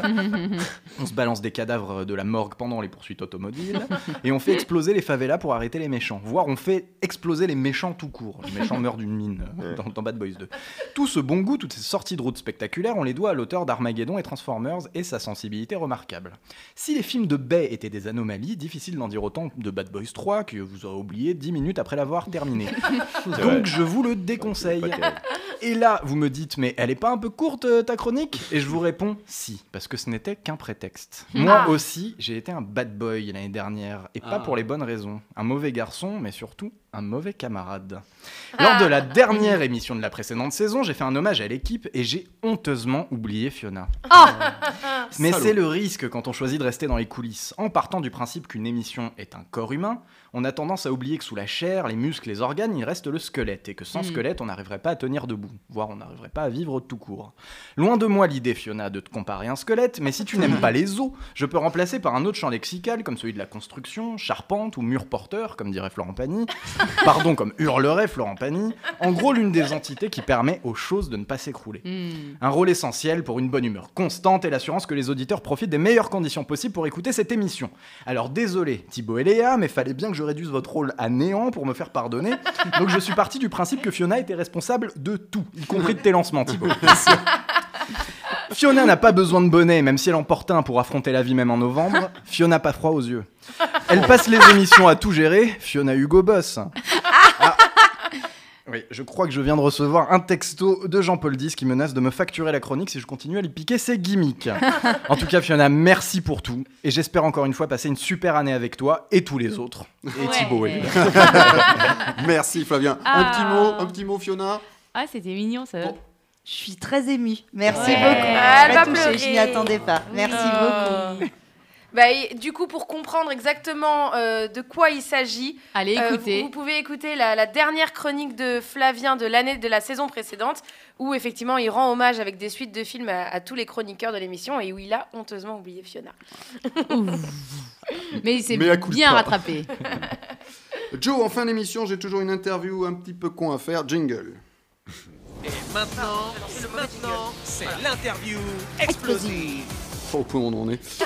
S6: on se balance des cadavres de la morgue pendant les poursuites automobiles. Et on fait exploser les favelas pour arrêter les méchants. Voire on fait exploser les méchants tout court. Les méchants meurent d'une mine euh, dans, dans Bad Boys 2. Tout ce bon goût, toutes ces sorties de route spectaculaires, on les doit à l'auteur d'Armageddon et Transformers et sa sensibilité remarquable. Si les films de Bay étaient des anomalies, difficile d'en dire autant de Bad Boys 3 que vous aurez oublié 10 minutes après
S4: [LAUGHS]
S6: l'avoir terminé.
S4: vrai.
S6: Donc je vous le déconseille.
S4: Pas terrible.
S6: Et là, vous me dites, mais elle est pas un peu courte euh, ta chronique Et je vous réponds, si, parce que ce n'était qu'un prétexte. Moi
S7: Ah.
S6: aussi, j'ai été un bad boy l'année dernière, et pas
S2: Ah.
S6: pour les bonnes raisons. Un mauvais garçon, mais surtout un mauvais camarade. Lors de la dernière émission de la précédente saison, j'ai fait un hommage à l'équipe et j'ai honteusement oublié Fiona. Mais
S2: Salaud.
S6: c'est le risque quand on choisit de rester dans les coulisses. En partant du principe qu'une émission est un corps humain, on a tendance à oublier que sous la chair, les muscles, les organes, il reste le squelette, et que sans
S7: Mm.
S6: squelette, on n'arriverait pas à tenir debout, voire on n'arriverait pas à vivre tout court. Loin de moi l'idée, Fiona, de te comparer à un squelette, mais si tu n'aimes pas les os, je peux remplacer par un autre champ lexical, comme celui de la construction, charpente ou mur porteur, comme dirait Florent Pagny, pardon, comme hurlerait Florent Pagny, en gros l'une des entités qui permet aux choses de ne pas s'écrouler.
S7: Mhm.
S6: Un rôle essentiel pour une bonne humeur constante et l'assurance que les auditeurs profitent des meilleures conditions possibles pour écouter cette émission. Alors désolé Thibaut et Léa, mais fallait bien que je réduise votre rôle à néant pour me faire pardonner. Donc je suis parti du principe que Fiona était responsable de tout, y compris de tes lancements Thibaut. Fiona n'a pas besoin de bonnet, même si elle en porte un pour affronter la vie même en novembre. Fiona pas froid aux yeux. Elle passe les émissions à tout gérer. Fiona Hugo Boss. Ah. Oui, je crois que je viens de recevoir un texto de Jean-Paul X qui menace de me facturer la chronique si je continue à lui piquer ses gimmicks. En tout cas, Fiona, merci pour tout. Et j'espère encore une fois passer une super année avec toi et tous les autres. Et
S7: Ouais.
S6: Thibaut. et-
S2: Merci Flavien. Un
S7: Ah.
S2: petit mot, un petit mot Fiona.
S7: Ah, c'était mignon ça.
S2: Bon.
S9: Je suis très émue. Merci
S3: Ouais. Ah,
S9: beaucoup.
S3: Elle
S9: Très
S3: va
S9: touchée,
S3: pleurer. Oh.
S9: Je n'y attendais pas. Merci beaucoup.
S7: Euh,
S3: beaucoup. Bah, et du coup, pour comprendre exactement euh, de quoi il s'agit,
S7: Allez,
S3: euh,
S7: écoutez.
S3: vous, vous pouvez écouter la, la dernière chronique de Flavien de l'année de la saison précédente, où effectivement il rend hommage avec des suites de films à, à tous les chroniqueurs de l'émission et où il a honteusement oublié Fiona.
S7: Mais c'est
S2: Mea culpa.
S7: bien rattrapé.
S2: Joe, en fin d'émission, j'ai toujours une interview un petit peu con à faire. Jingle.
S1: Et maintenant, maintenant, c'est l'interview explosive.
S2: Pas au point où on en est.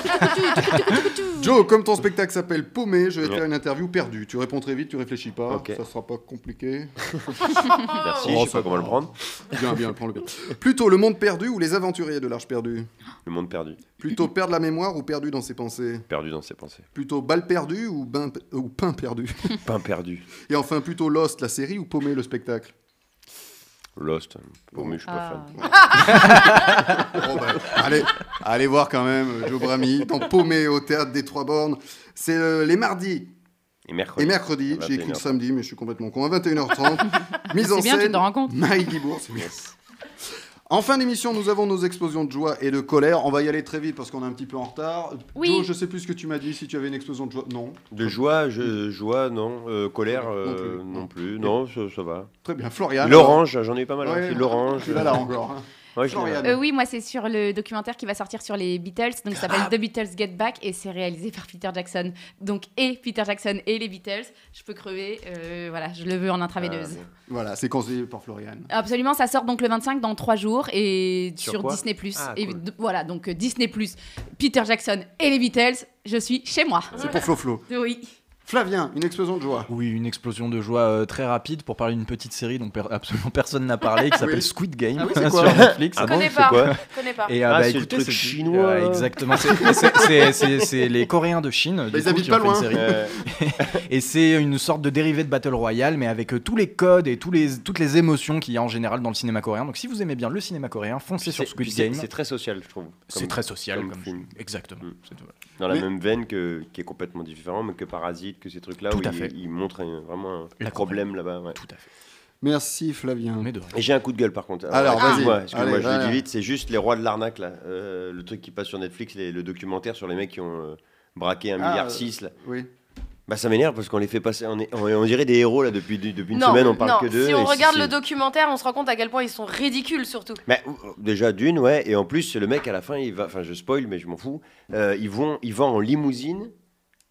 S7: [LAUGHS]
S2: Joe, comme ton spectacle s'appelle Paumé, je vais te
S4: Ouais.
S2: faire une interview perdue. Tu réponds très vite, tu réfléchis pas.
S4: Ok.
S2: Ça sera pas compliqué.
S4: Merci,
S2: Oh,
S4: je sais
S2: ça
S4: pas comment
S2: va.
S4: le prendre.
S2: Bien, bien, prends-le bien. Plutôt le monde perdu ou les aventuriers de l'Arche perdue
S4: Le monde perdu.
S2: Plutôt perdre la mémoire ou perdu dans ses pensées
S4: Perdu dans ses pensées.
S2: Plutôt balle perdue ou, bain- ou pain perdu
S4: [LAUGHS] Pain perdu.
S2: Et enfin, plutôt Lost, la série ou Paumé, le spectacle
S4: Lost. Pour moi, je suis pas
S7: Ah.
S4: fan.
S2: Bon, ben, allez, allez voir quand même euh, Joe Brami dans Paumé au théâtre des Trois Bornes. C'est euh, les mardis
S4: Et mercredi.
S2: et mercredis.
S4: À
S2: J'ai écrit le
S4: 21h30.
S7: [LAUGHS]
S2: samedi, mais je suis complètement con. À 21h30, mise en
S7: C'est bien, tu
S2: scène,
S7: te rends compte.
S2: Maï Guibourg. c'est bien. En fin d'émission, nous avons nos explosions de joie et de colère. On va y aller très vite parce qu'on est un petit peu en retard.
S4: Oui.
S2: Joe, je sais plus ce que tu m'as dit, si tu avais une explosion de joie. Non.
S4: De joie, je, joie, non. Euh, colère, euh, non plus. Non, ça, ça va.
S2: Très bien. Florian.
S4: L'orange, j'en ai eu pas mal. hein.
S2: Ouais,
S4: C'est L'orange.
S2: tu l'as là encore, hein.
S4: Ouais, je l'ai, ouais.
S8: Euh, oui, moi c'est sur le documentaire qui va sortir sur les Beatles, donc ça
S2: Ah.
S8: s'appelle The Beatles Get Back et c'est réalisé par Peter Jackson. Donc et Peter Jackson et les Beatles, je peux crever, euh, voilà, je le veux en intraveineuse.
S2: Voilà, c'est conseillé par Florian.
S8: Absolument, ça sort donc le 25 dans 3 jours et
S2: Sur
S8: sur,
S2: quoi
S8: Disney Plus.
S2: Ah,
S8: et
S2: cool.
S8: d- voilà, donc euh, Disney Plus, Peter Jackson et les Beatles, je suis chez moi.
S5: Ah,
S2: C'est pour Flo Flo.
S8: Oui.
S2: Flavien, une explosion de joie.
S6: Oui, une explosion de joie euh, très rapide pour parler d'une petite série dont per- absolument personne n'a [LAUGHS] parlé qui s'appelle
S4: Oui.
S6: Squid Game
S4: Ah oui, c'est quoi
S6: sur Netflix.
S4: Ah Je bon, connais c'est pas,
S3: [LAUGHS]
S4: quoi je connais pas.
S6: Et, euh,
S4: Ah,
S6: bah,
S4: c'est le
S6: écoutez,
S4: truc
S6: c'est-
S4: chinois.
S6: euh, exactement. C'est- c'est- c'est- C'est c'est les Coréens de [LAUGHS] Chine. du
S2: ils
S6: coup,
S2: habitent
S6: qui
S2: pas
S6: ont fait
S2: loin.
S6: une série.
S4: Euh,
S2: Ouais.
S6: et c'est une sorte de dérivé de Battle Royale, mais avec euh, tous les codes et tous les, toutes les émotions qu'il y a en général dans le cinéma coréen. Donc si vous aimez bien le cinéma coréen, foncez
S4: Puis
S6: sur
S4: c'est-
S6: Squid
S4: puis c'est-
S6: Game.
S4: C'est très social, je trouve.
S6: C'est
S4: comme-
S6: très social
S4: comme
S6: comme
S4: film. Mm.
S6: Exactement. c'est tout.
S4: Dans la
S6: Mais-
S4: même veine que, qui est complètement différent, mais que Parasite, que ces trucs-là,
S6: Tout
S4: où
S6: à
S4: ils-
S6: fait.
S4: ils montrent un- euh, vraiment un
S6: La
S4: problème là-bas. Tout
S6: à fait.
S2: Merci Flavien. Mais de
S4: Et j'ai un coup de gueule par contre. Ah,
S2: Alors, vas-y.
S4: excuse-moi,
S2: Allez,
S4: excuse-moi, je
S2: voilà.
S4: le dis vite, c'est juste les rois de l'arnaque là. Euh, le truc qui passe sur Netflix, les- le documentaire sur les mecs qui ont euh, braqué un
S2: Ah,
S4: milliard
S2: euh,
S4: six là.
S2: oui.
S4: Bah ça m'énerve parce qu'on les fait passer, on, est- on- on dirait des héros là depuis, depuis une
S3: non,
S4: semaine, on parle
S3: non,
S4: que d'eux.
S3: Si
S4: et
S3: on
S4: c'est-
S3: regarde
S4: c'est-
S3: le documentaire, on se rend compte à quel point ils sont ridicules surtout.
S4: Mais euh, déjà d'une, ouais, et en plus le mec à la fin, il va, enfin je spoil mais je m'en fous, Euh, ils vont, ils vont en limousine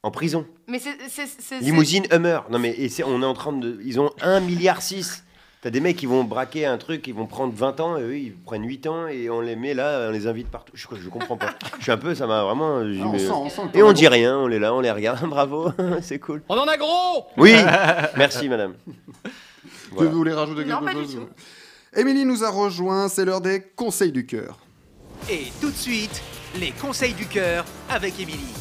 S4: en prison.
S3: Mais c'est. c'est- c'est-
S4: Limousine Hummer. Non mais et c'est- on est en train de, ils ont 1 milliard 6. T'as des mecs qui vont braquer un truc, ils vont prendre 20 ans, et eux ils prennent 8 ans et on les met là, on les invite partout. Je, je comprends pas. Je suis un peu, ça m'a vraiment. j'ai-
S2: Ah, on
S4: mais-
S2: sent- on sent que
S4: et on
S2: t'en as
S4: dit rien, on est là, on les regarde, [LAUGHS] bravo, c'est cool.
S12: On en a gros
S4: Oui, merci madame. Voilà.
S2: Que vous voulez rajouter quelque chose Émilie nous a rejoint, c'est l'heure des conseils du cœur.
S1: Et tout de suite, les conseils du cœur avec Émilie.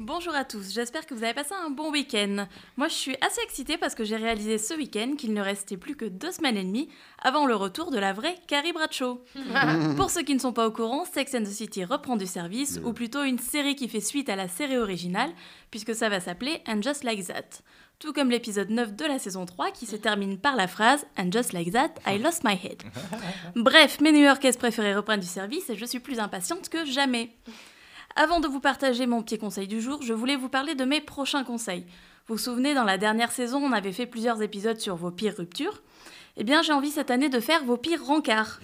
S5: Bonjour à tous, j'espère que vous avez passé un bon week-end. Moi je suis assez excitée parce que j'ai réalisé ce week-end qu'il ne restait plus que deux semaines et demie avant le retour de la vraie Carrie
S8: [LAUGHS]
S5: Bradshaw. Pour ceux qui ne sont pas au courant, Sex and the City reprend du service, ou plutôt une série qui fait suite à la série originale, puisque ça va s'appeler And Just Like That. Tout comme l'épisode 9 de la saison 3 qui se termine par la phrase And Just Like That, I Lost My Head. Bref, mes New-Yorkaises préférées reprennent du service et je suis plus impatiente que jamais. Avant de vous partager mon petit conseil du jour, je voulais vous parler de mes prochains conseils. Vous vous souvenez, dans la dernière saison, on avait fait plusieurs épisodes sur vos pires ruptures. Eh bien, j'ai envie cette année de faire vos pires rencarts.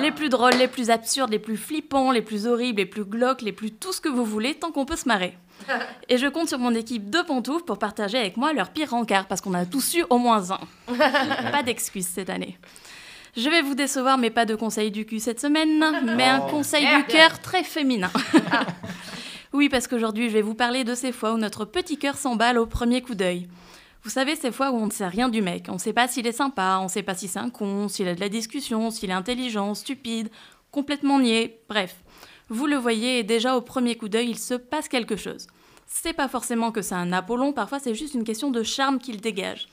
S5: les plus drôles, les plus absurdes, les plus flippants, les plus horribles, les plus glauques, les plus tout ce que vous voulez, tant qu'on peut se marrer. Et je compte sur mon équipe de pantoufles pour partager avec moi leurs pires rencarts, parce qu'on a tous eu au moins un. [LAUGHS] Pas d'excuses cette année. Je vais vous décevoir, mais pas de conseil du cul cette semaine, mais un
S8: Oh.
S5: conseil
S8: Merde.
S5: du cœur très féminin. oui, parce qu'aujourd'hui, je vais vous parler de ces fois où notre petit cœur s'emballe au premier coup d'œil. Vous savez, ces fois où on ne sait rien du mec. On ne sait pas s'il est sympa, on ne sait pas si c'est un con, s'il a de la discussion, s'il est intelligent, stupide, complètement niais, bref. Vous le voyez et déjà au premier coup d'œil, il se passe quelque chose. C'est pas forcément que c'est un Apollon, parfois c'est juste une question de charme qu'il dégage.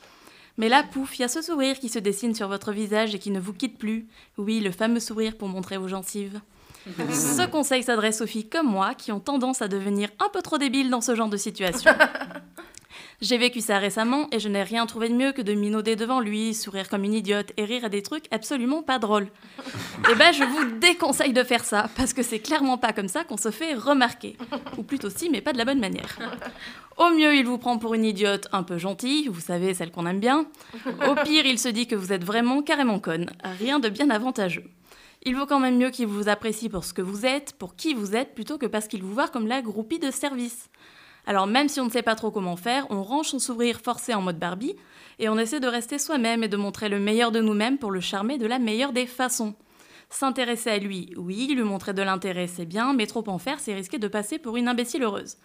S5: Mais là, pouf, il y a ce sourire qui se dessine sur votre visage et qui ne vous quitte plus. Oui, le fameux sourire pour montrer aux gencives. Ce conseil s'adresse aux filles comme moi qui ont tendance à devenir un peu trop débiles dans ce genre de situation. J'ai vécu ça récemment et je n'ai rien trouvé de mieux que de minauder devant lui, sourire comme une idiote et rire à des trucs absolument pas drôles. Eh ben, je vous déconseille de faire ça parce que c'est clairement pas comme ça qu'on se fait remarquer. Ou plutôt si, mais pas de la bonne manière. Au mieux, il vous prend pour une idiote un peu gentille, vous savez, celle qu'on aime bien. Au pire, il se dit que vous êtes vraiment carrément conne. Rien de bien avantageux. Il vaut quand même mieux qu'il vous apprécie pour ce que vous êtes, pour qui vous êtes, plutôt que parce qu'il vous voit comme la groupie de service. Alors même si on ne sait pas trop comment faire, on range son sourire forcé en mode Barbie et on essaie de rester soi-même et de montrer le meilleur de nous-mêmes pour le charmer de la meilleure des façons. S'intéresser à lui, oui, lui montrer de l'intérêt, c'est bien, mais trop en faire, c'est risquer de passer pour une imbécile heureuse.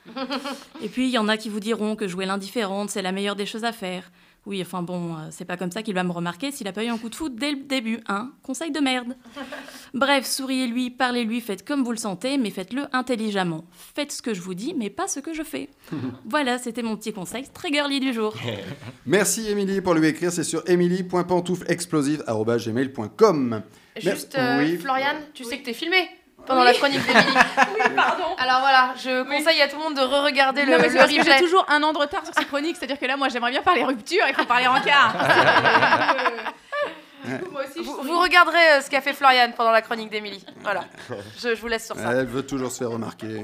S5: Et puis, il y en a qui vous diront que jouer l'indifférente, c'est la meilleure des choses à faire. Oui, enfin bon, euh, c'est pas comme ça qu'il va me remarquer s'il a pas eu un coup de foot dès le début, hein Conseil de merde. Bref, souriez-lui, parlez-lui, faites comme vous le sentez, mais faites-le intelligemment. Faites ce que je vous dis, mais pas ce que je
S8: [LAUGHS]
S5: fais. voilà, c'était mon petit conseil très girly du jour.
S2: Merci Émilie pour lui écrire, c'est sur émilie.pantoufleexplosive.gmail.com.
S3: Juste, euh,
S2: oui.
S3: Florian, tu sais que t'es filmé pendant
S8: Oui.
S3: la chronique
S8: [LAUGHS]
S3: d'Émilie. oui, pardon. Alors voilà, je conseille à tout le monde de re-regarder le,
S8: Non, mais c'est
S3: le
S8: parce que j'ai
S3: replay.
S8: toujours un an de [LAUGHS] retard sur ces chroniques, c'est-à-dire que là, moi, j'aimerais bien parler rupture et faut parler rencard.
S3: Moi aussi, vous, vous regarderez euh, ce qu'a fait Florian pendant la chronique d'Emilie. Voilà. Je, je vous laisse sur ça.
S2: Elle veut toujours se faire remarquer.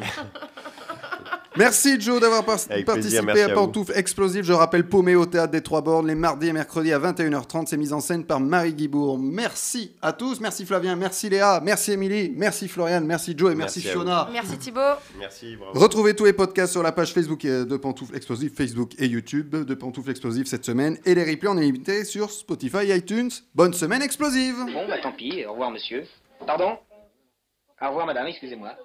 S2: Merci Joe d'avoir par-
S4: Avec
S2: participé
S4: plaisir, merci
S2: à
S4: à
S2: Pantoufle Explosive. Je rappelle Paumé au théâtre des Trois Bornes les mardis et mercredis à 21h30. C'est mise en scène par Marie Guibourg. Merci à tous. Merci Flavien, merci Léa, merci Émilie, merci Florian, merci Joe et merci,
S4: Merci à vous.
S2: Fiona.
S3: Merci Thibaut.
S4: Merci, bravo.
S2: Retrouvez tous les podcasts sur la page Facebook euh, de Pantoufle Explosive, Facebook et YouTube de Pantoufle Explosive cette semaine et les replays en illimité sur Spotify, iTunes. Bonne semaine explosive.
S13: Bon, bah tant pis, au revoir monsieur. Pardon Au revoir madame, excusez-moi.